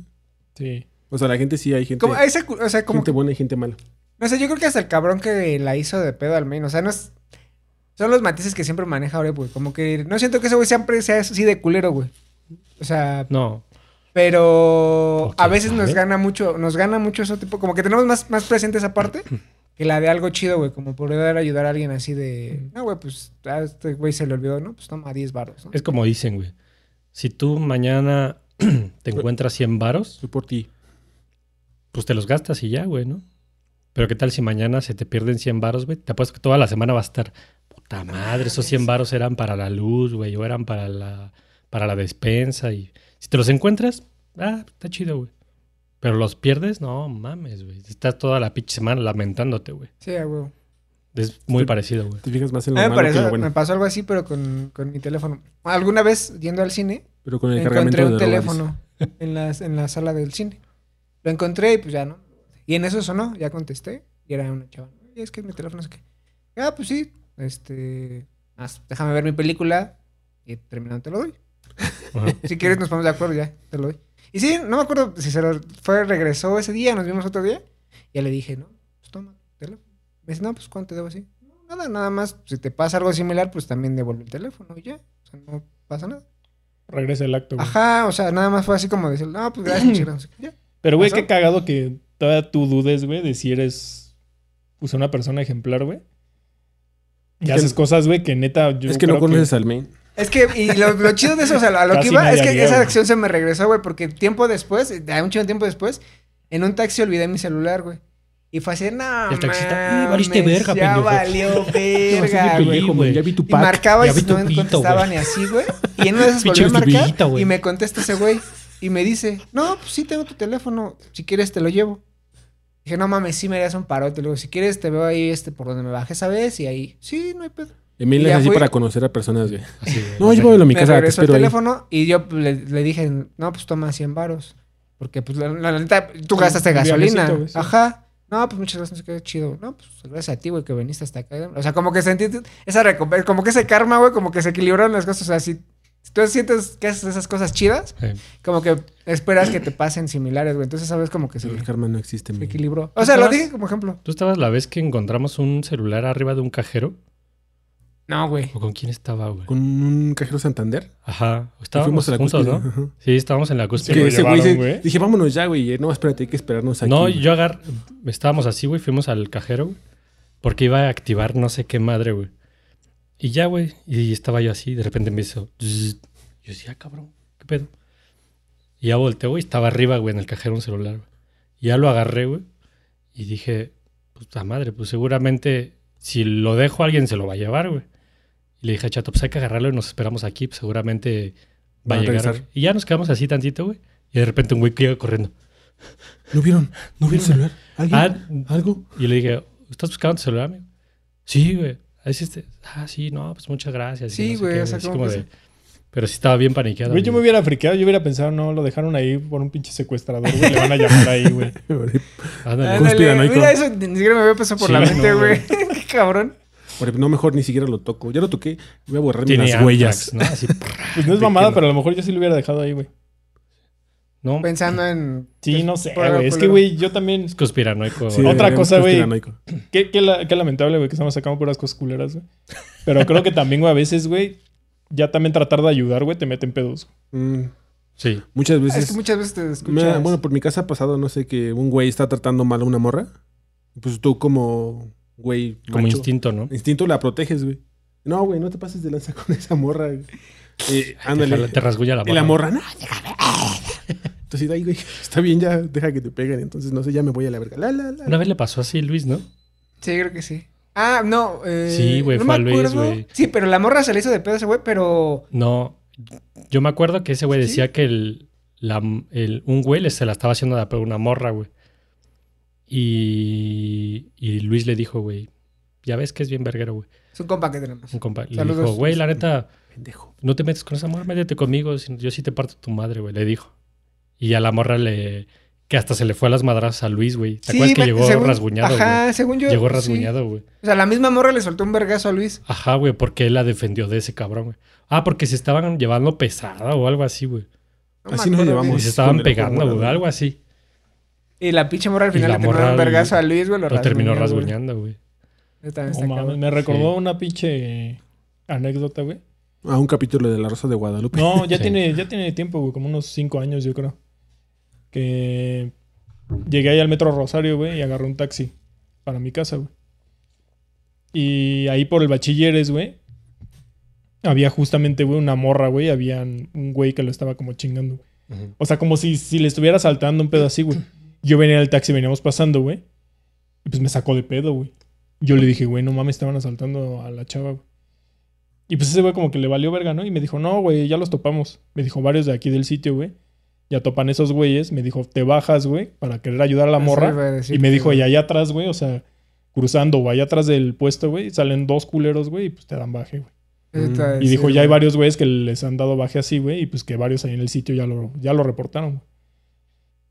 B: Sí.
D: O sea, la gente sí, hay gente,
A: Como, esa cu- o sea, como
D: gente buena y gente mala.
A: No sé, yo creo que hasta el cabrón que la hizo de pedo al menos. O sea, no es. Son los matices que siempre maneja ahora, güey. Como que no siento que ese güey siempre sea así de culero, güey. O sea,
C: No,
A: pero
C: Ok,
A: a veces nos
C: vale.
A: gana mucho, nos gana mucho eso tipo, como que tenemos más, más presente esa parte que la de algo chido, güey, como poder ayudar a alguien así de, no, güey, pues a este güey se le olvidó, no, pues toma 10 baros, ¿no?
C: es como dicen, güey. Si tú mañana te encuentras 100 varos,
D: Soy por ti.
C: pues te los gastas y ya, güey, ¿no? Pero qué tal si mañana se te pierden 100 varos, güey? Te apuesto que toda la semana va a estar, puta madre, esos 100 varos eran para la luz, güey, o eran para la, para la despensa. Y si te los encuentras, ah, está chido, güey. Pero los pierdes, no mames, güey. Estás toda la pinche semana lamentándote, güey.
A: Sí, a huevo.
C: Es muy
D: Sí.
C: parecido, güey.
D: Te fijas más en lo
A: A mí me,
D: malo que
A: pareció-
D: en lo bueno.
A: me pasó algo así, pero con, con mi teléfono. Alguna vez, yendo al cine,
D: Pero con el cargamento
A: encontré
D: de
A: un
D: drogas.
A: teléfono en la, en la sala del cine. Lo encontré y pues ya no. Y en eso sonó, ya contesté y era una chava. "Oye, es que mi teléfono es que. Ah, pues sí, este. haz- déjame ver mi película y terminando te lo doy.
C: Ajá.
A: Si quieres, nos ponemos de acuerdo ya, te lo doy. Y sí, no me acuerdo si se lo fue, regresó ese día, nos vimos otro día. Ya le dije, no, pues toma, tu teléfono. Me dice, no, pues cuánto te debo así. "No, Nada, nada más. Si te pasa algo similar, pues también devuelve el teléfono y ya. O sea, no pasa nada.
B: regresa el acto, güey.
A: Ajá, o sea, nada más fue así como decir, no, pues gracias, muchas gracias. Ya.
B: Pero, güey,
A: ¿Pasó?
B: qué cagado que todavía tú dudes, güey, de si eres pues, una persona ejemplar, güey. Y
D: que-
B: haces cosas, güey, que neta. Yo
D: es que no
B: creo
D: conoces al main.
A: Es que, y lo, lo chido de eso, o sea, a lo que
B: Casi
A: iba,
B: me
A: es que
B: hallaría,
A: esa
B: güey.
A: acción se me regresó, güey, porque tiempo después, eh, un chido tiempo después, en un taxi olvidé mi celular, güey. Y fue así, no,
C: El taxista, "Ih,
A: mames,
C: valiste verga,
A: ya
C: pendejo".
A: valió verga,
C: Así de
A: güey.
C: pendejo, güey.
D: Ya vi tu
A: Y
D: pack.
A: marcaba
C: ya
A: y
C: vi
A: no
C: tu
A: me
C: pito,
A: contestaba
C: güey.
A: ni así, güey. Y en una de esas
C: Pinche
A: volvió a marcar
C: barbillita, güey.
A: y me contesta ese güey. Y me dice, no, pues sí tengo tu teléfono. Si quieres te lo llevo. Dije, no mames, sí me harías un parote. Le digo, si quieres te veo ahí este por donde me bajé esa vez y ahí. Sí, no hay pedo.
D: Emil
A: Y
D: es
A: ya
D: así
A: fui.
D: para conocer a personas, güey.
C: Así, güey.
D: No, yo voy a mi
A: me
D: casa, te
A: regresó el
D: espero ahí.
A: teléfono y yo le, le dije, no, pues toma 100 varos. Porque, pues, la, la neta, tú
B: Sí,
A: gastaste
B: un
A: gasolina.
B: viajecito, güey, sí.
A: Ajá. No, pues muchas gracias, qué chido. No, pues gracias a ti, güey, que viniste hasta acá. O sea, como que sentí esa recompensa, como que ese karma, güey, como que se equilibraron las cosas. O sea, si, si tú sientes que haces esas cosas chidas,
C: Eh,
A: como que esperas que te pasen similares, güey. Entonces, sabes como que se,
D: El karma no existe,
A: se
D: men.
A: equilibró. O sea, lo dije como ejemplo.
C: ¿Tú estabas la vez que encontramos un celular arriba de un cajero?
A: No, güey.
C: ¿O con quién estaba, güey?
D: Con un cajero Santander.
C: Ajá.
D: que
C: Estábamos juntos,
D: cúspide,
C: ¿no?
D: ajá.
C: Sí, estábamos en la
D: Que
C: cúspide.
B: lo
D: ese
B: llevaron,
D: güey se-
B: güey.
D: Dije, vámonos ya, güey. No, espérate, hay que esperarnos aquí.
C: No,
D: güey.
C: yo agar... Estábamos así, güey. Fuimos al cajero, güey. Porque iba a activar no sé qué madre, güey. Y ya, güey. Y estaba yo así. De repente me hizo... zzzz. Yo decía, "Ah, cabrón. ¿Qué pedo? Y ya volteo, güey. Estaba arriba, güey, en el cajero un celular, güey. Y ya lo agarré, güey. Y dije, puta madre, pues seguramente si lo dejo alguien se lo va a llevar, güey. Y le dije a Chato, pues hay que agarrarlo y nos esperamos aquí. pues, seguramente va
D: Van
C: a
D: a
C: llegar.
D: regresar.
C: güey". Y ya nos quedamos así tantito, güey. Y de repente un güey que llega corriendo.
D: ¿No vieron? ¿No vieron el celular? ¿Alguien?
C: Ah,
D: ¿Algo?
C: y le dije, ¿estás buscando tu celular, amigo? Sí, güey. Ahí sí este. Ah, sí, no, pues muchas gracias. y
A: Sí,
C: no sé
A: güey,
C: qué,
A: o sea,
C: así
A: como
C: como
A: que
C: de- Pero sí estaba bien paniqueado.
B: Güey, yo me hubiera friqueado, yo hubiera pensado, no, lo dejaron ahí por un pinche secuestrador, güey. Le van a llamar ahí, güey.
C: Ándale. pues,
A: Ándale,
D: Conspiranoico.
A: Mira, eso ni siquiera me había pasado por
C: Sí,
A: la
C: no,
A: mente, güey.
B: güey.
A: Qué cabrón.
D: Porque no, mejor ni siquiera lo toco. Ya lo toqué. Voy a borrar
C: Tiene
D: las huellas.
C: anthrax, ¿no? Así,
B: Pues no es mamada, pero a lo mejor yo sí lo hubiera dejado ahí, güey.
C: no,
A: Pensando en. pues,
D: Pues,
B: Sí, no sé,
A: Por-
B: güey. Es
A: por-
B: que, güey, yo también.
C: es conspiranoico.
D: Sí,
C: güey.
B: Otra
D: eres
B: cosa, güey.
D: conspiranoico.
B: Qué, qué la- qué lamentable, güey, que estamos sacando puras cosas culeras, güey. Pero creo que también, güey, a veces, güey, ya también tratar de ayudar, güey, te meten pedos.
D: Mm,
C: Sí.
D: muchas veces.
A: Es que muchas veces te
D: me-
A: escuchas.
D: bueno, por mi casa ha pasado, no sé, que un güey está tratando mal a una morra. Pues tú como güey.
C: Como
D: macho,
C: instinto, ¿no?
D: Instinto la proteges, güey. No, güey, no te pases de lanza con esa morra. güey. Eh,
C: Te, jala-
D: ándale.
C: te rasguña la
D: Y la
C: barba.
D: morra, no, déjame. Entonces, ay, güey, está bien, ya deja que te peguen. Entonces, no sé, ya me voy a la verga. La, la, la.
C: Una vez le pasó así a Luis, ¿no?
A: Sí, creo que sí. Ah, no. eh,
C: Sí, güey,
A: no
C: fue
A: me
C: al Luis,
A: acuerdo.
C: güey.
A: Sí, pero la morra se le hizo de pedo a ese güey, pero.
C: No. Yo me acuerdo que ese güey
A: ¿Sí?
C: decía que el, la- el- un güey le- se la estaba haciendo de a pedo una morra, güey. Y, y Luis le dijo, güey, ya ves que es bien verguero, güey.
A: Es un compa que tenemos.
C: Un compa- le
A: Saludos.
C: dijo, güey, la neta,
D: Pendejo.
C: no te metes con esa morra, métete conmigo, si no, yo sí te parto tu madre, güey, le dijo. Y a la morra le... que hasta se le fue a las madras a Luis, güey. ¿Te acuerdas que
A: me-
C: llegó
A: según-
C: rasguñado,
A: Ajá,
C: güey?
A: según yo.
C: Llegó
A: sí.
C: rasguñado, güey.
A: O sea, la misma morra le soltó un vergazo a Luis.
C: Ajá, güey, porque él la defendió de ese cabrón, güey. Ah, porque se estaban llevando pesada o algo así, güey.
A: No me
D: Así nos
A: acuerdo
D: llevamos.
C: Y
A: bien.
C: se
D: Sí,
C: estaban
D: con el ojo
C: pegando,
D: morado.
C: güey, algo así.
A: Y la pinche morra al
C: Y
A: final
C: la
A: le terminó
C: morra
A: un
C: le-
A: vergazo a Luis, güey. Lo,
C: Lo terminó
A: rasguñó, güey.
C: rasguñando, güey.
A: Está-
B: No
A: está
B: mames,
A: cabrón.
B: me recordó
C: Sí.
B: una pinche anécdota, güey.
D: A un capítulo de La Rosa de Guadalupe.
B: No, ya
C: Sí.
B: tiene, ya tiene tiempo, güey, como unos cinco años, yo creo. Que llegué ahí al Metro Rosario, güey, y agarré un taxi para mi casa, güey. Y ahí por el bachilleres, güey. Había justamente, güey, una morra, güey. Había un güey que lo estaba como chingando, güey.
C: Ujú.
B: O sea, como si, si le estuviera saltando un pedo así, güey. Yo venía al taxi, veníamos pasando, güey. Y pues me sacó de pedo, güey. Yo le dije, güey, no mames, estaban asaltando a la chava, güey. Y pues ese güey como que le valió verga, ¿no? Y me dijo, no, güey, ya los topamos. Me dijo, varios de aquí del sitio, güey. Ya topan esos güeyes. Me dijo, te bajas, güey, para querer ayudar a la
A: Eso
B: morra.
A: iba a decir
B: Y me
A: que-
B: dijo, y allá atrás, güey, o sea, cruzando, o allá atrás del puesto, güey, salen dos culeros, güey, y pues te dan baje, güey.
A: Eso
C: Mm.
A: te iba a
B: y
A: decir,
B: dijo, ya
A: güey.
B: hay varios güeyes que les han dado baje así, güey, y pues que varios ahí en el sitio ya lo, ya lo reportaron, güey.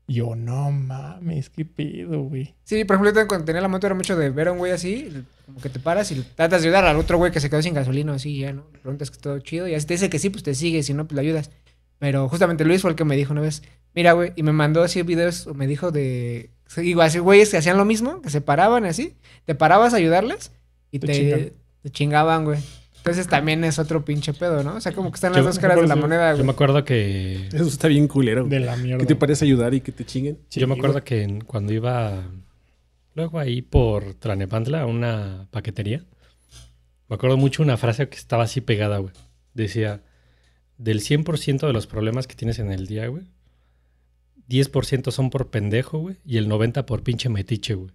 B: Y yo, no mames, qué pedo, güey.
A: Sí, por ejemplo, yo también cuando tenía la moto era mucho de ver a un güey así, como que te paras y tratas de ayudar al otro güey que se quedó sin gasolina, así ya, ¿no? Le preguntas que todo chido y así te dice que sí, pues te sigue, si no, pues le ayudas. Pero justamente Luis fue el que me dijo una vez, mira, güey, y me mandó así videos, o me dijo de. Igual así, güeyes que hacían lo mismo, que se paraban así, te parabas a ayudarles y
B: Te
A: te,
B: chingan.
A: te chingaban, güey. Entonces también es otro pinche pedo, ¿no? O sea, como que están las
C: Yo-
A: dos caras de la moneda,
C: Yo me
A: güey.
C: acuerdo que.
D: Eso está bien culero. güey.
B: De la mierda.
D: ¿Qué te parece ayudar y que te chinguen?
C: yo me acuerdo que en- cuando iba luego ahí por Tlanepantla a una paquetería, me acuerdo mucho una frase que estaba así pegada, güey. Decía, del 100% de los problemas que tienes en el día, güey, 10% son por pendejo, güey, y el 90% por pinche metiche, güey.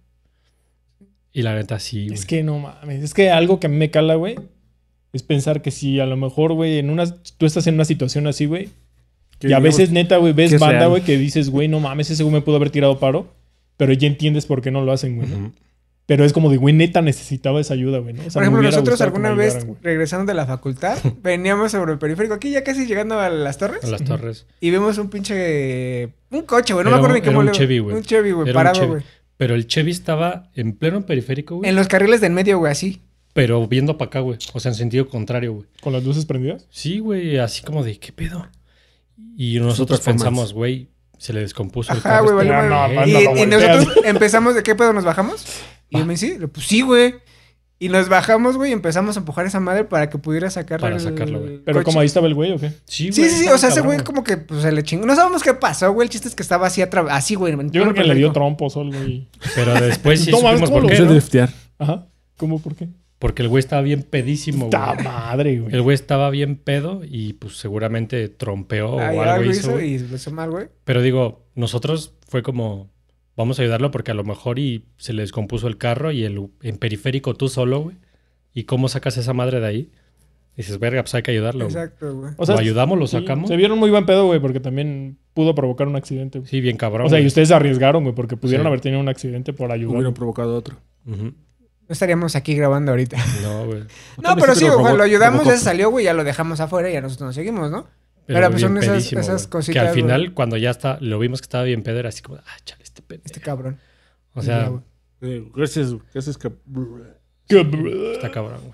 C: Y la neta sí, güey.
B: Es que no mames. Es que algo que a mí me cala, güey, es pensar que si a lo mejor, güey, en una, tú estás en una situación así, güey, y a
D: Que digamos,
B: veces, neta, güey,
D: que
B: ves
D: es
B: banda,
D: real.
B: güey, que dices, güey, no mames, ese güey me pudo haber tirado paro, pero ya entiendes por qué no lo hacen, güey. ¿no?
C: Ujú.
B: Pero es como de, güey, neta necesitaba esa ayuda, güey. ¿no? O sea,
A: Por
B: me
A: ejemplo,
B: hubiera
A: nosotros
B: gustado que me
A: alguna vez
B: ayudaran, güey.
A: regresando de la facultad, veníamos sobre el periférico, aquí ya casi llegando a las torres,
C: A las torres.
A: y vimos un pinche. Un coche, güey. No me
C: Era
A: acuerdo ni
C: un-
A: qué
C: era un
A: modelo.
C: Chevy, güey.
A: Un Chevy, güey,
C: Era un
A: parado,
C: Chevy.
A: güey.
C: Pero el Chevy estaba en pleno periférico, güey.
A: En los carriles del medio, güey, así.
C: Pero viendo para acá, güey. O sea, en sentido contrario, güey.
B: ¿Con las luces prendidas?
C: Sí, güey, así como de, ¿qué pedo? Y nosotros
D: performance.
C: pensamos, güey, se le descompuso el
A: Ajá,
C: carro.
A: güey,
C: este-
A: vale,
B: No,
A: madre.
B: no,
A: Y,
B: banda, lo
A: y
B: volteas.
A: nosotros empezamos, ¿de qué pedo nos bajamos? Y
C: Ah.
A: yo me dice, pues sí, güey. Y nos bajamos, güey, y empezamos a empujar esa madre para que pudiera sacar
C: Para
A: el
C: sacarlo, güey.
B: ¿Pero
A: coche.
B: como ahí estaba el güey o qué?
C: Sí,
A: Sí,
C: güey,
A: sí, sí,
C: estaba
A: o sea, ese
C: cabrón,
A: güey como que pues, se le chingó. No sabemos qué pasó, güey. El chiste es que estaba así, atra- así güey. en
B: Yo creo
A: pleno
B: que le dio
A: periférico.
B: trompos o algo y...
C: Pero después sí
B: No mames,
C: supimos
B: ¿cómo
C: por
B: lo
C: qué,
B: usas
D: Eso es
C: ¿no?
D: driftear.
B: Ajá. ¿Cómo? ¿Por qué?
C: Porque el güey estaba bien pedísimo, Oh, güey.
B: ¡Ta madre,
C: El
B: güey!
C: güey estaba bien pedo y pues seguramente trompeó
A: Ahí
C: o algo
A: algo
C: hizo,
A: hizo
C: güey.
A: y lo hizo mal, güey.
C: Pero digo, nosotros fue como, vamos a ayudarlo porque a lo mejor y se le descompuso el carro y el en periférico tú solo, güey. ¿Y cómo sacas esa madre de ahí? Dices, verga, pues hay que ayudarlo. güey.
A: Exacto, güey.
B: O sea,
C: lo ayudamos, lo
B: sí,
C: sacamos.
B: Se vieron muy buen pedo, güey, porque también pudo provocar un accidente, güey.
C: Sí, bien cabrón.
B: O sea, y
C: güey.
B: ustedes se arriesgaron, güey, porque pudieron
C: Sí.
B: haber tenido un accidente por ayudar.
D: Hubieran provocado otro.
C: Ujú.
A: No estaríamos aquí grabando ahorita.
C: No, güey.
A: No, pero sí,
D: Pero
A: ojalá,
D: robó-
A: lo ayudamos,
D: robocop.
A: ya se salió, güey, ya lo dejamos afuera y a nosotros nos seguimos, ¿no? Pero, pues,
C: bien
A: son esas-
C: pedísimo,
A: esas
C: güey.
A: cositas,
C: Que al
A: güey.
C: final, cuando ya está, lo vimos que estaba bien pedo, era así como, ah, chale, este pedo.
A: Este cabrón.
C: O sea,
A: Ya, güey.
D: Eh, gracias, gracias que...
C: está cabrón, güey.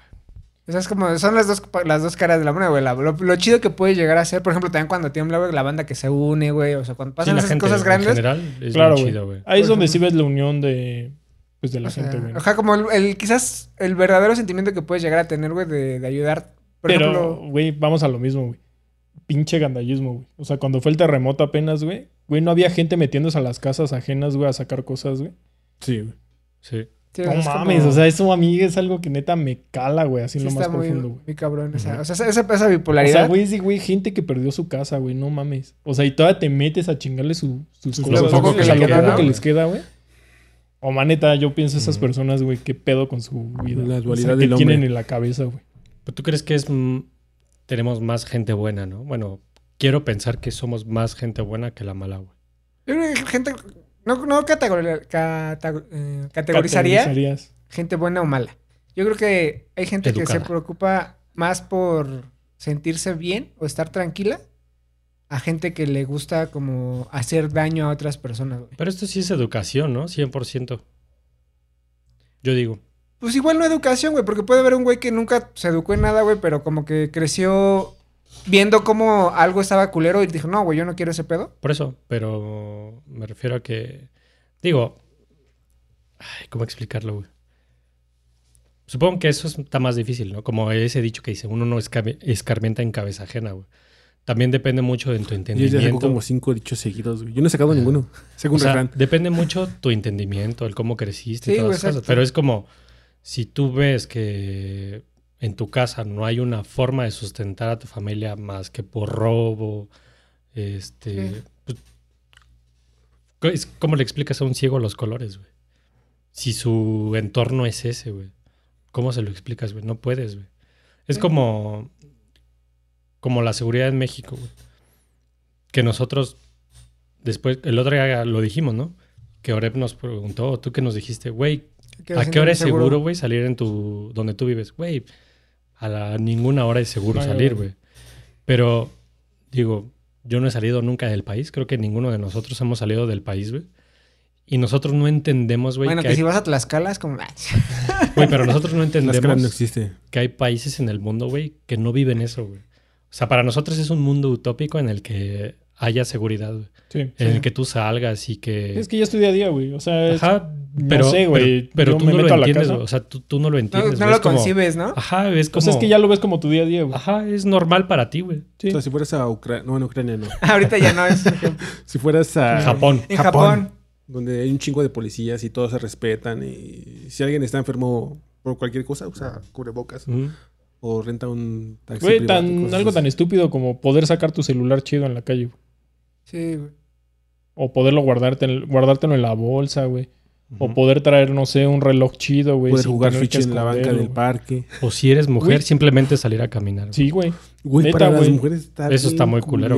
A: O sea, es como, son las dos, las dos caras de la moneda, güey. La- Lo, lo chido que puede llegar a ser, por ejemplo, también cuando tiembla, güey, la banda que se une, güey. O sea, cuando
C: Sí,
A: pasan
C: la
A: esas
C: gente,
A: cosas
C: en
A: grandes.
C: general, es
B: Claro,
C: bien
B: güey.
C: chido, güey.
B: Ahí es
A: Por
B: donde sí
A: ejemplo.
B: ves la unión de... Pues de la
A: o sea,
B: gente, güey. ¿no?
A: ajá, como el, el- quizás el verdadero sentimiento que puedes llegar a tener, güey, de, de ayudar. Por
B: Pero,
A: ejemplo,
B: güey, vamos a lo mismo, güey. Pinche gandallismo, güey. O sea, cuando fue el terremoto apenas, güey. Güey, no había gente metiéndose a las casas ajenas, güey, a sacar cosas, güey.
D: Sí, güey.
C: Sí.
A: sí,
B: No
A: es como-
B: mames, o sea, eso a mí es algo que neta me cala, güey, así
A: sí
B: en lo
A: está
B: más
A: muy,
B: profundo, güey.
A: muy cabrón. O sea,
C: Ujú.
A: o sea, esa, esa, esa
B: O
A: bipolaridad.
B: sea, güey, sí, güey, gente que perdió su casa, güey, no mames. O sea, y todavía te metes a chingarle su, sus
C: Lo
B: cosas.
A: Pues poco
B: güey.
A: que
B: o sea,
A: le
B: lo
A: queda,
B: poco que
A: güey.
B: les queda, güey. O maneta, yo pienso esas
C: Ujú.
B: personas, güey, qué pedo con su vida.
D: La
B: O sea,
D: dualidad
B: ¿qué
D: del hombre.
B: tienen en la cabeza, güey.
C: Pero tú crees que es. mm, tenemos más gente buena, ¿no? Bueno, quiero pensar que somos más gente buena que la mala, güey.
A: Yo creo que gente. No, no categori- cata- eh, categorizaría
B: Categorizarías.
A: gente buena o mala. Yo creo que hay gente que
C: Educada.
A: se preocupa más por sentirse bien o estar tranquila a gente que le gusta como hacer daño a otras personas, güey.
C: Pero esto sí es educación, ¿no? 100%. Yo digo.
A: Pues igual no educación, güey, porque puede haber un güey que nunca se educó en nada, güey, pero como que creció viendo cómo algo estaba culero y dijo, no, güey, yo no quiero ese pedo.
C: Por eso, pero me refiero a que. Digo. Ay, ¿cómo explicarlo, güey? Supongo que eso es- está más difícil, ¿no? Como ese dicho que dice, uno no escabe- escarmienta en cabeza ajena, güey. También depende mucho de tu
D: Yo ya saco
C: entendimiento.
D: como cinco dichos seguidos, güey. Yo no he sacado ninguno.
B: Ah.
D: Saco
C: O
D: un
C: sea,
D: refrán.
C: depende mucho tu entendimiento, el cómo creciste y
A: Sí,
C: todas
A: güey,
C: esas cosas.
A: exacto.
C: Pero es como si tú ves que en tu casa no hay una forma de sustentar a tu familia más que por robo, este,
A: Sí.
C: pues, co- es como le explicas a un ciego los colores, güey. Si su entorno es ese, güey. ¿Cómo se lo explicas, güey? No puedes, güey. Es
A: Sí.
C: como como la seguridad en México, güey. Que nosotros después el otro día lo dijimos, ¿no? Que Oreb nos preguntó, tú que nos dijiste, güey, ¿a qué hora es seguro, güey, salir en tu donde tú vives? Güey, a la- ninguna hora es seguro
B: No, yo-
C: salir, güey. Pero digo, yo no he salido nunca del país, creo que ninguno de nosotros hemos salido del país, güey. Y nosotros no entendemos, güey,
A: Bueno,
C: que
A: que
C: hay-
A: si vas a Tlaxcala es como...
C: güey, pero nosotros no
D: Tlaxcala no
C: entendemos
D: existe.
C: que hay países en el mundo, güey, que no viven eso, güey. O sea, para nosotros es un mundo utópico en el que haya seguridad, güey.
B: Sí.
C: En el que tú salgas y que...
B: Es que ya es tu día a día, güey. O sea, es-
C: Ajá, Pero,
B: no sé, güey.
C: Pero, pero
B: yo
C: tú
B: me
C: no
B: meto
C: lo
B: a la
C: entiendes,
B: casa.
C: o sea, tú, tú no lo
A: No,
C: entiendes.
A: no
C: güey,
A: lo
C: es pues como-
A: concibes, ¿no?
C: Ajá, es
B: O
C: como...
B: sea, pues es que ya lo ves como tu día a día, güey.
C: Ajá, es normal para ti, güey.
B: Sí.
D: O sea, si fueras a Ucrania, no, en Ucrania no.
C: Ah.
A: Ahorita ya no es. por ejemplo.
D: Si fueras a
C: Japón.
A: En
D: Japón.
A: Japón.
D: donde hay un chingo de policías y todos se respetan y si alguien está enfermo por cualquier cosa usa cubrebocas
C: Ujú.
D: o renta un taxi
B: Ah. Güey,
D: privado,
B: tan,
D: cosas
B: algo tan
D: así.
B: estúpido como poder sacar tu celular chido en la calle, güey.
A: Sí, güey.
B: O poderlo guardarte en- guardártelo en la bolsa, güey. O
D: Ujú.
B: poder traer, no sé, un reloj chido, güey.
D: Poder
B: sin
D: jugar
B: tener que
D: ficha en la banca
B: esconderlo,
D: del
B: güey.
D: parque.
C: O si eres mujer,
B: Güey.
C: simplemente salir a caminar. güey.
B: Sí, güey.
D: Güey,
B: Neta,
D: para las
B: güey.
D: mujeres está
C: Eso está
D: bien
C: muy culero,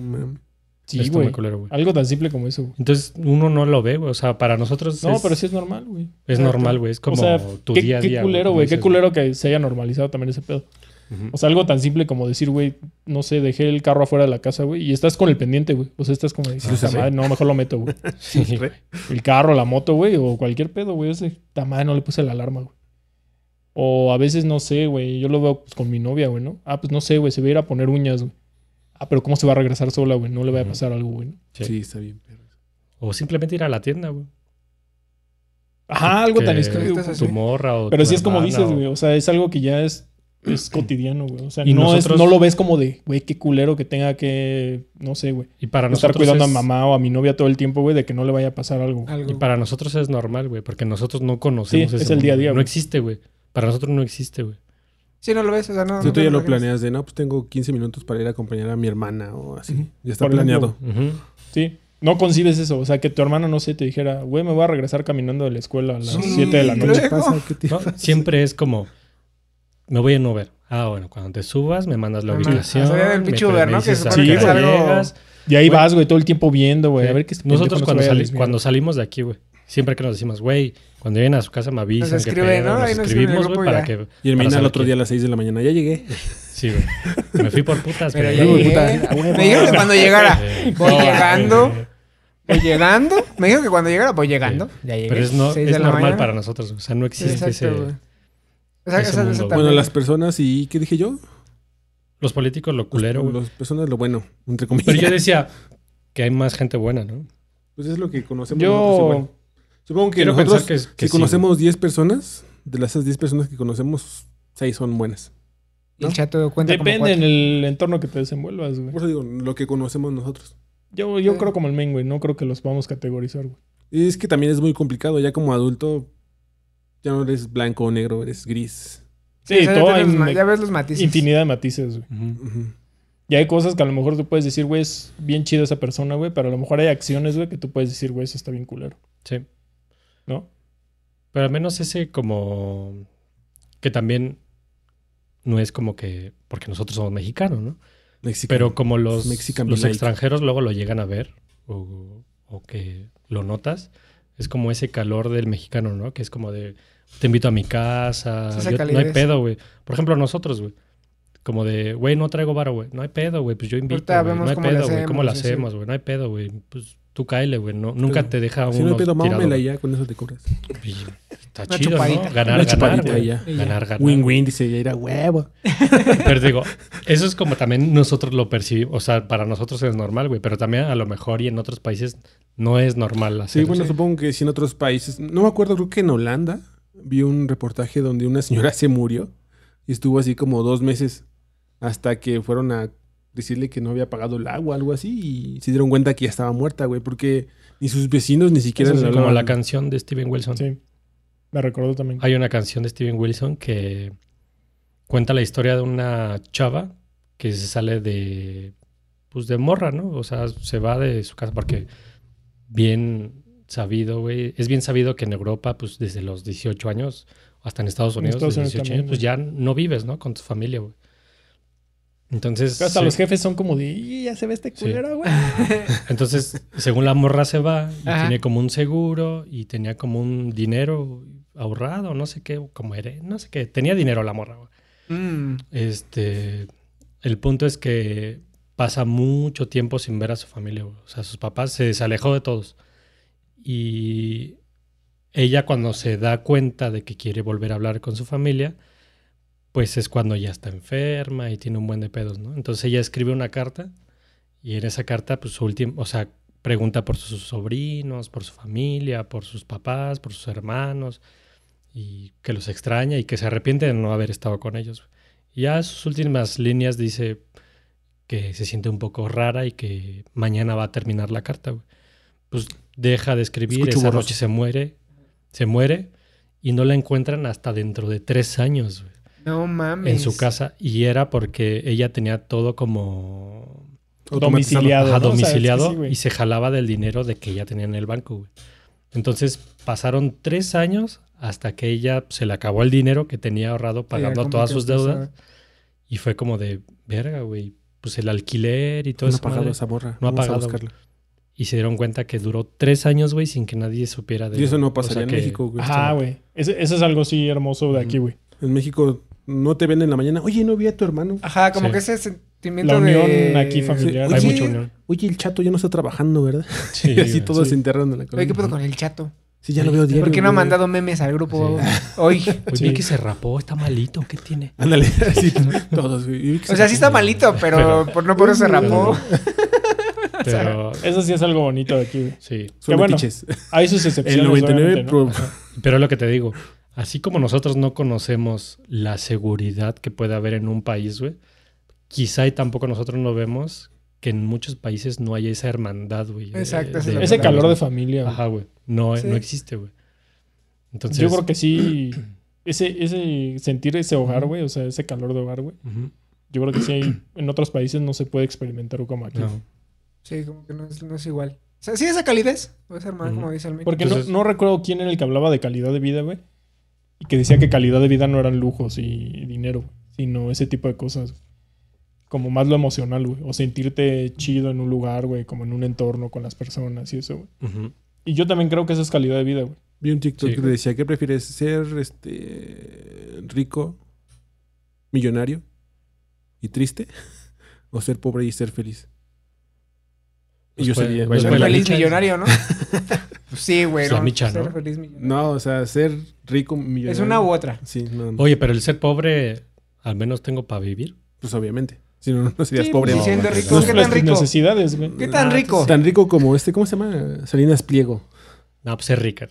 D: mames.
B: Sí,
C: Está muy
B: güey.
C: culero, güey.
B: Algo tan simple como eso, güey.
C: Entonces uno no lo ve, güey. O sea, para nosotros
B: No,
C: es,
B: pero sí es normal, güey.
C: es normal, güey. Es como
B: o sea,
C: tu
B: qué,
C: día a
B: qué
C: día.
B: culero,
C: como
B: güey. Qué
C: dices,
B: culero que se haya normalizado también ese pedo.
C: Ujú.
B: O sea, algo tan simple como decir, güey, no sé, dejé el carro afuera de la casa, güey, y estás con el pendiente, güey. O sea, estás como, de,
D: Sí,
B: "Puta
D: sí.
B: madre, no, mejor lo meto, güey.
C: Sí,
D: Re-
B: El carro, la moto, güey, o cualquier pedo, güey. Ese, "Ta madre, no le puse la alarma, güey. O a veces, no sé, güey, yo lo veo pues, con mi novia, güey, ¿no? Ah, pues no sé, güey, se va a ir a poner uñas, güey. Ah, pero ¿cómo se va a regresar sola, güey? No le va a
C: Ujú.
B: pasar algo, güey. ¿no?
C: Sí.
D: Sí, está bien. perro.
C: O simplemente ir a la tienda, güey.
B: Ajá, algo tan
C: Que-
B: estúpido.
A: Estás
C: Tu
A: Sí.
C: morra o
B: Pero
C: tu
B: sí es como
C: hermana
B: dices,
C: o-
B: güey. O sea, es algo que ya es, es cotidiano, güey. O sea,
C: Y
B: no,
C: nosotros-
B: es, no lo ves como de, güey, qué culero que tenga que, no sé, güey.
C: Y para
B: Estar
C: nosotros
B: cuidando
C: es-
B: a mamá o a mi novia todo el tiempo, güey, de que no le vaya a pasar algo. güey.
A: Algo.
C: Y para nosotros es normal, güey, porque nosotros no conocemos
B: Sí,
C: ese
B: es el día a día,
C: mundo. No
B: güey.
C: existe, güey. Para nosotros no existe, güey.
A: Sí, no lo ves, o sea, no.
D: Si
A: no
D: tú
A: te
D: ya lo
A: imaginas.
D: planeas de, no, pues tengo 15 minutos para ir a acompañar a mi hermana o así.
B: Ujú.
D: Ya está
B: Por ejemplo,
D: planeado.
C: Ujú.
B: Sí. No concibes eso. O sea, que tu hermano, no sé, te dijera, güey, me voy a regresar caminando de la escuela a las
A: Sí,
B: 7 de la
A: claro.
B: noche.
D: ¿Qué te pasa? ¿Qué te
C: ¿no?
D: pasa?
C: Siempre es como, me voy en Uber. Ah, bueno, cuando te subas, me mandas la
A: Me mandas-
C: ubicación.
A: o sea, del
C: me-
A: pinche
C: me
A: Uber, ¿no? Que
C: dices
A: se
C: a
B: supone
C: qué
B: que es
C: hora
A: algo-
C: llegas.
B: Y ahí
C: Güey.
B: vas, güey, todo el tiempo viendo, güey. A ver qué este pendejo no
C: Nosotros
B: se
C: cuando,
B: vaya a
C: sali-
B: desviar.
C: cuando salimos de aquí, güey, siempre que nos decimos, güey, cuando lleguen a su casa me avisan.
A: Nos
C: qué
A: escriben,
C: pedo,
A: ¿no?
C: Nos
A: Ahí nos escriben en el
C: escribimos, güey,
A: grupo
C: para
A: ya.
C: que...
D: Y
C: para
D: el mina
C: saber
D: el otro
C: que-
D: día a las 6 de la mañana. Ya llegué.
C: Sí, güey. Me fui por putas,
A: Mira, ya
C: pero...
A: llegué. Me dijeron que cuando llegara,
C: Sí.
A: voy
C: No, eh,
A: llegando,
C: güey.
A: voy llegando. Me dijo que cuando llegara, voy llegando.
C: Sí.
A: Ya llegué.
C: Pero es, no,
A: Seis
C: es
A: de la
C: normal
A: mañana.
C: para nosotros. güey. O sea, no
A: Sí,
C: existe ese...
A: exacto, güey. O sea, esa-
C: ese
A: esa
C: mundo, güey.
A: también-
D: Bueno, las personas y... ¿Qué dije yo? Pues,
C: Los políticos lo culero, güey.
D: Las personas lo bueno, entre comillas.
C: Pero yo decía que hay más gente buena, ¿no?
D: Pues es lo que conocemos nosotros igual.
B: Yo.
D: Supongo que
C: Quiero
D: nosotros,
C: pensar que, es- que
D: si
C: sí,
D: conocemos 10 personas, de las esas 10 personas que conocemos, 6 son buenas.
A: Y El chato cuenta como
B: Depende
A: cuatro.
B: en el entorno que te desenvuelvas, güey.
D: Por eso digo, lo que conocemos nosotros.
B: Yo, yo
A: Sí.
B: creo como el main, güey. No creo que los podamos categorizar, güey.
D: Y es que también es muy complicado, ya como adulto, ya no eres blanco o negro, eres gris.
B: Sí,
A: o sea, ya
B: todo
A: tienes
B: hay
A: los ma-
B: me-
A: ya ves los matices.
B: infinidad de matices, güey.
C: güey. Ujú.
D: Ujú.
B: Y hay cosas que a lo mejor tú puedes decir, güey, es bien chida esa persona, güey. Pero a lo mejor hay acciones, güey, que tú puedes decir, güey, eso está bien culero,
C: Sí.
B: ¿no?
C: Pero al menos ese como... Que también no es como que... Porque nosotros somos mexicanos, ¿no?
D: Mexicano.
C: Pero como los,
D: Mexican
C: los
D: Blight.
C: extranjeros luego lo llegan a ver o, o que lo notas, es como ese calor del mexicano, ¿no? Que es como de, te invito a mi casa,
A: Esa
C: yo- no hay
A: calidez.
C: pedo, güey. Por ejemplo, nosotros, güey. Como de, güey, no traigo varo, güey. No hay pedo, güey. Pues yo invito,
A: Ahorita
C: güey. No
A: vemos
C: hay
A: cómo le
C: pedo, güey. ¿Cómo lo
A: hacemos, sí, sí.
C: hacemos, güey? No hay pedo, güey. Pues tú cáele, güey. No, nunca
D: Pero,
C: te deja uno
D: si no hay pedo,
C: tirado.
D: mámamela
C: güey.
D: ya, con eso te cobras.
C: Y Pues, Está
A: Una
C: chido,
A: chupadita.
C: ¿no? Ganar,
D: Una
C: ganar,
D: chupadita
C: güey.
D: y ya.
A: Y ya.
C: Ganar, ganar.
D: Win-win, dice, ya era huevo.
C: Pero te digo, eso es como también nosotros lo percibimos. O sea, para nosotros es normal, güey. Pero también a lo mejor y en otros países no es normal
D: Sí,
C: hacer.
D: bueno,
C: eso.
D: supongo que si en otros países, no me acuerdo, creo que en Holanda vi un reportaje donde una señora se murió y estuvo así como dos meses hasta que fueron a decirle que no había pagado el agua, algo así, y se dieron cuenta que ya estaba muerta, güey, porque ni sus vecinos ni siquiera
B: Eso
D: le
B: sí,
C: como
D: hablaban.
C: la canción de Steven Wilson.
B: Sí. Me recordó también.
C: Hay una canción de Steven Wilson que cuenta la historia de una chava que se sale de. Pues de morra, ¿no? O sea, se va de su casa porque bien sabido, güey. Es bien sabido que en Europa, pues desde los 18 años, hasta en Estados
B: En
C: Unidos,
B: Estados
C: desde
B: Unidos
C: 18
B: también,
C: años, pues ya no vives, ¿no? Con tu familia, güey. Entonces.
B: Hasta
C: se-
B: los jefes son como de, "Y, ya se ve este
C: Sí.
B: culero, güey.
C: Entonces, según la morra se va, y
A: Ajá.
C: tiene como un seguro y tenía como un dinero ahorrado, no sé qué, como era, no sé qué. Tenía dinero la morra. güey.
A: Mm.
C: Este, el punto es que pasa mucho tiempo sin ver a su familia. güey. O sea, sus papás se desalejó de todos. Y ella cuando se da cuenta de que quiere volver a hablar con su familia, pues es cuando ya está enferma y tiene un buen de pedos, ¿no? Entonces ella escribe una carta y en esa carta, pues su último, o sea, pregunta por sus sobrinos, por su familia, por sus papás, por sus hermanos, y que los extraña y que se arrepiente de no haber estado con ellos. Y ya sus últimas líneas dice que se siente un poco rara y que mañana va a terminar la carta. güey. Pues deja de escribir,
D: Escucho
C: esa
D: borroso.
C: noche se muere, se muere y no la encuentran hasta dentro de tres años. güey
A: No mames.
C: en su casa y era porque ella tenía todo como
D: Automatizado.
B: Domiciliado. ¿no? O sea, es
C: ajá,
B: que
C: domiciliado
B: sí, güey.
C: y se jalaba del dinero de que ella tenía en el banco. güey. Entonces pasaron tres años hasta que ella se le acabó el dinero que tenía ahorrado pagando
A: como
C: todas
A: que
C: sus
A: empezaba.
C: deudas y fue como de verga, güey. Pues el alquiler y todo
D: no ha
C: eso.
D: pagado esa borra.
C: No ha
D: Vamos a
C: pagado.
D: buscarla.
C: Y se dieron cuenta que duró tres años, güey, sin que nadie supiera de
D: Y eso no
C: o sea
D: pasaría en
C: que-
D: México, güey.
B: Ajá, güey. Ese, ese es algo sí hermoso de aquí, güey.
D: En México no te ven en la mañana. Oye, no vi a tu hermano.
A: Ajá, como
C: Sí.
A: que ese sentimiento
B: La unión
A: de...
B: aquí familiar.
D: Sí.
C: Hay
D: Oye,
C: mucha unión.
D: Oye, el chato ya no está trabajando, ¿verdad?
C: Sí,
D: y así
C: güey.
D: todos
B: sí.
D: se enterrando en la
A: Oye,
D: cara.
A: ¿qué pedo con el chato?
D: Sí, ya lo veo diario.
A: ¿Por qué no ha
D: güey.
A: mandado memes al grupo hoy?
C: Oye,
B: Sí.
C: vi que se rapó, está malito, ¿qué tiene?
D: Ándale, así todos, güey.
A: O sea, sí está malito, pero, por no por eso se rapó.
C: Pero
B: Eso sí es algo bonito de aquí, güey.
C: sí.
D: Son
B: Qué bueno.
D: piches.
B: Hay sus excepciones.
D: El 99
B: obviamente, ¿no?
D: pro-
C: Pero es lo que te digo, así como nosotros no conocemos la seguridad que puede haber en un país, güey, quizá y tampoco nosotros no vemos que en muchos países no hay esa hermandad, güey. de-
A: Exacto, eso es
C: de-
A: lo que
B: Ese
A: Pero-
B: calor de familia. güey.
C: Ajá, güey. No, eh,
A: Sí.
C: no existe, güey. Entonces,
B: Yo creo que sí. Ese, ese sentir ese hogar, güey. O sea, ese calor de hogar, güey.
C: Ujú.
B: Yo creo que sí hay- en otros países no se puede experimentar como aquí.
C: No.
A: Sí, como que no es, no es igual. O sea, sí, esa calidez. Puede ser mal,
C: Ujú.
A: como dice el Mick.
B: Porque
C: Entonces-
B: no, no recuerdo quién era el que hablaba de calidad de vida, güey. Y que decía que calidad de vida no eran lujos y dinero, güey, sino ese tipo de cosas. Como más lo emocional, güey. O sentirte chido en un lugar, güey. Como en un entorno con las personas y eso, güey.
C: Ujú.
B: Y yo también creo que eso es calidad de vida, güey.
D: Vi un TikTok
C: Sí.
D: que decía, ¿qué prefieres ser este rico, millonario y triste? ¿O ser pobre y ser feliz? Y
C: Pues
D: yo
C: fue-
D: sería...
C: pues
A: Ser
C: fue la
A: feliz
C: micha.
A: millonario, ¿no? Pues sí, güey.
C: Es la micha,
A: Ser
C: ¿no?
A: feliz millonario.
D: No, o sea, ser rico, millonario...
A: Es una u otra.
D: Sí, no, no.
C: Oye, pero el ser pobre, al menos tengo para vivir.
D: pues obviamente. Si no, no serías
A: Sí,
D: pobre.
A: pues,
C: No,
A: si siendo
C: no,
A: rico,
C: no,
A: ¿qué
B: Tus-
A: tan
B: las- tus
A: rico?
B: pues, necesidades, güey.
A: ¿Qué tan
D: Ah,
A: rico?
D: Tan rico como este, ¿cómo se llama? Salinas Pliego.
C: No, pues ser rica.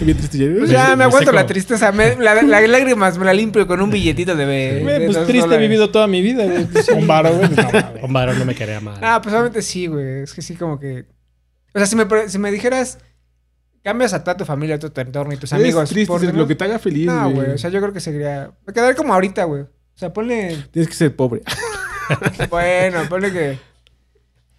D: Bien triste.
A: Pues ya,
C: Me-
A: me
C: me
A: aguanto
C: seco.
A: la tristeza. me- la- las lágrimas me la limpio con un billetito de... de
B: Güey, pues
A: dos
B: triste he
A: dólares.
B: vivido toda mi vida, güey. Pues, un varo, güey. pues, no, mames.
C: Un varón no me quería mal.
A: Ah, pues obviamente sí, güey. Es que sí, como que. O sea, si me, pre- si me dijeras, cambias a toda tu familia, a todo tu entorno y tus amigos.
D: es triste,
A: por
D: es lo que te haga feliz,
A: No, Ah,
D: güey.
A: güey. O sea, yo creo que sería. Me quedaría como ahorita, güey. O sea, ponle.
D: Tienes que ser pobre.
A: Bueno, ponle que.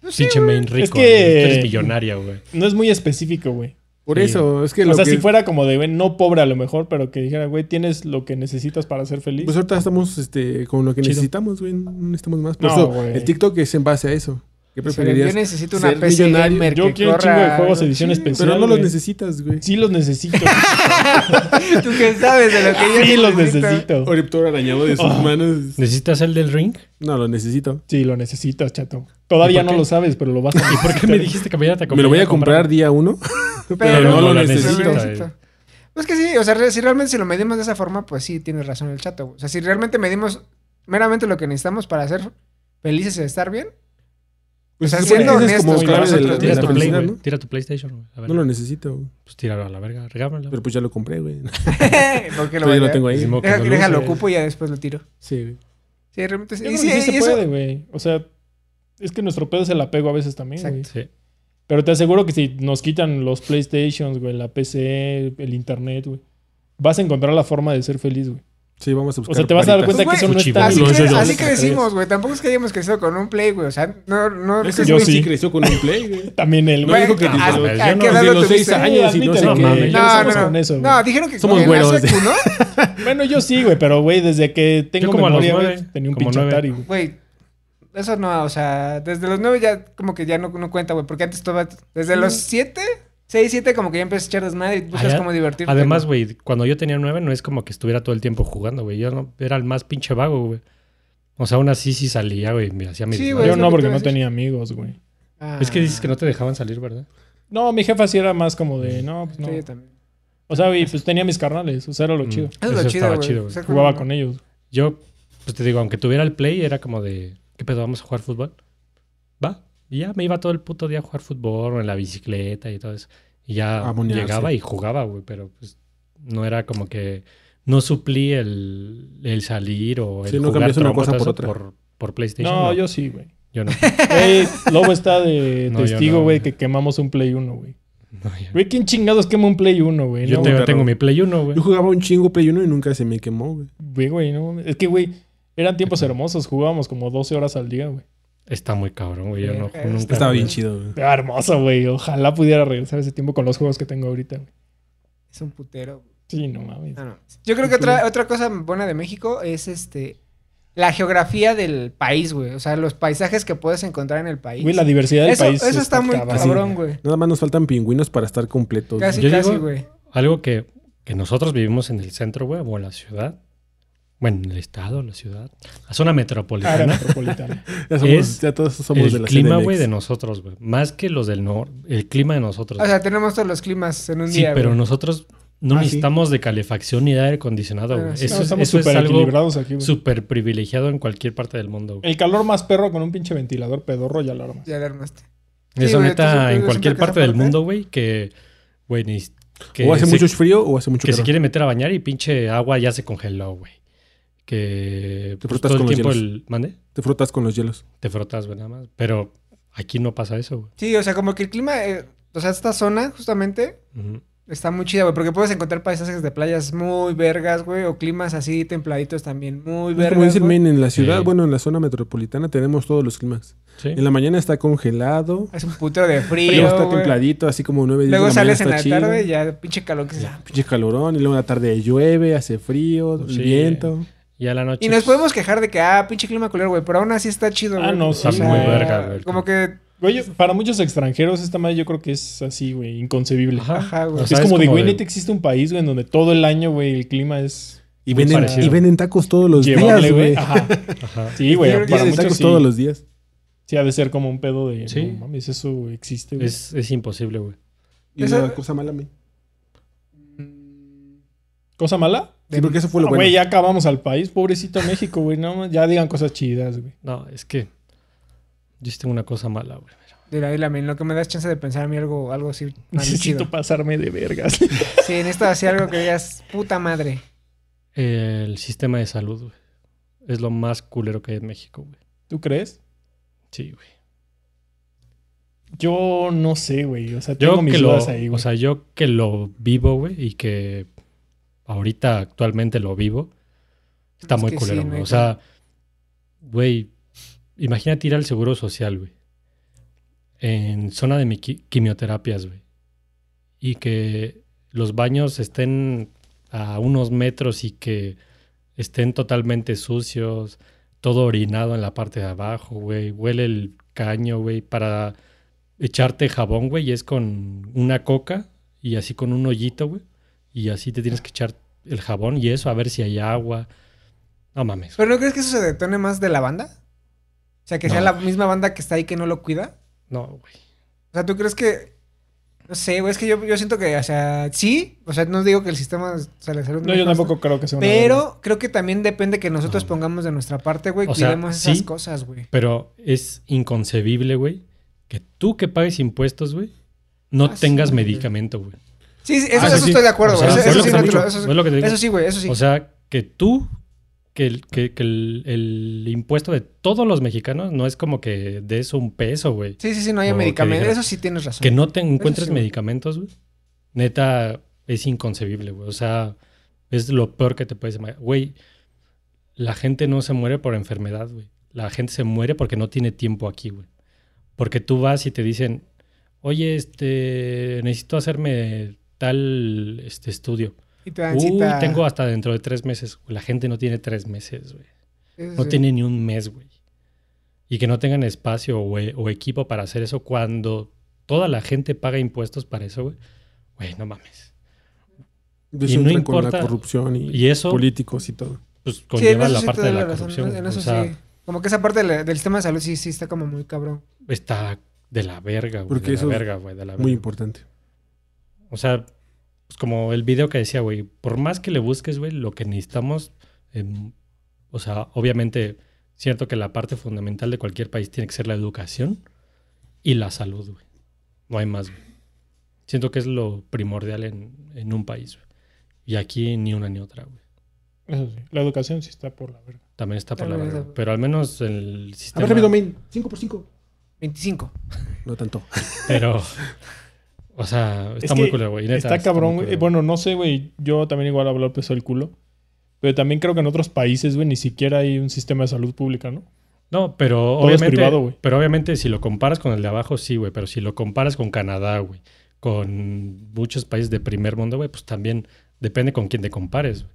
A: Pues sí,
C: Pinche
A: güey.
C: main rico.
B: Es que-
C: güey. Tú eres millonaria, güey.
B: No es muy específico, güey.
D: Por
C: Sí.
D: eso, es que lo
B: O sea,
D: que...
B: si fuera como de, güey, no pobre a lo mejor, pero que dijera, güey, tienes lo que necesitas para ser feliz.
D: Pues ahorita estamos este, con lo que
C: Chido.
D: necesitamos, güey. No necesitamos más. Por
B: No,
D: eso,
B: güey.
D: el TikTok es en base a eso. ¿Qué
A: Yo
D: preferirías?
A: necesito una
D: ser
A: PC
D: millonario.
A: gamer
B: Yo
A: que
B: quiero un
A: corra-
B: chingo de juegos edición especial.
D: Pero no los
B: güey.
D: necesitas, güey.
B: Sí los necesito.
A: Tú que sabes de lo que yo
B: sí los necesito.
D: Oriptor arañado de sus
B: Oh.
D: manos.
C: ¿Necesitas el del ring?
D: No, lo necesito.
B: Sí, lo necesitas, chato. Todavía
C: ¿Y por
B: no
C: qué?
B: lo sabes, pero lo vas a
C: ¿Y por qué me dijiste que me iba a
D: Me lo voy a comprar día uno.
A: Pero,
D: no lo necesito,
C: eh.
A: Pues que sí, o sea, re- si realmente si lo medimos de esa forma, pues sí, tienes razón el chato. güey. O sea, si realmente medimos meramente lo que necesitamos para ser felices y estar bien,
D: Pues
A: O sea,
D: se supone que
A: siendo
D: esa es como
A: honestos,
D: clave
A: güey,
D: de la,
A: nosotros
D: de
C: Tira
D: la
C: tu, Play,
D: felicidad,
C: güey.
D: ¿no?
C: Tira tu PlayStation, güey. A ver,
D: No lo necesito, güey.
C: Pues tíralo a la verga, regámalo.
D: Pero pues ya lo compré, güey.
A: ¿por qué lo voy
D: Pero ya
A: a
D: lo
A: tirar?
D: tengo ahí.
C: Ni modo.
A: Deja-
C: Como luces.
A: déjalo, ocupo y ya después lo tiro.
D: Sí, güey.
A: Sí, realmente sí.
B: Ya
A: Y
B: no,
A: sí,
B: sí se
A: y eso-
B: puede, güey. O sea, es que nuestro pedo es el apego a veces también, güey.
C: Sí.
B: Pero te aseguro que si nos quitan los PlayStations, güey, la PC, el internet, güey, vas a encontrar la forma de ser feliz, güey.
D: Sí, vamos a buscar.
B: O sea, te vas a dar
D: varitas.
B: cuenta que eso no
C: Fuchibo.
B: está...
A: Así
D: Yo- yo-
A: que,
D: yo-
A: así
D: yo-
A: que
D: yo-
A: decimos, güey. Tampoco es que hayamos crecido con un play, güey. O sea, no, no.
D: Ese
B: Yo
D: güey sí
B: sí.
D: creció con un play, güey.
B: También el...
D: No
B: güey.
D: dijo que
A: no,
D: desde
A: a-
D: los-
C: a-
D: desde
C: ¿a qué
A: edad lo
D: los seis
A: tuviste?
D: años y no sé
B: Admítelo,
C: no,
D: qué.
C: mames.
B: ya
A: No,
B: estamos
A: no,
B: con
A: no.
B: eso, güey.
A: no, dijeron que
D: Somos
A: en la
D: güeros.
A: secu, ¿no?
B: Bueno, yo sí, güey, pero, güey, desde que tengo
C: como a los
B: memoria, güey,
C: nueve,
B: tenía un
C: como
B: pinche
C: nueve.
B: Atari, güey.
A: Güey, eso no, o sea, desde los nueve ya como que ya no, no cuenta, güey, porque antes todo desde los siete, seis, siete como que ya empiezas a echar desmadre y buscas
C: Allá-
A: cómo divertirte.
C: Además,
A: ¿no?
C: güey, cuando yo tenía nueve no es como que estuviera todo el tiempo jugando, güey. Yo no, era el más pinche vago, güey. O sea, aún así sí salía, güey. Me hacía mis
A: Sí,
C: desmadres.
A: güey,
B: Yo
A: es lo
B: no,
A: que te
B: porque
A: iba a
B: no
A: decir.
B: tenía amigos, güey.
A: Ah.
C: Es que dices que no te dejaban salir, ¿verdad?
B: No, mi jefa sí era más como de, no, pues no.
A: Sí, yo también.
B: O sea, y pues tenía mis carnales, o sea, era lo
C: Mm.
B: chido.
A: Eso es
C: Eso
A: lo
C: estaba
A: chido, güey.
C: chido,
A: O sea,
B: Jugaba
A: como-
B: con ellos.
C: Yo, pues te digo, aunque tuviera el play, era como de, ¿qué pedo? ¿Vamos a jugar fútbol? ¿Va? Y ya me iba todo el puto día a jugar fútbol o en la bicicleta y todo eso. Y ya
D: A monearse.
C: llegaba y jugaba, güey, pero pues no era como que no suplí el, el salir o el
D: Sí, no
C: jugar
D: cambias una
C: trompo,
D: cosa
C: todo
D: por
C: eso
D: otra.
C: por, por PlayStation.
B: No, yo sí, güey.
C: yo no.
B: Güey, Lobo está de
C: No, yo
B: testigo,
C: no,
B: güey,
C: güey.
B: que quemamos un Play 1, güey.
C: No, yo no.
B: Güey, ¿quién chingados quema un Play 1, güey?
C: Yo
B: No,
C: tengo,
D: perro.
C: tengo mi Play 1, güey.
D: Yo jugaba un chingo Play 1 y nunca se me quemó, güey.
B: güey, güey, no. mames. Es que, güey, eran tiempos hermosos. Jugábamos como 12 horas al día, güey.
C: Está muy cabrón, güey. Yo no,
A: Eh,
C: nunca.
D: Estaba bien
C: güey.
D: chido, güey.
B: Ah, hermoso, güey. Ojalá pudiera regresar ese tiempo con los juegos que tengo ahorita, güey.
A: Es un putero. güey.
B: Sí, no mames.
A: No, no. Yo creo que otra, otra cosa buena de México es este la geografía del país, güey. O sea, los paisajes que puedes encontrar en el país.
B: Güey, la diversidad del
A: eso,
B: país.
A: eso está muy
B: cabrón.
A: cabrón, güey.
D: Nada más nos faltan pingüinos para estar completos. güey.
A: Casi,
C: Yo
A: casi,
C: digo-
A: güey.
C: Algo que, que nosotros vivimos en el centro, güey, o en la ciudad. Bueno, en el estado, la ciudad. La zona
B: Área
C: metropolitana.
B: metropolitana.
D: Ya, somos-
C: es
D: ya todos somos de
C: el
D: la
C: clima,
D: CDMX.
C: güey, de nosotros, güey. Más que los del norte. El clima de nosotros.
A: O sea, tenemos todos los climas en un
C: sí,
A: día.
C: pero
A: güey.
C: nosotros no
D: Ah, sí.
C: necesitamos de calefacción ni de aire acondicionado,
A: Ah,
C: güey.
A: sí.
C: Eso,
B: No,
C: es-
B: estamos
C: eso es
B: súper
C: algo
B: equilibrados aquí, güey.
C: súper privilegiado en cualquier parte del mundo, güey.
B: El calor más perro con un pinche ventilador pedorro y alarma.
A: Ya la armaste. Sí,
C: Eso
A: güey, entonces,
C: neta,
A: pues,
C: en
A: yo
C: cualquier
A: siento que esa
C: parte del
A: parte-
C: mundo, güey, que, güey, ni- que
D: O hace
C: se-
D: mucho frío o hace mucho
C: que se
D: calor.
C: quiere meter a bañar y pinche agua ya se congeló, güey. Que
D: Te
C: pues,
D: frotas
C: todo el
D: con los
C: tiempo
D: hielos.
C: el... ¿Mande?
D: Te frotas con los hielos.
C: Te frotas, güey, nada más. Pero aquí no pasa eso, güey.
A: Sí, o sea, como que el clima, eh, o sea, esta zona justamente
C: Ujú.
A: está muy chida, güey, porque puedes encontrar paisajes de playas muy vergas, güey, o climas así templaditos también muy vergas.
D: Como dice el
A: güey.
D: Maine, en la ciudad,
C: Sí.
D: bueno, en la zona metropolitana tenemos todos los climas.
C: Sí.
D: En la mañana está congelado,
A: Hace un putero de
D: luego
A: frío,
D: está
A: güey.
D: templadito, así como 9
A: Luego
D: de la mañana
A: sales en la
D: está chido.
A: tarde y ya pinche calor que se da.
D: Pinche calorón, y luego en la tarde llueve, hace frío,
C: Sí.
D: viento.
C: Y a la noche...
A: Y nos
C: pues,
A: podemos quejar de que, ah, pinche clima culero, güey, pero aún así está chido,
B: Ah,
A: güey.
B: no,
A: O
B: sí,
A: sea,
B: muy
C: verga, güey.
A: Como que,
B: Güey, yo- para muchos extranjeros esta madre yo creo que es así, güey, inconcebible.
C: Ajá.
A: ajá, güey.
C: O sea,
B: es
C: es
B: como de,
C: como
B: güey,
C: de-
B: neta existe un país, güey, en donde todo el año, güey, el clima es
D: Y
C: Muy
D: venden,
C: parecido.
D: y venden tacos todos los
B: llevable,
D: días,
B: güey.
D: güey.
B: Ajá.
C: Ajá.
B: Sí, güey,
A: Pero
B: para
A: dices,
D: Venden
B: muchos
D: tacos
B: sí,
D: todos los días.
B: sí ha de ser como un pedo de,
C: Sí.
B: no mames, eso existe, güey.
C: Es, es imposible, güey.
D: Y
A: Esa-
D: la cosa mala, me.
B: ¿Cosa mala?
D: Sí, porque eso fue
B: Ah,
D: lo
B: Güey,
D: bueno.
B: ya acabamos al país, pobrecito México, güey, no, mames, ya digan cosas chidas, güey.
C: No, es que... Yo sí tengo una cosa mala, güey.
A: Mira, ahí la men, lo que me das chance de pensar a mí algo, algo así. más
B: Necesito
A: chido.
B: pasarme de vergas.
A: Sí, necesito así algo que digas, puta madre.
C: El sistema de salud, güey. Es lo más culero que hay en México, güey.
B: ¿Tú crees?
C: Sí, güey.
B: Yo no sé, güey, o sea, tengo
C: Yo
B: mis
C: que lo...
B: dudas ahí, güey.
C: o sea, yo que lo vivo, güey, y que ahorita actualmente lo vivo, Está
A: Es
C: muy
A: que
C: culero,
A: sí,
C: güey.
A: no
C: o sea, güey, imagínate ir al seguro social, güey. En zona de mi qui- quimioterapias, güey. Y que los baños estén a unos metros y que estén totalmente sucios, todo orinado en la parte de abajo, güey. Huele el caño, güey. Para echarte jabón, güey, y es con una coca y así con un hoyito, güey. Y así te tienes que echar el jabón y eso, a ver si hay agua. No mames.
A: ¿Pero no crees que eso se detone más de la banda? O sea, que sea
C: No,
A: la misma banda que está ahí que no lo cuida.
C: No, güey.
A: O sea, ¿tú crees que.? No sé, güey, es que yo, yo siento que, o sea, sí. O sea, no digo que el sistema. O sea, la salud
B: no, yo
A: mejor está-
B: tampoco creo que sea una verga.
A: Pero creo que también depende que nosotros
C: No.
A: pongamos de nuestra parte, güey.
C: O sea,
A: Cuidemos esas
C: sí.
A: cosas, güey.
C: Pero es inconcebible, güey, que tú que pagues impuestos, güey, no
A: Ah, sí,
C: tengas
A: güey.
C: medicamento, güey.
A: Sí, sí, eso,
C: Ah, sí,
A: eso
C: sí.
A: estoy de acuerdo,
C: O
A: güey.
C: sea,
A: eso,
C: fue
A: eso
C: lo
A: sí
C: que
A: no
C: te
A: te lo-
C: digo,
A: eso sí-
C: fue lo que te digo.
A: eso sí, güey, eso sí.
C: O sea, que tú, que, el, que, que el, el impuesto de todos los mexicanos no es como que des un peso, güey.
A: sí, sí, sí, no haya
C: o que
A: medicamentos.
C: dijeras-
A: Eso sí tienes razón.
C: Que no te encuentres
A: sí, güey.
C: medicamentos, güey. Neta, es inconcebible, güey. O sea, es lo peor que te puedes imaginar. Güey, la gente no se muere por enfermedad, güey. La gente se muere porque no tiene tiempo aquí, güey. Porque tú vas y te dicen, oye, este, necesito hacerme tal este estudio.
A: Y te dan
C: Uy,
A: cita-
C: tengo hasta dentro de tres meses. La gente no tiene tres meses, güey.
A: eso
C: No
A: sí.
C: tiene ni un mes, güey. Y que no tengan espacio o, e- o equipo para hacer eso cuando toda la gente paga impuestos para eso, güey. Güey, no mames.
D: De
C: Y
D: eso
C: no
D: entra con la
C: importa-
D: corrupción y,
C: Y eso
D: políticos y todo.
C: pues,
A: Sí, en
C: conlleva
A: eso
C: la
A: sí
C: parte
A: te
C: de
A: doy
C: la
A: razón,
C: corrupción.
A: En
C: güey.
A: eso
C: o sea,
A: sí. Como que esa parte de la- del sistema de salud sí, sí está como muy cabrón.
C: está de la verga, güey.
D: Porque
C: de
D: eso
C: la
D: es
C: verga, güey. De la
D: Muy
C: verga.
D: importante.
C: O sea, pues como el video que decía, güey, por más que le busques, güey, lo que necesitamos, em, o sea, obviamente, cierto que la parte fundamental de cualquier país tiene que ser la educación y la salud, güey. No hay más, güey. Siento que es lo primordial en, en un país, güey. Y aquí ni una ni otra, güey.
B: Eso sí. La educación sí está por la verga.
C: También está por la
A: También
C: verga.
A: está-
C: Pero al menos el
D: A
C: sistema.
D: ver, rápido, main. 5 por 5
A: 25.
D: No tanto.
C: Pero. O sea, está
B: Es
C: muy
B: que
C: culero, güey. Neta,
B: está
C: muy
B: cabrón, güey.
C: culero.
B: Bueno, no sé, güey. Yo también igual hablar peso el culo. Pero también creo que en otros países, güey, ni siquiera hay un sistema de salud pública, ¿no?
C: No, pero
B: Todo es
C: obviamente,
B: privado, güey.
C: pero obviamente si lo comparas con el de abajo, sí, güey. Pero si lo comparas con Canadá, güey, con muchos países de primer mundo, güey, pues también depende con quién te compares. güey.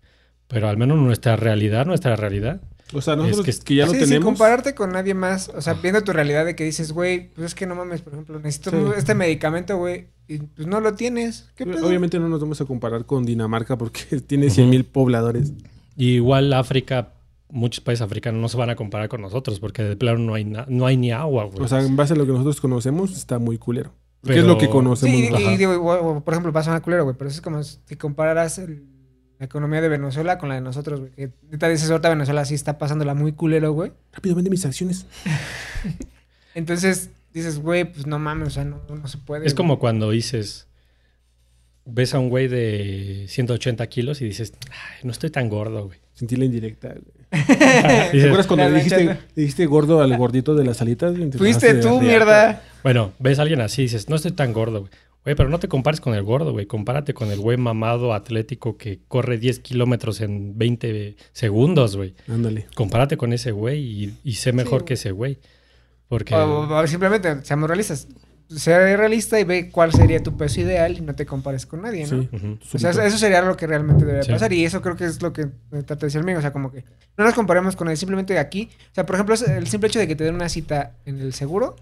C: Pero al menos nuestra realidad, nuestra realidad,
D: O sea, nosotros
C: Es que-
D: que, ya lo
A: sí, sin
D: tenemos.
A: compararte con nadie más. O sea, viendo tu realidad de que dices, güey, pues es que no mames, por ejemplo, necesito
D: Sí.
A: este medicamento, güey. Y pues no lo tienes. ¿Qué pedo?
D: Obviamente no nos vamos a comparar con Dinamarca porque tiene 100.000 mil pobladores.
C: y igual África, muchos países africanos no se van a comparar con nosotros porque de plano no hay, na- no hay ni agua, güey.
D: O sea, en base a lo que nosotros conocemos, está muy culero. Porque
C: Pero-
D: es lo que
A: Sí,
D: conocemos.
A: y-
D: nosotros.
A: y,
C: Ajá.
A: digo, o- o, por ejemplo, pasa una culera, güey, pero eso es como si compararas el- la economía de Venezuela con la de nosotros, güey. Que neta dices, ahorita Venezuela sí está pasándola muy culero, güey.
D: Rápido, vende mis acciones.
A: Entonces dices, güey, pues no mames, o sea, no, no se puede.
C: Es
A: güey.
C: como cuando dices, ves a un güey de 180 kilos y dices, Ay, no estoy tan gordo, güey.
D: Sentí la indirecta. güey. ¿Te
C: Dices,
D: acuerdas cuando
A: La
D: le dijiste,
A: lanchata.
D: le dijiste gordo al gordito de las alitas? Y te
A: Fuiste
D: bajaste
A: tú,
D: de-
A: mierda.
C: Bueno, ves a alguien así y dices, no estoy tan gordo, güey. Güey, pero no te compares con el gordo, güey. Compárate con el güey mamado atlético que corre 10 kilómetros en 20 segundos, güey.
D: Ándale.
C: Compárate con ese güey y, y sé mejor que ese güey. Porque...
A: O, o simplemente, seamos realistas. Sé realista y ve cuál sería tu peso ideal y no te compares con nadie, ¿no?
D: Sí.
C: Ujú.
A: O sea, eso sería lo que realmente debería
C: Sí.
A: pasar. Y eso creo que es lo que me trata de decir el mío. O sea, como que no nos comparemos con él. Simplemente aquí. O sea, por ejemplo, es el simple hecho de que te den una cita en el seguro.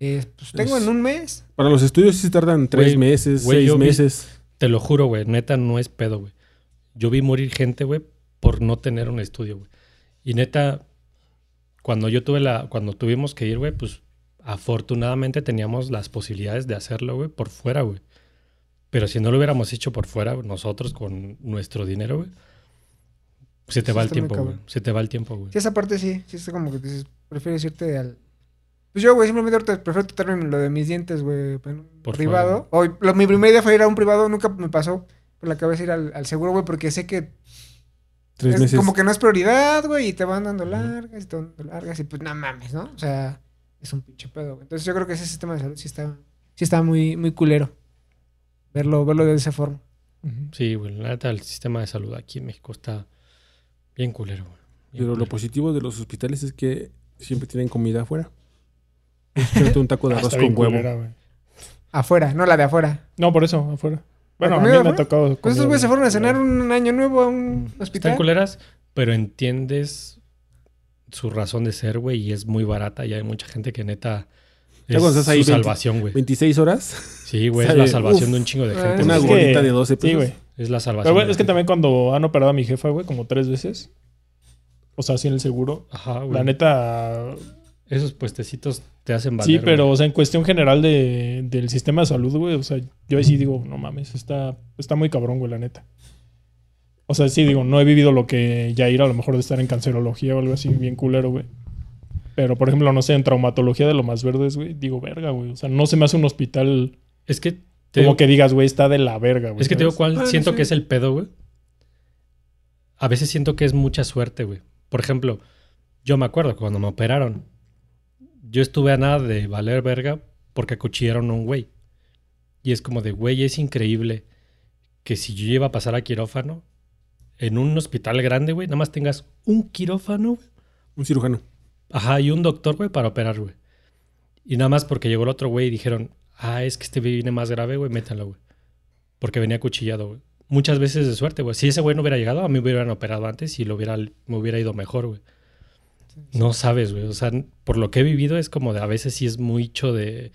A: eh, pues tengo
D: Es-
A: en un mes.
D: Para los estudios sí se tardan tres
C: Güey,
D: meses,
C: güey, yo
D: seis
C: vi-
D: meses.
C: Te lo juro, güey. Neta, no es pedo, güey. Yo vi morir gente, güey, por no tener un estudio, güey. Y neta, cuando yo tuve la... Cuando tuvimos que ir, güey, pues afortunadamente teníamos las posibilidades de hacerlo, güey, por fuera, güey. Pero si no lo hubiéramos hecho por fuera, güey, nosotros con nuestro dinero, güey, se te
A: Sí,
C: va el
A: está muy
C: tiempo, güey.
A: cabrón.
C: Se te va el tiempo, güey.
A: Sí, esa parte sí. Sí, es como que dices, prefieres irte al. Pues yo, güey, simplemente ahorita prefiero tratarme lo de mis dientes, güey, en un
C: Por
A: privado. Hoy, lo- mi primera idea fue ir a un privado. Nunca me pasó por la cabeza ir al, al seguro, güey, porque sé que
D: Tres
A: es
D: meses.
A: como que no es prioridad, güey, y te van dando largas y te van dando largas y pues no mames, ¿no? O sea, es un pinche pedo, güey. Entonces yo creo que ese sistema de salud sí está, sí está muy, muy culero. Verlo, verlo de esa forma.
C: Sí, güey. La neta, el sistema de salud aquí en México está bien culero, güey. Bien
D: Pero lo
C: culero.
D: positivo de los hospitales es que siempre tienen comida afuera. Es echarte un taco de
B: Ah,
D: arroz
B: está
D: con
B: bien
D: huevo.
B: culera, güey.
A: Afuera, no la de afuera.
B: No, por eso, afuera. Bueno, a mí
A: comida
B: me ha
A: afuera?
B: tocado. comida
A: Pues estos güeyes se fueron a cenar
B: afuera.
A: un año nuevo a un
C: Están
A: hospital.
C: culeras, pero entiendes su razón de ser, güey, y es muy barata. Y hay mucha gente que neta es
D: Ya
C: su
D: cuando estás ahí 20
C: salvación, güey.
D: 26 horas,
C: Sí, güey, es
D: sabe,
C: la salvación
D: uf,
C: de un chingo de
A: ah,
C: gente.
A: Pues
D: una
B: es
C: güey.
B: que-
D: gordita de 12 pesos.
B: Sí, güey.
C: Es la
B: Pero
C: salvación.
B: bueno,
C: de
B: es que
C: la gente.
B: también cuando han operado a mi jefa, güey, como tres veces. O sea, sí en el seguro.
C: Ajá, güey.
B: La neta.
C: Esos puestecitos te hacen valer.
B: sí,
C: güey.
B: pero, o sea, en cuestión general de, del sistema de salud, güey. O sea, yo ahí sí digo, no mames, está, está muy cabrón, güey, la neta. O sea, sí digo, no he vivido lo que Jair a lo mejor de estar en cancerología o algo así, bien culero, güey. Pero, por ejemplo, no sé, en traumatología de lo más verdes, güey, digo, verga, güey. O sea, no se me hace un hospital
C: Es que te
B: como
C: digo,
B: que digas, güey, está de la verga, güey.
C: es que te digo
B: ¿sabes?
C: cuál
D: Bueno,
C: siento
D: sí.
C: que es el pedo, güey. A veces siento que es mucha suerte, güey. Por ejemplo, yo me acuerdo que cuando me operaron, yo estuve a nada de valer verga porque acuchillaron a un güey. Y es como de, güey, es increíble que si yo iba a pasar a quirófano, en un hospital grande, güey, nada más tengas un quirófano, güey.
D: un cirujano.
C: Ajá, y un doctor, güey, para operar, güey. Y nada más porque llegó el otro güey y dijeron, ah, es que este güey viene más grave, güey, métalo, güey. Porque venía cuchillado, güey. Muchas veces de suerte, güey. Si ese güey no hubiera llegado, a mí me hubieran operado antes y lo hubiera, me hubiera ido mejor, güey. No sabes, güey. O sea, n- por lo que he vivido es como de a veces sí es mucho de...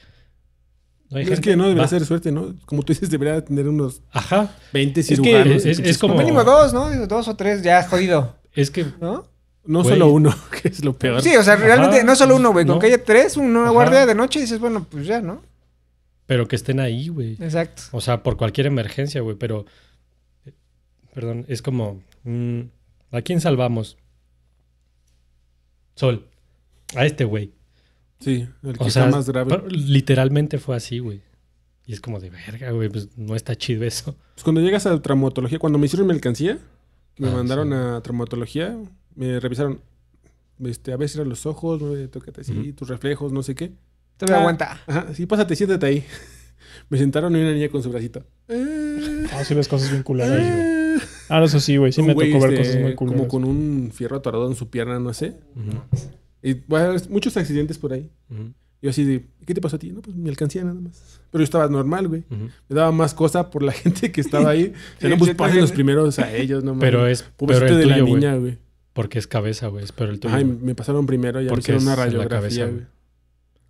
C: No hay
D: Es
C: gente-
D: que no debería
C: Va.
D: ser suerte, ¿no? Como tú dices, debería tener unos
C: Ajá.
D: 20
B: que
D: cirujanos.
C: es- es-
D: pinches-
C: es como-
A: Mínimo dos, ¿no? Digo, Dos o tres, ya jodido,
C: Es que...
A: ¿no?
D: No
C: güey.
D: solo uno, que es lo peor.
A: Sí, o sea,
C: Ajá.
A: realmente no solo uno, güey. Con
C: No.
A: que haya tres, una
C: Ajá.
A: guardia de noche, dices, bueno, pues ya, ¿no?
C: Pero que estén ahí, güey.
A: Exacto.
C: O sea, por cualquier emergencia, güey, pero. eh, Perdón, es como. mm, ¿A quién salvamos? Sol. A este güey.
D: Sí, el que
C: O sea,
D: está más grave.
C: pero literalmente fue así, güey. Y es como de verga, güey, pues no está chido eso.
D: Pues cuando llegas a traumatología, cuando me hicieron mercancía, que me
C: Ah,
D: mandaron
C: sí.
D: a traumatología, me revisaron. Este, a ver, cierra los ojos, güey, tócate así,
C: Ujú.
D: tus reflejos, no sé qué.
A: Todavía
D: Ah.
A: aguanta.
D: Ajá, sí, pásate, siéntate ahí. me sentaron y una niña con su bracito. Eh,
B: Ah, sí ves cosas bien culeras, güey.
D: eh.
B: Ah, no, eso sí, güey. Sí
D: Un
B: me
D: güey,
B: tocó ver
D: este,
B: cosas muy
D: Como
B: culeras.
D: con un fierro atorado en su pierna, no sé.
C: Ujú,
D: Y bueno, muchos accidentes por ahí.
C: ujú,
D: Yo así de, ¿qué te pasó a ti? No, pues me alcancía nada más. Pero yo estaba normal, güey.
C: ujú.
D: Me daba más cosa por la gente que estaba ahí. O sea, no,
A: Sí,
D: pues
A: sí,
D: pasen los
A: también.
D: primeros a ellos, no mames.
C: Pero es pero
D: Pobrecito
C: el
D: de la
C: tuyo, güey.
D: niña, güey.
C: Porque es cabeza, güey. Es pero el tuyo.
D: Ay,
C: güey.
D: me pasaron primero, ya me
C: Porque
D: hicieron una
C: es en la
D: radiografía,
C: cabeza,
D: güey.
C: güey.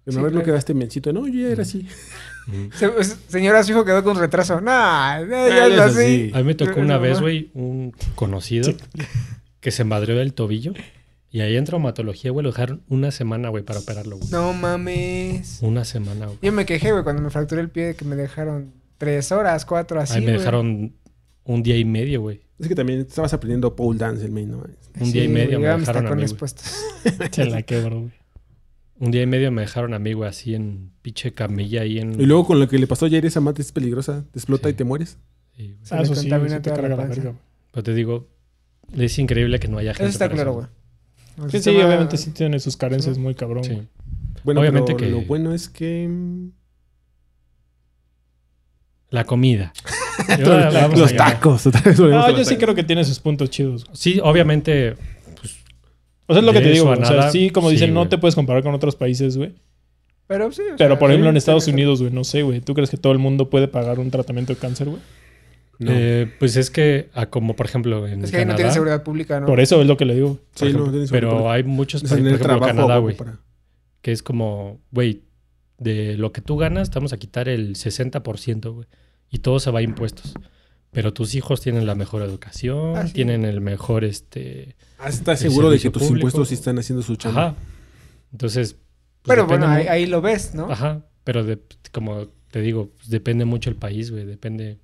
D: Pero
A: Sí,
D: a ver, no
A: claro.
D: quedaste mencito. No, yo ya era así.
C: Ujú.
A: Se- es- señora, su hijo quedó con retraso. Nah, ya, ya
D: Ah,
A: es
D: ya es
A: así.
C: A mí me tocó
A: Pero
C: una
A: no,
C: vez,
A: ma.
C: güey, un conocido que se madreó del tobillo. Y ahí en traumatología, güey, lo dejaron una semana, güey, para operarlo, güey.
A: No mames.
C: Una semana, güey.
A: Yo me quejé, güey, cuando me fracturé el pie que me dejaron tres horas, cuatro, así.
C: Ahí me
A: güey.
C: dejaron un día y medio, güey.
D: Es que también estabas aprendiendo pole dance el main, ¿no?
C: Un día y
A: Sí,
C: medio
A: güey,
C: me
A: llevaba mis
C: dejaron a mí,
A: tacones
C: güey.
A: puestos.
B: Se la quebró, güey.
C: Un día y medio me dejaron a mí, güey, así en pinche camilla ahí en...
D: Y luego con lo que le pasó a Jair, esa mate es peligrosa. Te
C: Mm.
D: explota
C: Sí.
D: y te mueres.
C: Sí, güey.
A: Se
B: Ah,
A: me
B: eso sí, güey,
A: contamina
B: se te
A: toda la
B: carga la
A: panza.
B: verga, güey.
C: Pero te digo, es increíble que no haya gente
A: Eso está
C: para
A: claro,
C: eso,
A: güey. El
B: Sí, sí,
A: sistema-
B: obviamente sí tiene sus carencias muy cabrón,
C: Sí.
B: güey.
D: Bueno,
C: Obviamente
D: pero
C: que-
D: lo bueno es que... mm,
C: La comida. Y
D: Los,
C: ahora vamos
D: los
C: a llegar.
D: tacos. otra vez volvemos
B: No,
D: a
B: yo
D: los
B: sí
D: tacos.
B: creo que tiene sus puntos chidos. güey.
C: Sí, obviamente,
B: O sea, es lo
C: De
B: que te digo,
C: eso a
B: güey. O sea,
C: nada,
B: sí, como
C: sí,
B: dicen, no
C: güey.
B: te puedes comparar con otros países, güey.
A: Pero sí. o
B: Pero,
A: sea,
B: por
A: sí,
B: ejemplo, en
A: sí,
B: Estados
A: sí.
B: Unidos, güey, no sé, güey. ¿Tú crees que todo el mundo puede pagar un tratamiento de cáncer, güey?
D: No.
C: eh, pues es que, ah, como por ejemplo en
A: Es que ahí no
C: Canadá,
A: tiene seguridad pública, ¿no?
B: Por eso es lo que le digo. güey.
D: Sí, no, tienes
C: pero
D: razón.
C: hay muchos
D: Es
C: países, por
D: tener
C: ejemplo
D: trabajo
C: Canadá,
D: güey,
C: güey,
D: para-
C: que es como, güey, de lo que tú ganas, te vamos a quitar el 60%, güey, y todo se va a impuestos. Pero tus hijos tienen la mejor educación,
A: Ah, sí.
C: tienen el mejor, este...
D: Ah, ¿Estás
C: El
D: seguro de que
C: servicio
D: tus
C: público.
D: impuestos sí están haciendo su chamba?
C: Ajá. Entonces... pues,
A: Pero
C: depende
A: bueno,
C: mu-
A: ahí, ahí lo ves, ¿no?
C: Ajá, pero de- como te digo, pues, depende mucho el país, güey, depende...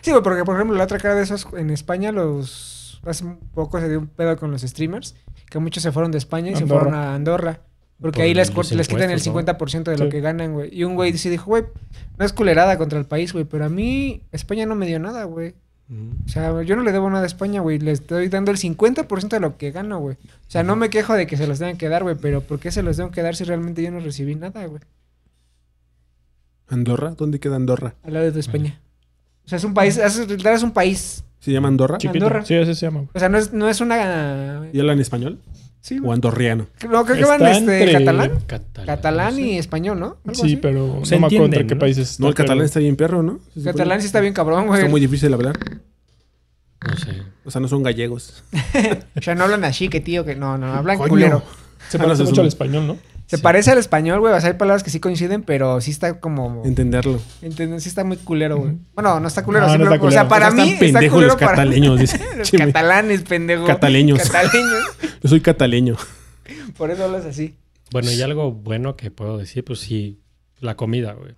A: Sí, güey, porque por ejemplo, la otra cara de esos en España, los. Hace un poco se dio un pedo con los streamers, que muchos se fueron de España y se
B: Andorra.
A: fueron a Andorra. Porque
C: Por
A: ahí les,
C: los
A: cort- les quitan el
C: impuestos, ¿no?
A: 50% de
B: Sí.
A: lo que ganan, güey. Y un güey sí dijo, güey, no es culerada contra el país, güey, pero a mí España no me dio nada, güey. O sea, yo no le debo nada a España, güey. Le estoy dando el 50% de lo que gano, güey. O sea, no me quejo de que se los tengan que dar, güey, pero ¿por qué se los tengo que dar si realmente yo no recibí nada, güey?
D: ¿Andorra? ¿Dónde queda Andorra?
A: Al lado de España. O sea, es un país, es, es un país.
D: ¿Se llama Andorra?
A: Sí.
B: Chiquito.
A: Andorra.
B: Sí, así se llama, güey.
A: O sea, no es, no es una...
D: ¿Y hablan español?
A: Sí,
D: ¿O
A: güey.
D: andorriano?
A: No, creo que van
B: Está
A: este,
B: entre-
A: catalán.
C: Catalán.
A: Catalán
C: sí.
A: y español, ¿no? Algo
B: Sí,
A: así.
B: pero
C: Se
B: no me acuerdo
C: entienden,
B: entre qué
C: ¿no?
B: países. está,
D: No, el
B: pero-
D: catalán está bien perro, ¿no? Se
B: pues,
D: supone.
A: Catalán sí está bien cabrón, güey.
D: Está muy difícil hablar.
C: No sé.
D: O sea, no son gallegos.
A: O sea, no hablan así, que tío, que no, no, hablan
D: Coño.
A: culero.
B: Se
D: Ah,
B: parece
D: no, se
B: mucho al
D: suma.
B: español, ¿no?
A: Se
C: Sí.
A: parece al español, güey. O sea, hay palabras que sí coinciden, pero sí está como...
D: Entenderlo.
A: ¿Entiendes? Sí está muy culero, güey.
B: Ujú.
A: Bueno, no está culero.
B: No, no
A: simple-
B: está
A: O sea,
B: culero.
A: para
D: O sea,
A: mí
D: están pendejos
A: está culero
D: los
A: para...
D: cataleños. dice.
A: los
D: Chime.
A: catalanes, pendejo.
D: Cataleños.
A: Cataleños.
D: Yo soy cataleño.
A: Por eso hablas así.
C: Bueno, y algo bueno que puedo decir, pues sí, la comida, güey.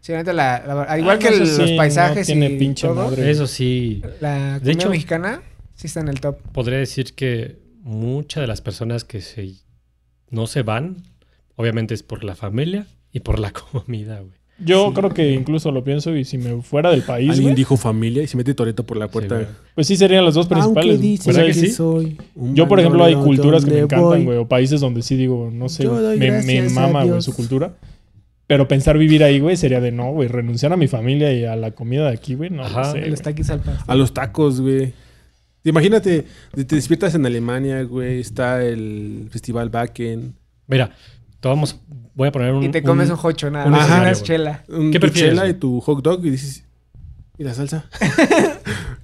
A: Sí, la neta, la- la- al igual
B: Ah,
A: que
B: no, eso
A: el-
B: sí,
A: los
B: no
A: paisajes
B: tiene
A: y
B: pinche
A: todo,
B: madre.
C: Eso sí,
A: la comida
C: hecho-
A: mexicana sí está en el top.
C: podría decir que muchas de las personas que se no se van, obviamente es por la familia y por la comida, güey.
B: Yo creo que incluso lo pienso y si me fuera del país,
D: Alguien
B: güey,
D: dijo familia y se mete Toreto por la
C: Sí,
D: puerta.
C: güey.
B: pues sí serían las dos principales. güey.
D: dicen
B: ¿Verdad que sí?
D: soy un
B: Yo, por ejemplo, hay
D: manolo,
B: culturas que me
D: ¿dónde
B: encantan,
D: voy?
B: güey, o países donde sí digo, no sé,
D: Yo
B: güey,
D: doy
B: me, me
D: gracias a
B: mama, güey,
D: Dios.
B: su cultura. Pero pensar vivir ahí, güey, sería de no, güey, renunciar a mi familia y a la comida de aquí, güey, no
C: Ajá.
B: lo sé,
A: los
C: Sí,
B: güey.
A: taquis al pastor.
D: A los tacos, güey. Imagínate, te te despiertas en Alemania, güey. Está el festival Backen.
C: Mira, te vamos, voy a poner un...
A: Y te comes un,
C: un-
A: jocho nada
C: un
A: más.
D: escenario,
A: Unas
C: güey.
A: chela.
D: Un,
C: ¿Qué
D: tu
C: prefieres,
D: chela
C: güey?
D: y tu hot dog y dices... ¿Y la salsa?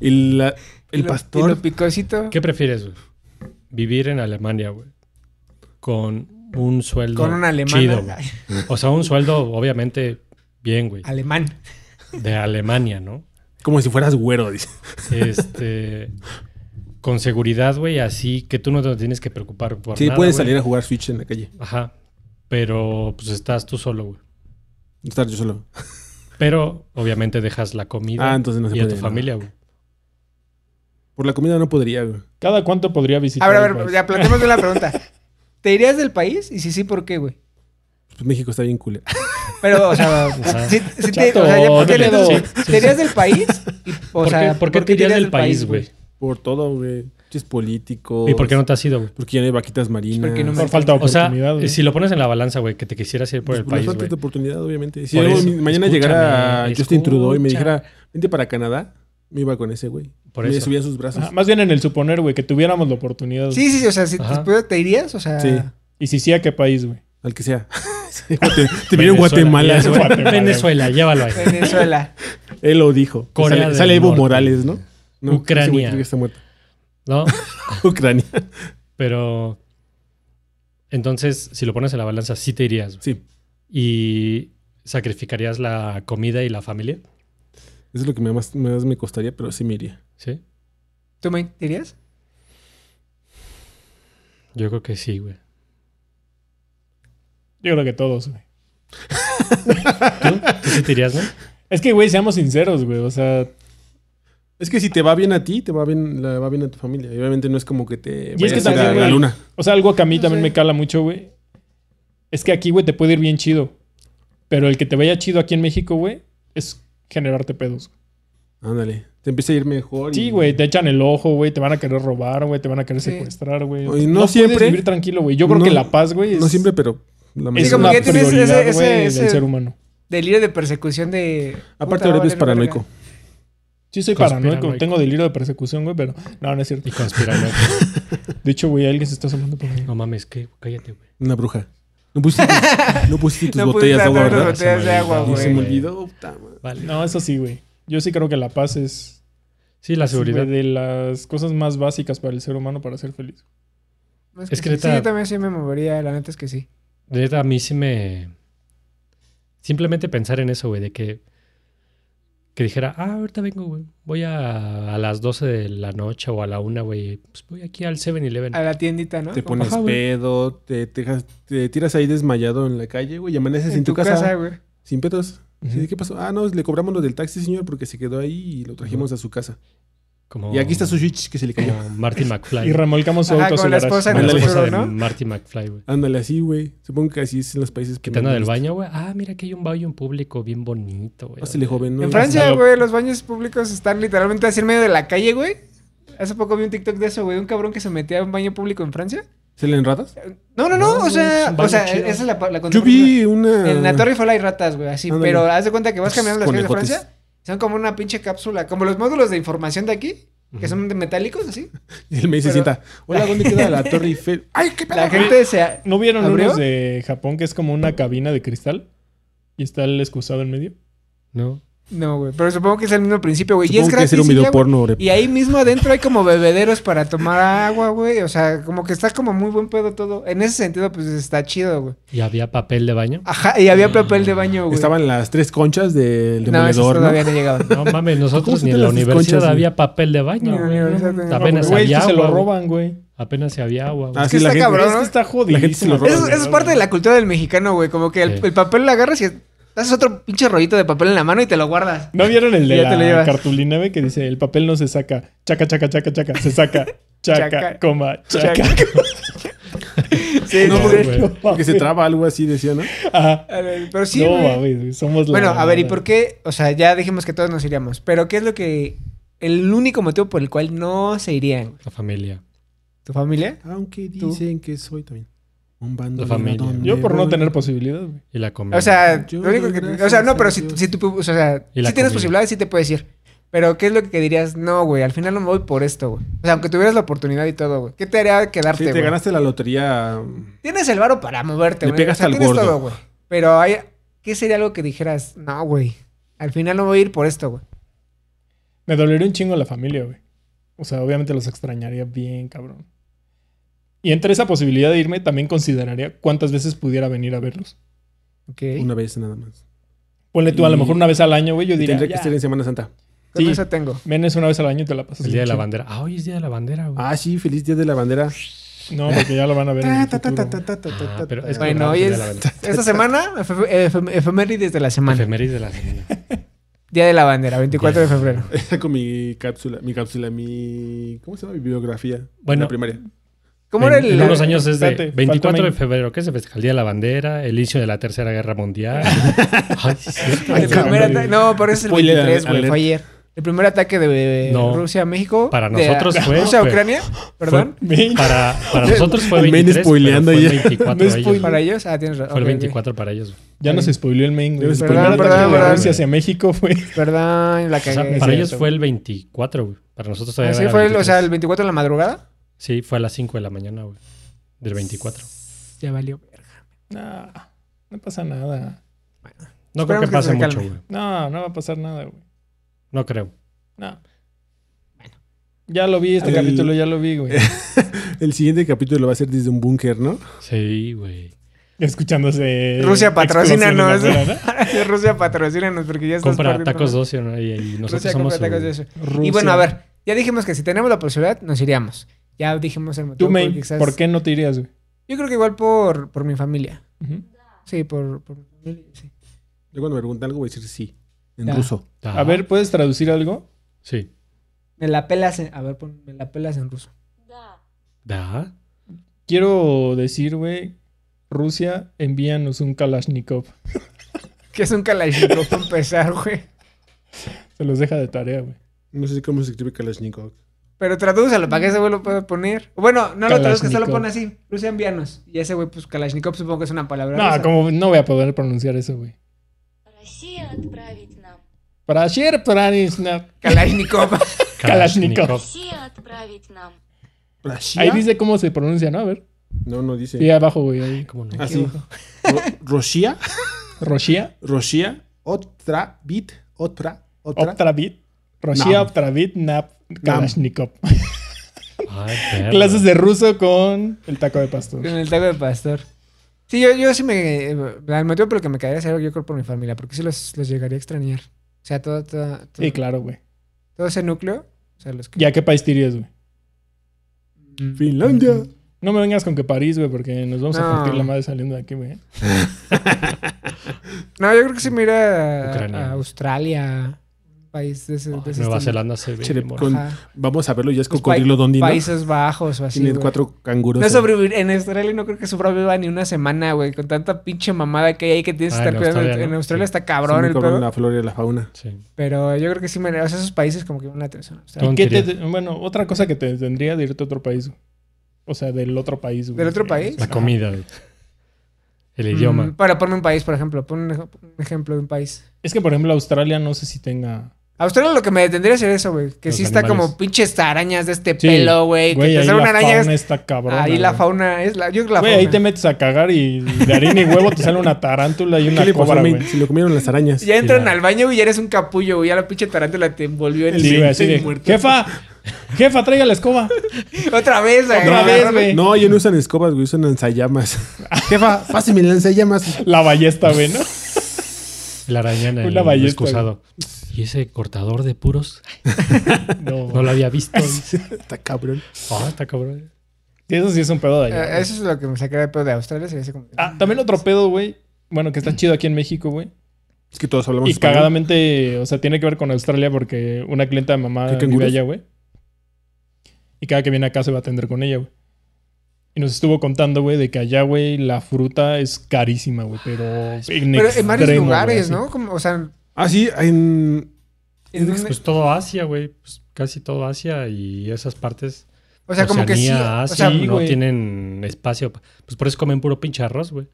D: y la- el
A: Y lo-
D: pastor.
A: Y lo picosito.
C: ¿Qué prefieres, güey? Vivir en Alemania, güey. Con un sueldo
A: Con una alemana.
C: chido, güey. O sea, un sueldo, obviamente, bien, güey.
A: Alemán.
C: De Alemania, ¿no?
D: Como si fueras güero, dice.
C: Este. con seguridad, güey, así que tú no te tienes que preocupar por
D: Sí,
C: nada.
D: puedes
C: güey.
D: salir a jugar Switch en la calle.
C: Ajá. Pero pues estás tú solo, güey.
D: Estar yo solo.
C: Pero obviamente dejas la comida
D: Ah, entonces no se
C: y a tu
D: puede, no.
C: familia, güey.
D: Por la comida no podría, güey.
B: Cada cuánto podría visitar.
A: A ver, a
B: el
A: ver,
B: país?
A: ya planteemos bien la pregunta. ¿Te irías del país? Y si sí, ¿por qué, güey?
D: Pues México está bien culero.
A: Pero, o sea, si, si te,
B: Chato,
A: o sea, ya, ¿por qué le
B: órale,
A: do-
B: sí, sí,
A: te irías del país? Y, o
C: ¿Por,
A: sea,
C: qué, por qué te irías del país, güey?
D: Por todo, güey. Chis políticos.
C: ¿Y por qué no te has ido, güey?
D: Porque ya no hay vaquitas marinas.
A: Porque no me-
B: Por falta de
C: O sea,
B: oportunidad. güey.
C: si lo pones en la balanza, güey, que te quisieras ir por
D: Pues
C: el
D: por las
C: país,
D: faltas
C: güey.
D: de oportunidad, obviamente. Si
C: Por
D: yo
C: eso,
D: mañana
C: escúchame,
D: llegara Justin
C: escucha.
D: Trudeau y me dijera, vente para Canadá, me iba con ese güey.
C: Por
D: me
C: eso.
D: subía a sus brazos.
B: Ajá, más bien en el suponer, güey, que tuviéramos la oportunidad.
A: Sí, sí, sí, o sea, si
C: Ajá.
A: después te irías, o sea...
D: Sí.
B: Y si sí, ¿a qué país, güey?
D: Al que sea. te te viene en Guatemala.
B: Venezuela.
C: Venezuela, Venezuela, llévalo ahí.
A: Venezuela.
D: Él lo dijo.
C: Corea
D: sale
C: del
D: sale Evo
C: Norte.
D: Morales, ¿no? No, ese
C: Ucrania.
D: güey creo que está muerto.
C: ¿No?
D: Ucrania.
C: Pero. Entonces, si lo pones en la balanza, sí te irías, güey.
D: Sí.
C: ¿Y sacrificarías la comida y la familia?
D: Eso es lo que me más, más me costaría, pero sí me iría.
C: ¿Sí?
A: ¿Tú, Mike, te irías?
C: Yo creo que sí, güey.
B: Yo creo que todos, güey.
C: ¿Tú? ¿Tú sí te irías, no?
B: Es que, güey, seamos sinceros, güey. O sea,
D: Es que si te va bien a ti, te va bien, la- va bien a tu familia. Y obviamente no es como que te
B: Y es que
D: vayas a ir
B: también,
D: a la
B: güey,
D: luna.
B: o sea algo que a mí
A: No
B: también
A: sé.
B: me cala mucho, güey. Es que aquí, güey, te puede ir bien chido. Pero el que te vaya chido aquí en México, güey, es generarte pedos.
D: Ándale. Te empieza a ir mejor. y-
B: Sí, güey, te echan el ojo, güey, te van a querer robar, güey, te van a querer
A: Mm. Sí.
B: secuestrar, güey.
D: Y no
B: puedes
D: siempre-
B: vivir tranquilo, güey. Yo creo
D: No-
B: que la paz, güey, es,
D: No siempre, pero la
B: es
A: Sí, como
B: una
A: que tienes ese-
B: prioridad,
A: ese-
B: güey,
A: ese-
B: del ser humano.
A: Delirio de persecución de...
D: Aparte,
A: Puta, va a
D: ahora es
A: valer verga.
D: paranoico.
B: Sí, soy
C: Conspiranoico.
B: paranoico, tengo delirio de persecución, güey, pero no, no es cierto.
C: Y conspirando.
B: De hecho, güey, alguien se está asomando por ahí.
C: No mames, ¿qué? cállate, güey.
D: Una bruja. No pusiste, tus- no pusiste tus
A: No pusiste
D: botellas de agua,
A: tantas
D: ¿verdad?
A: botellas de agua,
D: Y
A: güey.
D: se me olvidó. puta madre.
C: Vale.
B: No, eso sí, güey. Yo sí creo que la paz es
C: Sí, la seguridad.
B: güey, de las cosas más básicas para el ser humano para ser feliz.
A: No,
C: Es
A: sí.
C: que neta-
A: Sí, yo también sí me movería, la neta es que sí.
C: De neta, a mí sí me. Simplemente pensar en eso, güey, de que. Que dijera, ah, ahorita vengo, güey. Voy a, a las 12 de la noche o a la 1, güey. Pues voy aquí al 7-Eleven.
D: Ah,
A: A la tiendita, ¿no?
D: Te pones
C: Ajá, güey.
D: pedo, te, te, dejas- te tiras ahí desmayado en la calle, güey, y amaneces en, tu, casa,
A: güey.
D: sin pedos. Sí,
C: Ujú.
D: ¿Qué pasó? Ah, no, le cobramos lo del taxi, señor, porque se quedó ahí y lo trajimos a su casa.
C: Como,
D: Y aquí está su switch que se le cayó.
C: Como Marty McFly.
B: Y remolcamos su
A: Ajá,
B: auto a su
A: con la
B: garage.
A: esposa
C: Como
A: en
C: la
A: el
D: Ándale.
C: esposa
A: futuro,
C: de
A: ¿no?
C: Marty McFly, güey.
D: Ándale así, güey. Supongo que así es en los países
C: Que te anda del
D: primermundistas.
C: baño, güey. Ah, mira que hay un baño público bien bonito, güey.
D: Pásale, Ah, joven. ¿no?
A: En Francia,
B: Hasta
A: güey, los baños públicos están literalmente así en medio de la calle, güey. Hace poco vi un TikTok de eso, güey, de un cabrón que se metía a un baño público en Francia.
D: ¿Se le enradas?
A: No, no, no,
C: No,
A: o
C: güey, es
A: sea,
C: un baño
A: o sea,
C: chido.
A: esa es la, pa- la
D: Yo vi una...
A: En la Torre Eiffel hay ratas, güey, así,
D: Ándale. Pues
A: pero haz de cuenta que vas caminando las calles de
D: Conejotes.
A: Francia, son como una pinche cápsula, como los módulos de información de aquí, que son de metálicos, así.
D: Y él me dice,
A: Pero-
D: sienta, hola, ¿dónde queda la Torre Eiffel? ¡Ay, qué pedo!
A: La gente se... a-
B: ¿No vieron
A: ¿Abrió?
B: unos de Japón que es como una cabina de cristal? Y está el excusado en medio.
C: No.
A: No, güey, pero supongo que es el mismo principio, güey. Y es
D: Supongo que
A: gratis.
D: hacer un
A: y ya,
D: video
A: güey.
D: porno. güey.
A: Y ahí mismo adentro hay como bebederos para tomar agua, güey. O sea, como que está como muy buen pedo todo. En ese sentido, pues está chido, güey.
C: Y había papel de baño.
D: Ah.
A: Ajá, y había papel de baño, güey.
D: Estaban las tres conchas del
A: no, esos
D: demoledor, ¿no?
A: todavía no llegaban.
C: No mames, nosotros
D: se
C: ni
D: te
C: en la
D: las
C: universidad
D: desconchas, güey? este
C: había papel de baño,
A: No,
C: güey.
A: ni en la universidad.
C: Apenas
B: Güey, es que
C: había
B: se lo
C: agua, güey.
B: roban, güey.
C: Apenas se había agua, güey.
D: Ah,
A: Es que
D: sí, la
A: está
D: gente-
A: cabrón,
B: Es que
A: ¿no?
B: está
D: La gente se
B: jodidísimo.
D: lo roba,
A: Eso, eso es parte de la cultura del mexicano, güey. Como que el,
C: Sí.
A: el papel lo agarras y haces otro pinche rollito de papel en la mano y te lo guardas.
B: ¿No vieron el de
A: Ya te lo
B: la
A: llevas.
B: cartulina, güey? Que dice, el papel no se saca. Chaca, chaca, chaca, chaca. Se saca. Chaca,
A: Chaca.
B: coma, chaca.
A: Chaca. sí,
D: No,
A: sí,
D: güey.
A: sí.
B: No,
D: Porque se
B: mames.
D: traba algo así, decía, ¿no?
B: Ajá.
A: A ver, Pero sí,
B: no,
A: güey.
B: mames, güey, somos la
A: Bueno, a ver, ¿y
B: mamada.
A: por qué? O sea, ya dijimos que todos nos iríamos. Pero ¿qué es lo que... El único motivo por el cual no se irían? güey?
C: La familia.
A: ¿Tu familia?
D: Aunque
A: Tú.
D: dicen que soy también un bando
C: La familia.
B: Yo por no tener posibilidad, güey.
C: Y la comida.
A: O sea,
D: Mm. Yo
A: lo único
D: doy
A: que...
D: gracias
A: O sea, no, pero
D: a
A: si,
D: Dios.
A: si tú... O sea,
C: Y
A: si
C: la
A: tienes
C: comida.
A: posibilidades, sí te puedes ir. Pero ¿qué es lo que dirías? No, güey, al final no me voy por esto, güey. O sea, aunque tuvieras la oportunidad y todo, güey. ¿Qué te haría quedarte,
D: Si
A: güey?
D: te ganaste la lotería...
A: Tienes el varo para moverte,
D: Le
A: güey. o
D: pegas
A: sea,
D: al
A: tienes
D: gordo.
A: todo, güey. Pero hay... ¿Qué sería algo que dijeras? No, güey. Al final no voy a ir por esto, güey.
B: Me dolería un chingo la familia, güey. O sea, obviamente los extrañaría bien, cabrón. Y entre esa posibilidad de irme, también consideraría cuántas veces pudiera venir a verlos.
A: Ok.
D: Una vez nada más.
B: Ponle tú, a lo
D: Y-
B: mejor una vez al año, güey, yo
D: Y
B: diría,
D: Tendría que
B: "Ya,
D: estar en Semana Santa.
A: Con
B: sí.
A: eso tengo.
B: menes una vez al año y te la pasas.
C: el día de la
B: chido".
C: bandera. Ah, hoy es día de la bandera, güey.
D: Ah, sí, feliz Día de la Bandera.
B: No, porque ya lo van a ver en el futuro.
C: Ah, pero es
A: Bueno,
C: verdad,
A: hoy
C: día de
A: es-
C: la bandera.
A: Esta semana, efem- efem- efemérides de la semana.
C: Efemérides de la semana.
A: Día de la bandera, 24 de febrero.
D: Con mi cápsula, mi cápsula, mi... ¿Cómo se llama? Mi biografía.
C: Bueno.
D: En la primaria.
A: ¿Cómo era
C: En-
A: el...?
C: En unos años es de
B: Espérate,
C: 24 de
B: falta
C: febrero, que se festeja el Día de la Bandera, el inicio de la Tercera Guerra Mundial. Ay, sí, es cierto.
A: el primer ata- No, pero es el
D: Spoiler
A: 23, güey.
D: alert.
A: Fue ayer. El primer ataque de eh,
C: No.
A: Rusia a México.
C: Para
A: de-
C: nosotros fue,
A: Rusia a
C: fue-
A: Ucrania, perdón.
B: Ve,
C: Para, para nosotros fue
D: Men
C: 23, pero
D: spoileando
C: fue el
D: ya.
C: 24
B: Men
C: para ellos.
A: Para ellos, ah, tienes razón.
C: Fue el
A: ok, ok.
C: 24 para ellos.
B: Ya nos spoileó el main, güey. El
D: Perdón,
B: primer ataque
A: perdón,
B: de
A: perdón.
B: Rusia hacia México fue.
A: Perdón, la
C: O
A: cagué.
C: sea,
A: es
C: para ellos
A: cierto.
C: fue el 24, güey. Para nosotros todavía
A: Así
C: era
A: Ah, fue, el- o
C: 23.
A: sea, el 24 de la madrugada.
C: Sí, fue a las 5 de la mañana, güey. Del 24.
A: Ya valió.
B: No, no pasa nada.
C: No creo
A: Esperemos
C: que
A: que
C: pase
A: se
C: mucho,
A: calme.
C: güey.
B: No, no va a pasar nada, güey.
C: No creo.
B: No. Ya lo vi, este
D: El-
B: capítulo ya lo vi, güey.
D: El siguiente capítulo va a ser desde un búnker, ¿no?
C: Sí, güey.
B: Escuchándose.
A: Rusia, patrocínanos.
B: explosiones afuera,
A: Ah, Rusia, patrocínanos porque ya estás
C: Compra
A: perdiendo-
C: tacos 12 ¿no? y, y nosotros
A: Rusia,
C: somos
A: compra tacos
C: su-
A: de eso.
B: ¿no?
A: Y bueno,
B: Rusia.
A: a ver, ya dijimos que si tenemos la posibilidad, nos iríamos. Ya dijimos el motivo.
B: Tú,
A: por el
B: main,
A: que quizás-
B: ¿por qué no te irías, güey?
A: Yo creo que igual por, por mi familia.
B: Ujú.
A: Sí, por, por mi familia. sí.
D: Yo cuando me preguntan algo voy a decir sí, en
A: Ya.
D: ruso.
C: Ah,
B: A ver, ¿puedes traducir algo?
C: Sí.
A: Me la pelas en, a ver, pon, me la pelas en ruso.
C: Da.
B: Quiero decir, güey, Rusia, envíanos un Kalashnikov.
A: Que es un kalashnikov para empezar, güey.
B: Se los deja de tarea, güey.
D: No sé cómo se escribe Kalashnikov.
A: Pero tradúcelo, para que ese güey lo pueda poner. O Bueno, no lo traduzca, solo
B: Kalashnikov.
A: pone así. Rusia envianos. Y ese güey, pues kalashnikov supongo que es una palabra. rusa.
B: No, como no voy a poder pronunciar eso, güey.
E: Россия отправить нам.
B: Para ayer, para Nisna.
A: Kalashnikov.
B: Kalashnikov.
E: Россия отправить нам.
B: Ahí dice cómo se pronuncia, ¿no? A ver.
D: No, no dice.
B: Sí, abajo, güey. ahí.
C: ¿Cómo no?
D: Así. Roshia,
B: Roshia,
D: Roshia, otra bit, otra, otra.
B: Optravit. Roshia,
D: Nam.
B: Optravit, Nap, Kalashnikov.
C: Ay, perro.
B: Clases de ruso con el taco de pastor.
A: Con el taco de pastor. Sí, yo, yo sí me. eh, El motivo por el que me caería es algo, yo creo por mi familia, porque sí los, los llegaría a extrañar. O sea, todo, todo, todo,
B: Sí, claro, güey.
A: todo ese núcleo. O sea, los que.
B: ¿Y a qué país te irías, güey?
A: Mm.
D: Finlandia.
B: No me vengas con que París, güey, porque nos vamos a
A: No.
B: partir la madre saliendo de aquí, güey.
A: No, yo creo que sí me iría a,
C: Ucrania.
A: a Australia, un país de ese. de ese
C: Nueva
A: estilo.
C: Zelanda se ve.
D: Chile,
C: mor-
D: con-
A: Ajá.
D: Vamos a verlo, ya es
A: Los
D: cocodrilo
A: pa-
D: dondino.
A: Países Bajos o así.
D: Tiene
A: güey.
D: cuatro canguros.
A: No sobrevivir. En Australia no creo que sobreviva ni una semana, güey. Con tanta pinche mamada que hay que tienes que
C: Ah,
A: estar
C: en
A: cuidando.
C: Australia,
A: en
C: ¿no?
A: Australia
C: Sí.
A: está
D: Está
A: cabrón
D: muy
A: el
D: cabrón
A: pedo.
D: la flora y la fauna.
C: Sí.
A: Pero yo creo que sí me. O sea, esos países como que van la atención.
C: ¿Dónde
B: ¿Qué
C: te
B: te- bueno, otra cosa que te tendría de irte a otro país, güey. O sea, del otro país, güey.
A: ¿Del otro país?
C: La comida.
B: Ah.
C: güey. El idioma.
A: Mm, Para ponme un país, por ejemplo. Pon un, ej- un ejemplo de un país.
B: Es que, por ejemplo, Australia no sé si tenga...
A: Australia lo que me detendría sería eso, güey. Que
C: Los
A: sí está
C: animales.
A: como pinches arañas de este
B: Sí,
A: pelo, güey. Que
B: Güey,
A: te
B: ahí la
A: sale una araña.
B: fauna
A: es-
B: está cabrona,
A: Ahí la
B: güey.
A: fauna es la. Yo creo que la
B: Güey,
A: fauna.
B: ahí te metes a cagar y de harina y huevo te sale una tarántula y
D: ¿Qué
B: una
D: le pasó a
B: cobra,
D: mí?
B: güey.
D: Se pues, lo comieron las arañas.
A: Ya entran
C: la-
A: al baño, güey, y eres un capullo, güey. Ya la pinche tarántula te envolvió en
B: Sí,
A: ti.
B: güey, así de... Jefa, jefa, traiga la escoba.
A: Otra vez, güey.
B: Otra vez, güey.
D: No, ya no usan escobas, güey, usan lanzallamas. Jefa, pásame el lanzallamas.
B: La ballesta, güey, ¿no?
C: La araña en el
B: Una ballesta,
C: excusado. Y ese cortador de puros
B: No,
C: no lo había visto.
D: Está cabrón.
C: Ah, está cabrón.
B: Eso sí es un pedo de allá.
A: Eh,
B: güey.
A: eso es lo que me sacaría de pedo de Australia. Sería así como.
B: Ah, también otro pedo, güey. Bueno, que está chido aquí en México, güey.
D: Es que todos hablamos
B: Y
D: español.
B: cagadamente, o sea, tiene que ver con Australia porque una clienta de mamá
D: ¿Qué
B: vive
D: canguros?
B: allá, güey. Y cada que viene acá se va a atender con ella, güey. Y nos estuvo contando, güey, de que allá, güey, la fruta es carísima, güey, pero en
A: Pero en varios
B: extremo, güey,
A: lugares,
B: así.
A: ¿no? Como, o sea,
D: Ah, sí, en...
A: en un-
C: Pues todo Asia, güey. Pues casi todo Asia y esas partes.
A: o sea como que sí.
C: Oceanía,
A: O
C: Asia,
A: sea,
B: sí,
C: no
B: güey.
C: tienen espacio. pa- Pues por eso comen puro pinche arroz, güey.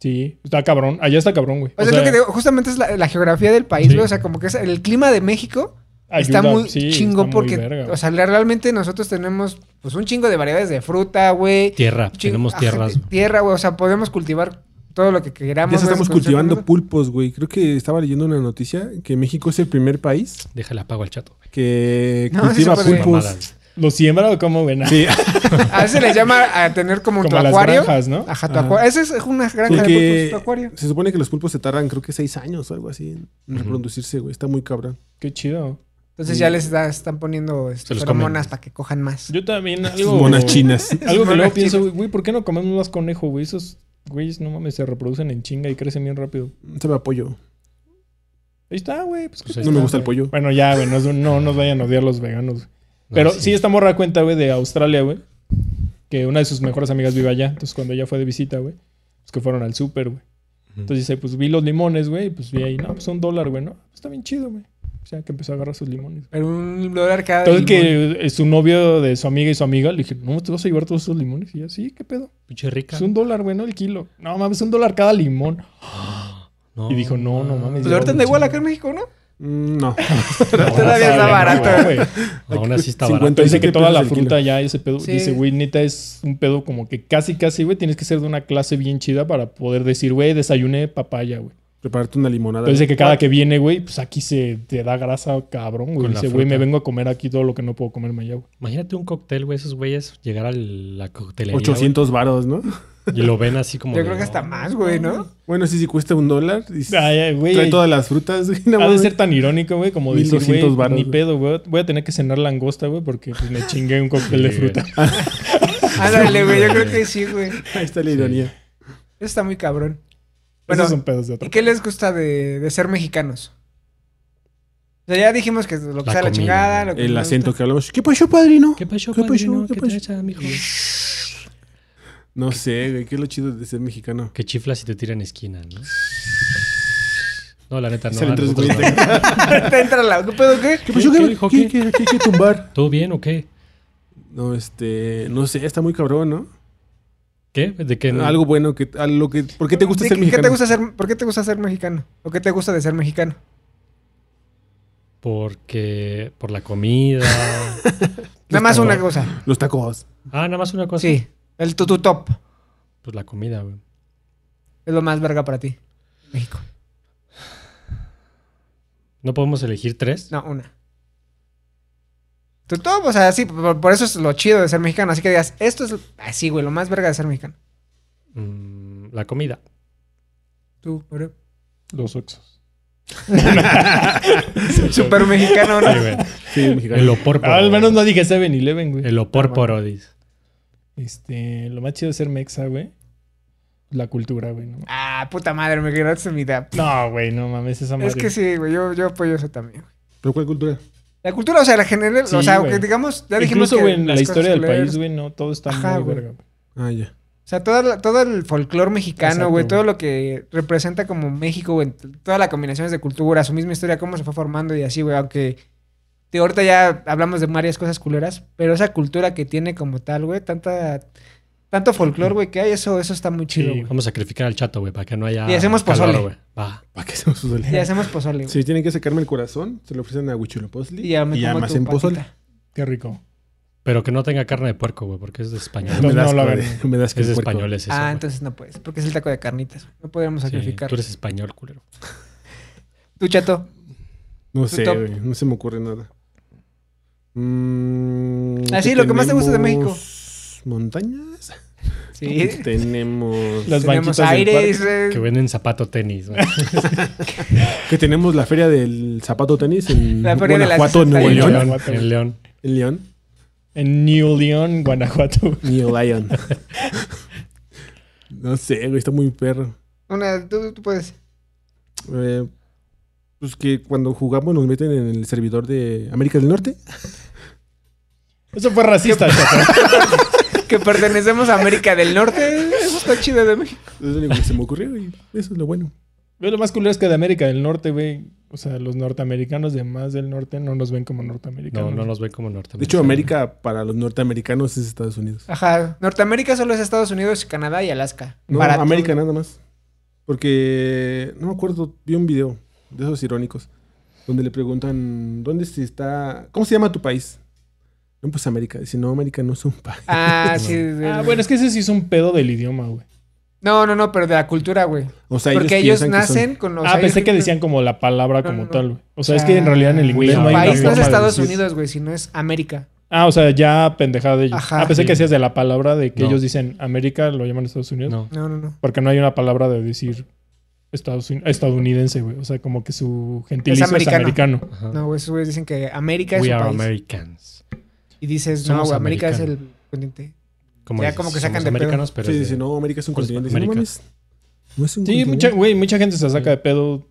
B: Sí, está cabrón. Allá está cabrón, güey.
A: O sea, es lo que te digo, justamente es la, la geografía del país,
C: Sí.
A: güey. O sea, como que es el clima de México está
B: ayuda,
A: muy
B: sí,
A: chingo
B: está muy
A: porque,
B: verga, güey.
A: o sea, la- realmente nosotros tenemos pues un chingo de variedades de fruta, güey.
C: Tierra.
A: Chingo-
C: tenemos
A: ajá,
C: tierras.
A: de-
C: güey.
A: Tierra, güey. O sea, podemos cultivar todo lo que
D: Ya
A: queramos.
D: se
A: güey,
D: estamos
A: con cierta
D: cultivando
A: cosa.
D: pulpos, güey. Creo que estaba leyendo una noticia que México es el primer país
C: Déjale apago al chato. güey.
D: que
A: No,
D: cultiva
A: sí se puede.
D: pulpos.
C: Mamada, güey.
B: ¿Lo siembra o cómo, güey?
D: Sí,
A: A veces le llama a tener como,
B: Como
A: tu
B: las
A: acuario.
B: granjas, ¿no?
A: Ajá, tu
D: Ajá.
A: acuario. Esa es una granja de pulpos,
D: porque
A: tu acuario.
D: se supone que los pulpos se tardan creo que seis años o algo así en reproducirse, güey. Está muy cabrón.
B: Qué chido.
A: Entonces
D: Sí.
A: ya les da- están poniendo este,
C: Se los comen.
A: feromonas para que cojan más.
B: Yo también
D: Esas
B: algo...
D: monas chinas.
B: Algo que
A: Monas
B: luego pienso, güey, güey, ¿por qué no comemos más conejo, güey? Esos güeyes, no mames, se reproducen en chinga y crecen bien rápido.
D: Sabe a pollo.
B: Ahí está, güey. Pues,
C: Pues
B: ¿qué
C: ahí
D: No me
B: tal,
D: gusta el
B: güey?
D: pollo.
B: Bueno, ya, güey, no, no nos vayan a odiar los veganos. güey.
C: No,
B: Pero sí, esta morra cuenta, güey, de Australia, güey. que una de sus mejores amigas vive allá. Entonces, cuando ella fue de visita, güey, pues que fueron al súper, güey. Entonces dice, pues vi los limones, güey, y pues vi ahí, no, pues un dólar, güey, ¿no? Está bien chido, güey. O sea, que empezó a agarrar sus limones.
A: Pero un dólar cada
B: Entonces
A: limón.
B: que eh, su novio de su amiga y su amiga le dije, no, ¿te vas a llevar todos esos limones? Y yo, sí, ¿qué pedo?
C: Pinche rica.
B: Es un dólar, güey, ¿no? El kilo. No, mames, un dólar cada limón.
C: No, ah,
B: Y dijo, no, no mames.
A: Pues ahorita anda igual acá en México, ¿no?
D: Mm, No.
A: todavía está barato.
B: güey.
C: Aún así está
D: 50.
C: barato.
B: Pero dice que
D: 27
B: toda la
D: pesos el kilo.
B: fruta ya, ese pedo.
A: Sí.
B: Dice, güey, neta, es un pedo como que casi, casi, güey, tienes que ser de una clase bien chida para poder decir, güey, desayuné papaya, güey.
D: Prepararte una limonada.
B: Pero dice que cada que viene, güey, pues aquí se te da grasa cabrón, güey.
C: Con la
B: Dice, güey, me
C: fruta.
B: vengo a comer aquí todo lo que no puedo comerme allá, güey.
C: Imagínate un cóctel, güey, esos güeyes llegar a la coctelería. güey,
D: 800 varos, ¿no?
C: Y lo ven así como.
A: Yo
C: de,
A: creo que
C: no,
A: hasta más, güey, ¿no?
D: Bueno, sí, sí cuesta un dólar. y s-
B: Ay, ay, Ah, güey.
D: trae todas las frutas. güey, no
B: Ha de
D: mames.
B: ser tan irónico, güey, como decir,
D: 1200
B: güey,
D: varos,
B: ni
D: güey.
B: pedo, güey. Voy a tener que cenar langosta, güey, porque pues, me chingué un cóctel de
C: Sí,
B: fruta.
A: Ándale, güey, yo creo que sí, güey. Eso
D: Ahí está la ironía.
A: está muy cabrón. Bueno,
B: Esos son pedos de otro.
A: ¿y qué les gusta de, de ser mexicanos? O sea, ya dijimos que lo que
C: La
A: sea la
C: comida,
A: chingada. lo que
D: El
A: nos
D: acento
A: gusta.
D: que hablamos. ¿Qué pasó, padrino?
C: ¿Qué pasó,
D: ¿Qué
C: ¿Qué
D: pasó?
C: padrino? ¿Qué,
D: ¿Qué
C: traes, amigo?
D: No sé, güey. ¿Qué es lo chido de ser mexicano?
C: Que chiflas y te tiran esquina, ¿no? No, la neta, no.
D: Salen
C: a
D: tres
C: nosotros
D: güeyes
C: no.
A: Te entra la. ¿Qué pedo qué?
D: ¿Qué pasó?
C: ¿Qué
D: ¿Qué,
C: dijo?
D: qué-
C: ¿Qué?
D: qué- qué hay que tumbar?
C: ¿Todo bien o qué?
D: No, este. No sé, está muy cabrón, ¿no?
C: ¿Qué? ¿De qué?
D: Algo bueno que. Algo que ¿Por qué te gusta
A: Sí,
D: ser
A: ¿qué- qué
D: mexicano?
A: te gusta ser- ¿Por qué te gusta ser mexicano? ¿O qué te gusta de ser mexicano?
C: Porque. Por la comida.
A: Nada más
C: está
A: una
C: bueno.
A: cosa.
D: Los tacos.
C: ah, nada más una cosa.
A: Sí, el tu, tu top
C: Pues la comida, güey.
A: es lo más verga para ti. México.
C: ¿No podemos elegir tres?
A: No, una. Tu top, o sea, sí, por, por eso es lo chido de ser mexicano. Así que digas, esto es así, güey, lo más verga de ser mexicano.
C: Mm, la comida.
A: Tú, bro.
B: Los oxos.
A: Super mexicano,
C: Sí,
A: ¿no?
C: güey.
D: Sí, mexicano.
C: El opórporo.
B: Ah, al menos
C: güey.
B: no dije 7-Eleven, güey.
C: El opórporo, dice.
B: Este, lo más chido de ser mexa, güey. La cultura, güey. No,
A: Ah, puta madre, me quedaste en mi edad.
B: No, güey, no mames, esa madre.
A: Es que sí, güey, yo, yo apoyo eso también. güey.
D: ¿Pero cuál cultura?
A: La cultura, o sea, la general,
B: Sí,
A: o sea,
B: güey.
A: aunque digamos, ya dijimos
B: Incluso,
A: que
B: güey, en la
A: las
B: historia
A: cosas
B: del país,
A: culeras-
B: güey, no, todo está
A: Ajá,
B: muy
A: güey.
B: verga, güey.
D: Ah, ya.
A: O sea, toda la- todo el folclore mexicano,
B: Exacto,
A: güey, todo
B: güey.
A: lo que representa como México, güey, t- todas las combinaciones de cultura, su misma historia, cómo se fue formando y así, güey, aunque de ahorita ya hablamos de varias cosas culeras, pero esa cultura que tiene como tal, güey, tanta tanto folclore, güey, que hay, eso eso está muy chido,
C: Sí,
A: güey.
C: vamos a sacrificar al chato, güey, para que no haya.
A: Y hacemos pozole.
C: güey. Va.
D: ¿Para qué hacemos su
A: Y hacemos pozole, güey.
D: Si tienen que sacarme el corazón, se lo ofrecen a Huichulopostli.
A: Y ya me como tu
D: hacen pozole.
A: patita.
B: Qué rico.
C: Pero que no tenga carne de puerco, güey, porque es de español.
B: No,
D: Me
B: no,
D: das
B: la
D: que-
B: verdad.
D: Me das que
C: es de
D: el puerco.
C: español, eh. es eso.
A: ah,
C: güey.
A: entonces no puedes, porque es el taco de carnitas. güey. No podríamos
C: Sí,
A: sacrificar.
C: tú eres español, culero.
A: Tú, chato.
D: No sé,
A: top.
D: güey, no se me ocurre nada. Mm,
A: Así,
D: ¿qué
A: lo que más te gusta de México.
D: tenemos? Montañas.
A: Sí.
D: ¿Qué Tenemos.
B: Las
A: Tenemos
B: banquitas del
A: aires, eh.
B: parque.
A: güey.
C: Que venden zapato tenis, güey.
D: Que tenemos la feria del zapato tenis en
A: La feria de las
D: Guanajuato, Nuevo
A: 61.
D: León.
B: León.
C: En León.
D: En León.
B: En New León, Guanajuato, güey.
D: New Lion. no sé, güey, está muy perro.
A: Una, tú, tú puedes.
D: Eh, pues que cuando jugamos nos meten en el servidor de América del Norte.
B: Eso fue racista, chato.
A: Que pertenecemos a América del Norte. Eso está chido de México.
D: Es lo único que se me ocurrió y eso es lo bueno.
B: Yo lo más culero es que de América del Norte, güey. O sea, los norteamericanos de más del norte no nos ven como
C: No,
B: norteamericanos.
C: no nos ven como norteamericanos.
D: De hecho, América para los norteamericanos es Estados Unidos.
A: Ajá. Norteamérica solo es Estados Unidos, Canadá y Alaska.
D: No,
A: Para
D: América
A: todo.
D: nada más. Porque no me acuerdo, vi un video de esos irónicos donde le preguntan, ¿dónde se está? ¿Cómo se llama tu país? No, pues América. Dice, no, América no es un país.
A: Ah, sí. de-
B: Ah, bueno, es que ese sí es un pedo del idioma, güey.
A: No, no, no, pero de la cultura, güey.
D: O sea,
A: Porque ellos,
D: piensan que son-
A: nacen con los.
B: ah, pensé que decían como la palabra
A: No,
B: como
A: no, no.
B: tal, güey. O sea, es que en realidad en el
C: Güey,
B: inglés no hay una
A: país no es
B: forma de
A: Estados
B: decir-
A: Unidos, güey, sino es América.
B: Ah, o sea, ya pendejada de ellos.
A: Ajá.
B: ah, pensé
C: Sí.
B: que hacías de la palabra de que
C: No.
B: ellos dicen América, lo llaman Estados Unidos.
C: No.
A: No, no, no.
B: Porque no hay una palabra de decir Estados Uni- estadounidense, güey. O sea, como que su gentilicio es americano.
A: americano. No, güey, esos güeyes dicen que América es
C: We
A: su
C: are
A: país.
C: Americans.
A: Y dices, no,
C: Somos
A: güey, América es
C: americanos.
A: el continente.
C: Como
A: Ya
C: dices,
A: como que
C: somos
A: sacan de pedo.
C: americanos, pero.
D: Sí,
C: es de-
D: dice, no, América es un
C: Pues,
D: continente. Dice, no
C: América.
D: mames, no es un
B: Sí,
D: continente.
B: mucha, güey, mucha gente se saca de pedo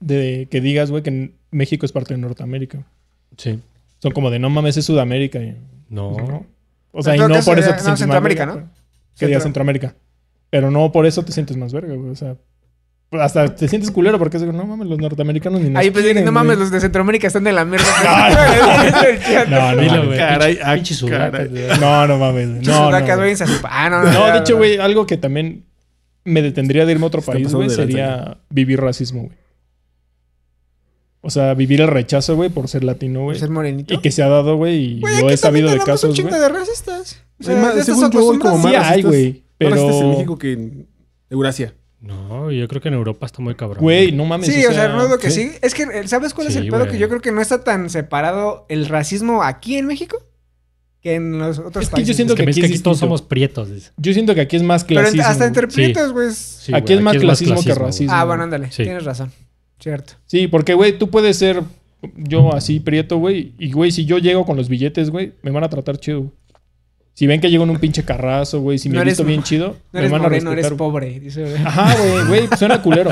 B: de que digas, güey, que N- México es parte de Norteamérica.
C: Sí. Oh.
B: Son como de no mames, es Sudamérica. y-
C: No.
B: No. O sea, y
A: todo
B: no
A: caso
B: por eso
A: sería-
B: te
A: no,
B: sientes más
A: Centroamérica,
B: verga,
A: ¿no?
B: güey. Sería
A: Centro-
B: Centroamérica. Pero no por eso te sientes más verga, güey. O sea, hasta te sientes culero porque es de, no mames, los norteamericanos ni nos
A: Ahí pensé que
B: quieren,
A: no mames,
B: güey".
A: los de Centroamérica están de la mierda.
C: No, no,
B: Dilo,
C: güey.
F: Caray,
C: Pinche-
F: ah,
C: pinche sudacas,
F: caray.
C: güey.
B: No, no mames. güey.
A: No,
B: No, no,
A: sudacas,
B: güey.
A: váyanse a su- Ah, no, no.
B: No,
A: no,
B: de hecho,
A: no.
B: güey, algo que también me detendría de irme a otro
D: Está
B: país,
D: pasando
B: güey,
D: de lanza,
B: sería vivir racismo, güey. O sea, vivir el rechazo, güey, por ser latino, güey.
A: Ser Pues morenito.
B: Y que se ha dado, güey, y yo he sabido de casos,
A: un
B: güey.
A: chingo de racistas. O sea,
D: Hay más-
A: ya estás
D: según yo, hay como
A: acostumbrado.
D: más
B: Sí hay,
D: racistas-
B: güey.
D: Pero...
B: Pero,
D: en México que en Eurasia.
C: No, yo creo que en Europa está muy cabrón.
B: güey, no mames.
A: Sí, o sea, no dudo que sí. Es que, eh, ¿sabes cuál es
C: Sí,
A: el pedo?
C: güey.
A: Que yo creo que no está tan separado el racismo aquí en México que en los otros
B: Es que yo
A: países.
B: siento
C: Es que,
B: que
C: ves
B: aquí
C: que
B: es
C: aquí todos
B: distinto.
C: somos prietos. dice.
B: Yo siento que aquí es más
A: Pero en-
B: clasismo.
A: hasta
B: güey.
A: entre
C: Sí.
A: prietos, güey. es-
C: Sí,
B: Aquí
C: güey,
B: es más clasismo que
C: güey.
B: racismo.
A: Ah, bueno, ándale.
C: Sí.
A: Tienes razón. Cierto.
B: Sí, porque, güey, tú puedes ser yo así, prieto, güey. Y, güey, si yo llego con los billetes, güey, me van a tratar chido. güey. Si ven que llego en un pinche carrazo, güey, si me
A: No
B: he
A: eres
B: visto bien
A: mo-
B: chido,
A: No
B: me
A: eres
B: van a
A: moreno, eres
B: respetar. Ah, güey.
A: pobre. Dice, güey.
B: Ajá, güey, güey, pues suena culero.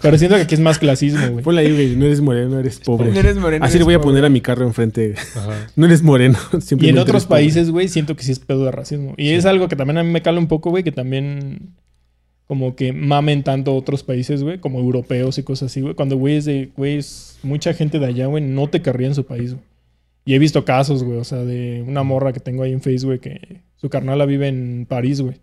B: Pero siento que aquí es más clasismo, güey.
D: Ponle ahí, güey. No eres moreno, eres pobre.
A: No eres moreno.
D: Así le
A: eres
D: voy a
A: pobre.
D: poner a mi carro enfrente.
C: Ajá.
D: No eres moreno.
B: Y en
D: simplemente
B: otros
D: eres pobre.
B: países, güey, siento que sí es pedo de racismo. Y es algo que también a mí me cala un poco, güey, que también como que mamen tanto otros países, güey, como europeos y cosas así, güey. Cuando, güey, es de, güey, es mucha gente de allá, güey, no te querría en su país, güey. Y he visto casos, güey, o sea, de una morra que tengo ahí en Facebook, que su carnala vive en París, güey.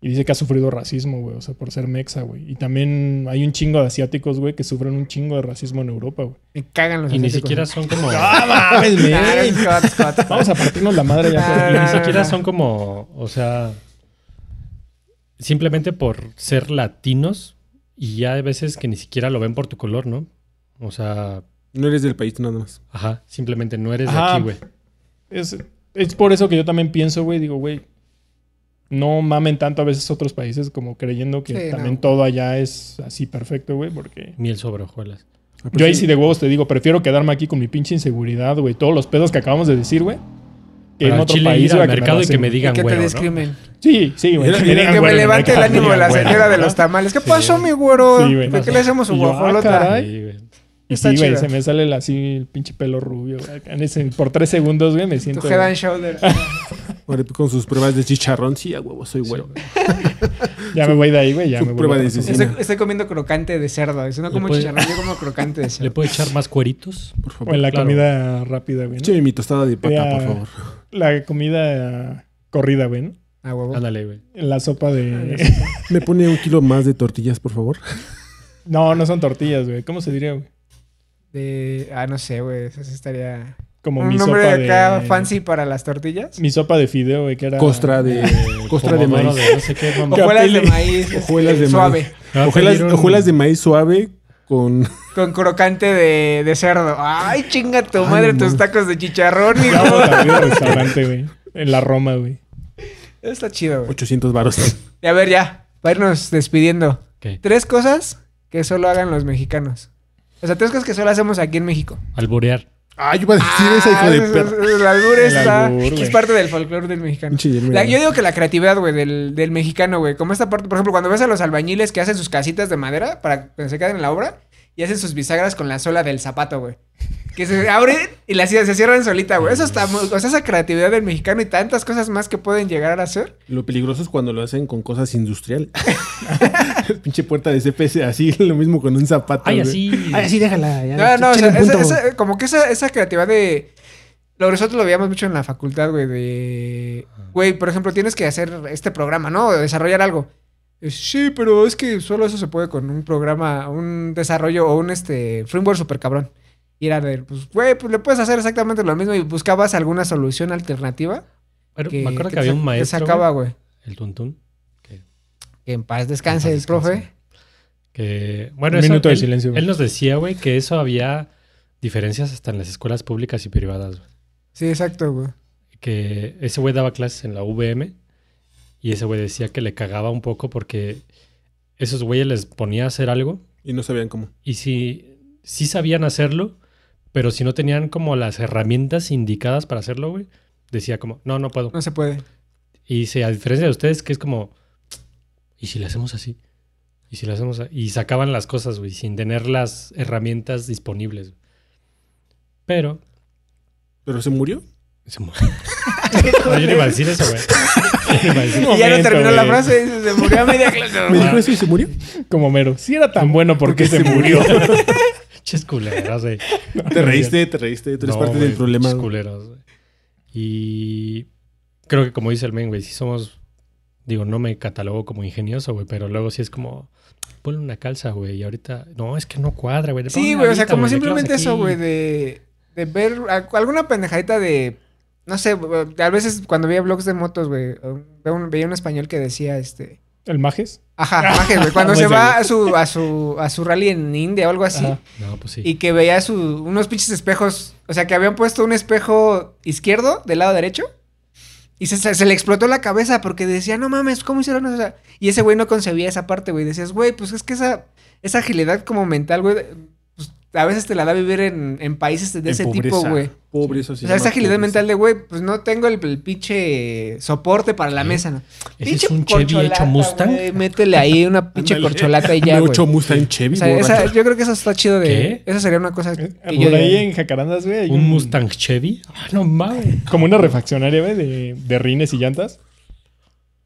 B: Y dice que ha sufrido racismo, güey, o sea, por ser mexa, güey. Y también hay un chingo de asiáticos, güey, que sufren un chingo de racismo en Europa, güey.
A: Me cagan los
C: Y ni
A: asiáticos.
C: siquiera son como.
B: ¡Ah, mames,
A: Ah,
B: men!
A: Scott, Scott.
B: Vamos a partirnos la madre ya.
A: Ah,
B: pero-
C: Y
A: no,
C: ni
A: no,
C: siquiera
A: no.
C: son como, o sea, simplemente por ser latinos y ya hay veces que ni siquiera lo ven por tu color, ¿no? O sea,
D: No eres del país, nada más.
C: ajá, simplemente no eres
B: Ajá.
C: de aquí, güey.
B: Es, es por eso que yo también pienso, güey, digo, güey, no mamen tanto a veces otros países como creyendo que
A: Sí,
B: también
A: no.
B: todo allá es así perfecto, güey, porque...
C: Miel sobre hojuelas.
A: Pues
B: Yo ahí sí de huevos te digo, prefiero quedarme aquí con mi pinche inseguridad, güey, todos los pedos que acabamos de decir, güey. Que
C: Para
B: en otro
C: Chile
B: país,
C: ir al
B: güey, que me
C: mercado y que
B: racen.
C: me
A: Y
C: digan,
A: que te
C: güey. ¿no?
A: discrimen.
B: Sí, sí, güey.
D: Que
B: Ah, me
A: Y
B: digan,
A: que me
B: güey,
A: levante el
B: me
A: ánimo de la
B: digan,
A: señora de
B: güey,
A: los
B: ¿no?
A: tamales. ¿Qué pasó, mi güero?
B: Sí, güey.
A: ¿Por qué le hacemos su
B: Y yo, ah,
A: guajolota?
B: caray.
C: Sí, güey.
B: Y
A: Está
B: sí, güey,
A: chido.
B: se me sale el- así el pinche pelo rubio, güey. acá en ese- Por tres segundos, güey, me
A: Tu
B: siento...
A: head and shoulder.
D: Ahora, Con sus pruebas de chicharrón, sí, a huevo, soy güero.
B: Ya me voy de ahí, güey, ya
D: su
B: me voy.
D: prueba
B: a-
D: de decisión.
A: Estoy, estoy comiendo crocante de cerdo. Eso no
C: Le
A: como
C: puede-
A: chicharrón, yo como crocante de
C: ¿Le
A: cerdo.
C: puedo echar más cueritos?
D: Por
B: O
D: favor.
B: en la
C: Claro.
B: comida rápida, güey. ¿no?
D: Échame mi tostada de pata,
B: Ya.
D: por favor.
B: La comida corrida, güey, ¿no?
A: A huevo.
C: Ándale, güey.
B: La sopa
A: Ah,
B: de...
D: ¿Me pone un kilo más de tortillas, por favor?
B: No, no son tortillas, güey. ¿Cómo se diría, güey?
A: De- ah, no sé, güey. Eso sí estaría.
B: Como
A: Un
B: mi
A: nombre
B: sopa
A: de acá
B: de...
A: fancy para las tortillas.
B: Mi sopa de fideo, güey, que era...
D: Costra
A: Eh,
D: de, costra de
C: pomodoro
D: maíz.
C: no sé qué, mamá. Ah,
A: Hojuelas de
B: capeli.
A: maíz. este,
D: Hojuelas de
A: suave.
D: maíz.
C: Me va a
D: Hojuelas,
C: pedir un-
D: hojuelas de maíz suave con...
A: Con crocante de, de cerdo. Ay, chinga tu
D: Ay,
A: madre
D: no
A: tus
D: mames.
A: tacos de chicharrón, hijo.
B: Vamos a abrir el restaurante, güey. En la Roma, güey.
A: Está chido, güey.
D: 800 varos.
A: Y a ver, ya. Para irnos despidiendo.
C: ¿Qué?
A: Tres cosas que solo hagan los mexicanos. O sea, tres cosas que solo hacemos aquí en México.
C: Alborear.
D: Ah, yo iba a decir esa, hijo de
A: Ah,
D: perra.
A: El albur está.
B: albur, güey.
A: es parte del folclore del mexicano.
D: Pinche Jeremy,
A: La-
D: ¿no?
A: yo digo que la creatividad, güey, del, del mexicano, güey. Como esta parte, por ejemplo, cuando ves a los albañiles que hacen sus casitas de madera para que se queden en la obra y hacen sus bisagras con la sola del zapato, güey. Que se abren y las se cierran solita, güey. Eso está. muy- O sea, esa creatividad del mexicano y tantas cosas más que pueden llegar a hacer.
D: Lo peligroso es cuando lo hacen con cosas industrial. Pinche puerta de CPC, así, lo mismo con un zapato.
C: Ay,
D: güey.
C: así.
A: Ah,
F: déjala.
A: No, no, o sea,
F: échale
A: esa-
F: punto.
A: esa- como que esa, esa creatividad de. Lo nosotros lo veíamos mucho en la facultad, güey, de. Güey, por ejemplo, tienes que hacer este programa, ¿no? O desarrollar algo. Eh, Sí, pero es que solo eso se puede con un programa, un desarrollo o un este framework super cabrón. Y era de, pues, güey, pues le puedes hacer exactamente lo mismo y buscabas alguna solución alternativa.
C: Bueno,
A: que,
C: me acuerdo que,
A: te
C: había
A: sa-
C: un maestro.
A: Te sacaba,
C: güey,
A: güey.
C: El tuntún. que-
A: Que en paz descanse
C: En
A: el
C: paz
A: profe.
C: descanse. Que, bueno,
B: Un
C: eso,
B: minuto de
C: él-
B: silencio, güey.
C: Él nos decía, güey, que eso había diferencias hasta en las escuelas públicas y privadas. güey.
A: Sí, exacto, güey.
C: Que ese güey daba clases en la VM y ese güey decía que le cagaba un poco porque esos güeyes les ponía a hacer algo
D: Y no sabían cómo.
C: y si sí sabían hacerlo, pero si no tenían como las herramientas indicadas para hacerlo, güey, decía como, no, no puedo.
A: No se puede.
C: Y dice, a diferencia de ustedes, que es como, ¿y si le hacemos así? ¿Y si le hacemos así? Y sacaban las cosas, güey, sin tener las herramientas disponibles. Pero
D: ¿Pero se murió?
C: Se murió. No, yo no iba a decir eso, güey. Yo no iba a
A: Y
C: decir-
A: ya no
B: Momento,
A: terminó la
B: güey.
A: frase, se murió a media clase.
D: Me dijo eso y se murió.
B: Como mero. Si era tan bueno, ¿por qué se murió?
C: Pinches culeros, güey.
D: Te reíste, te reíste. Tú eres
C: No,
D: parte
C: güey,
D: del problema.
C: pinches culeros, güey. Y creo que como dice el men, güey, si somos... Digo, no me catalogo como ingenioso, güey, pero luego sí es como... Ponle una calza, güey, y ahorita... No, es que no cuadra, güey.
A: Sí,
C: Ponle
A: güey, o sea,
C: ahorita,
A: como
C: le clavas
A: simplemente eso,
C: aquí.
A: güey, de, de ver a- alguna pendejadita de. No sé, güey, a veces cuando veía blogs de motos, güey, veo un- veía un español que decía, este.
B: ¿El Majes?
A: Ajá, maje, güey, cuando
B: Muy
A: se va
B: seguro.
A: a su, a su, a su rally en India o algo así.
B: Ajá.
C: No, pues sí.
A: Y que veía su, unos pinches espejos. O sea, que habían puesto un espejo izquierdo del lado derecho. Y se, se- se le explotó la cabeza porque decía, no mames, ¿cómo hicieron eso? O sea, y ese güey no concebía esa parte, güey. Decías, güey, pues es que esa, esa agilidad como mental, güey, pues, a veces te la da vivir en, en países de
D: En
A: ese
D: pobreza.
A: tipo, güey.
D: Pobre, eso sí.
A: o sea, esa
D: llama
A: agilidad
D: pobreza.
A: mental de, güey, pues no tengo el, el pinche soporte para la
C: Sí.
A: mesa. ¿no?
C: Ese es un Chevy
A: corcholata,
C: hecho Mustang.
A: güey, Métele ahí una pinche
D: Ándale.
A: corcholata y ya,
D: Un
A: güey.
D: ocho Mustang Chevy,
A: O sea,
D: borracho.
A: esa- yo creo que eso está chido de.
C: ¿Qué?
A: Esa sería una cosa que
B: Eh, Por
A: yo
B: ahí
A: diría.
B: en Jacarandas, güey. hay
C: ¿Un Mustang Chevy? Ah, no mames.
B: Como una refaccionaria, güey, de, de rines y llantas.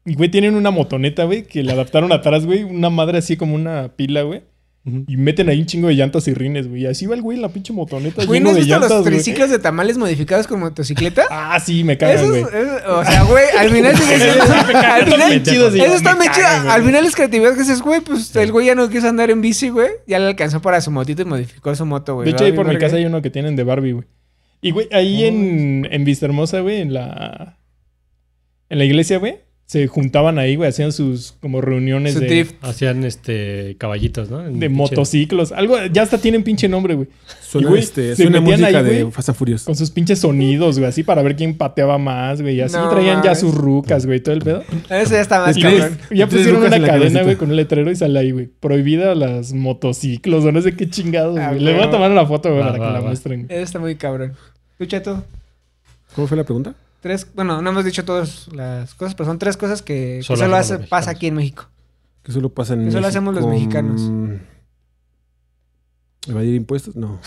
B: Y, güey, tienen una motoneta, güey, que le adaptaron atrás, güey. Una madre así como una pila, güey.
C: Ujú.
B: Y meten ahí un chingo de llantas y rines, güey. Y así va el güey en la pinche motoneta
A: Güey, ¿no
B: lleno
A: has
B: de
A: visto
B: llantas,
A: los
B: güey.
A: triciclos eh, de tamales modificados con motocicleta?
B: Ah, sí, me cagan,
A: Eso
B: güey.
A: es, es- o sea, güey, al final sí que- al final-
B: chidos, sí,
A: eso está
B: me
A: muy chido.
B: cagan, güey.
A: Al final es creatividad que dices, güey, pues el güey ya no quiso andar en bici, güey. Ya le alcanzó para su motito y modificó su moto, güey.
B: De hecho, ahí
A: Va
B: por
A: bien
B: mi
A: verga.
B: casa hay uno que tienen de Barbie, güey. Y, güey, ahí en, en Vista Hermosa, güey, en la. En la iglesia, güey, se juntaban ahí, güey, hacían sus como reuniones
A: Su
B: de.
A: drift.
C: Hacían este caballitos, ¿no?
D: Mm,
C: En
B: De
C: pinche-
B: motociclos, algo, ya hasta tienen pinche nombre, güey.
D: Suena,
B: Y, güey,
D: este,
B: se
D: suena
B: metían
D: música
B: ahí,
D: de
B: güey.
D: Fast and Furious.
B: Con sus pinches sonidos, güey, así para ver quién pateaba más, güey. y Así
A: No
B: traían ya
A: mames.
B: sus rucas, güey, todo el pedo.
A: Eso ya está más
D: Es
B: Y
D: que-
B: güey,
A: cabrón.
B: ya
D: Tres
B: pusieron
D: rucas
B: una
D: en la
B: cadena,
D: cabecita.
B: güey, con un letrero y sale ahí, güey. Prohibida las motociclos, o no sé qué chingados,
A: Ah,
B: güey. Le voy a
A: güey.
B: tomar una foto, güey,
C: Va,
B: para que
C: va,
B: la
C: va.
B: muestren.
A: Eso está muy cabrón. Tú, chato.
D: ¿Cómo fue la pregunta?
A: Tres, bueno, no hemos dicho todas las cosas, pero son tres cosas que que
C: Solo
A: solo
C: hacemos
A: hace-
C: los
A: pasa
C: mexicanos.
A: aquí en México.
D: Que solo pasa en
A: Que solo hacemos los mexicanos.
D: ¿Evadir impuestos? No.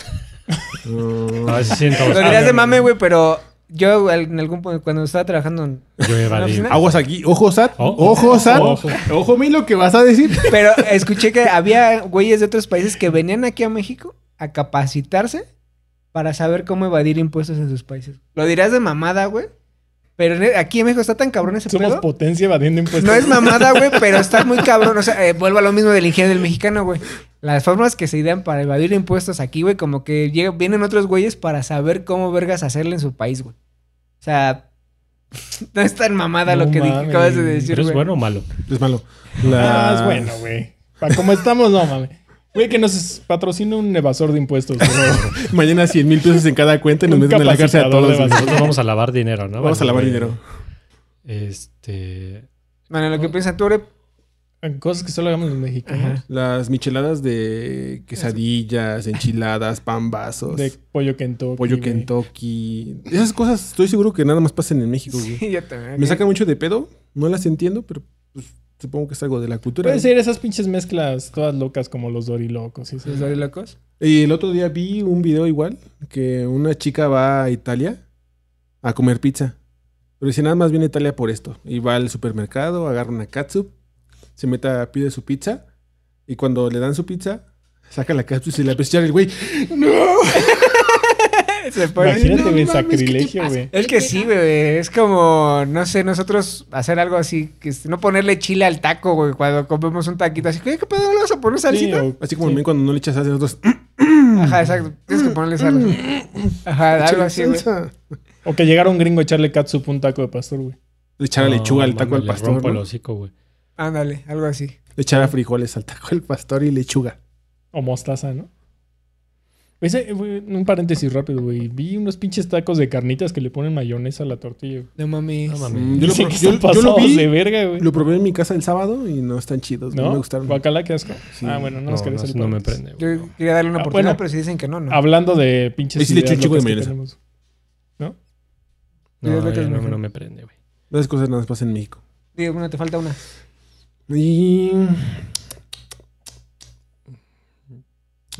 D: No.
C: No, ese sí, en todos-
A: Lo dirás Pues de mame, güey, pero yo al- en algún punto, cuando estaba trabajando. en-
C: Yo evadí.
A: ¿No?
D: Aguas aquí. Ojo, SAT.
C: Oh.
D: Ojo, SAT.
C: Ojo.
D: Ojo, Milo, que vas a decir.
A: Pero escuché que había güeyes de otros países que venían aquí a México a capacitarse para saber cómo evadir impuestos en sus países. Lo dirás de mamada, güey. Pero en- e, aquí en México está tan cabrón ese
B: Somos
A: pedo.
B: potencia evadiendo impuestos.
A: Pues No es mamada, güey, pero está muy cabrón. O sea, eh, vuelvo a lo mismo del ingenio del mexicano, güey. Las formas que se idean para evadir impuestos aquí, güey, como que llega- vienen otros güeyes para saber cómo vergas hacerle en su país, güey. O sea, no es tan mamada
B: No
A: lo que di-
B: mames,
A: acabas de decir,
C: ¿Pero es
A: güey.
C: bueno o malo?
D: Es malo.
B: Ah,
D: La-
B: es bueno, güey. Para como estamos, no mames. Güey, que nos patrocina un evasor de impuestos. güey.
D: Mañana 100 mil pesos en cada cuenta y nos
B: Un
D: meten en la cárcel a
B: capacitador
D: todos.
B: de
D: güey.
C: Nosotros vamos a lavar dinero, ¿no?
D: Vamos a
C: Bueno,
D: lavar
C: güey,
D: dinero.
C: Este.
A: Bueno, lo que piensa tú, Oreb,
B: Cosas que solo hagamos los mexicanos.
D: Las micheladas de quesadillas, enchiladas, pambazos,
B: De pollo Kentucky.
D: pollo
B: güey.
D: Kentucky. Esas cosas estoy seguro que nada más pasan en México, güey.
A: Sí, yo también.
D: Me saca mucho de pedo, no las entiendo, pero pues, supongo que es algo de la cultura.
B: Puede
D: ¿no?
B: ser esas pinches mezclas todas locas como los dorilocos. y esas-
A: ¿Los dorilocos?
D: Y el otro día vi un video igual, que una chica va a Italia a comer pizza. Pero dice, nada más viene a Italia por esto. Y va al supermercado, agarra una catsup, se mete, a- pide su pizza. Y cuando le dan su pizza, saca la catsup y se la empieza a echar el güey.
A: Se pone-
B: Imagínate,
D: no
B: güey,
D: mames, ¿qué te
B: sacrilegio,
D: pasa?
B: güey.
A: Es que sí, güey. Es como, no sé, nosotros hacer algo así, que es- no ponerle chile al taco, güey, cuando comemos un taquito así. ¿Qué, qué pedo? ¿No le vas a poner salsita?
B: Sí, o-
D: Así como
B: sí.
D: el men cuando no le echas salsa, nosotros...
A: Ajá, exacto. Tienes que ponerle sal. Ajá, algo así, güey.
B: O que llegara un gringo a echarle catsup un taco de pastor, güey.
D: Le echara
C: no,
D: lechuga al taco
C: mames,
D: al
C: le
D: pastor,
C: rompo el
D: ¿no?
C: hocico, güey.
A: Ándale, algo así.
D: Le echara frijoles al taco al pastor y lechuga.
B: O mostaza, ¿no? Ese, güey, un paréntesis rápido, güey. Vi unos pinches tacos de carnitas que le ponen mayonesa a la tortilla. güey.
A: No mames.
C: No mames.
D: Mm, Yo lo,
B: Dicen
D: pro-
B: que
D: yo-
B: están
D: yo lo
B: pasados
D: vi,
B: de verga, güey.
D: lo probé en mi casa el sábado y no están chidos, no,
B: ¿No?
D: me gustaron.
B: Guacala, qué asco.
D: Sí.
B: Ah, bueno, no,
C: No,
B: nos
C: no,
B: querés el
C: no me
B: paréntesis.
C: prende, güey.
A: Yo quería darle una
B: Ah,
A: oportunidad,
B: bueno. Ah,
A: pero si dicen que no, no.
B: Hablando de pinches.
D: Ahí sí le
B: ideas
D: eché un chico
B: locas
D: de
B: que
D: mayonesa.
B: tenemos.
A: Yo lo
C: No,
A: que
C: ya
A: es
C: no,
A: mejor.
C: no me prende, güey.
D: Esas cosas nada más pasan en México.
A: Digo, bueno, te falta una.
D: Y... Eh,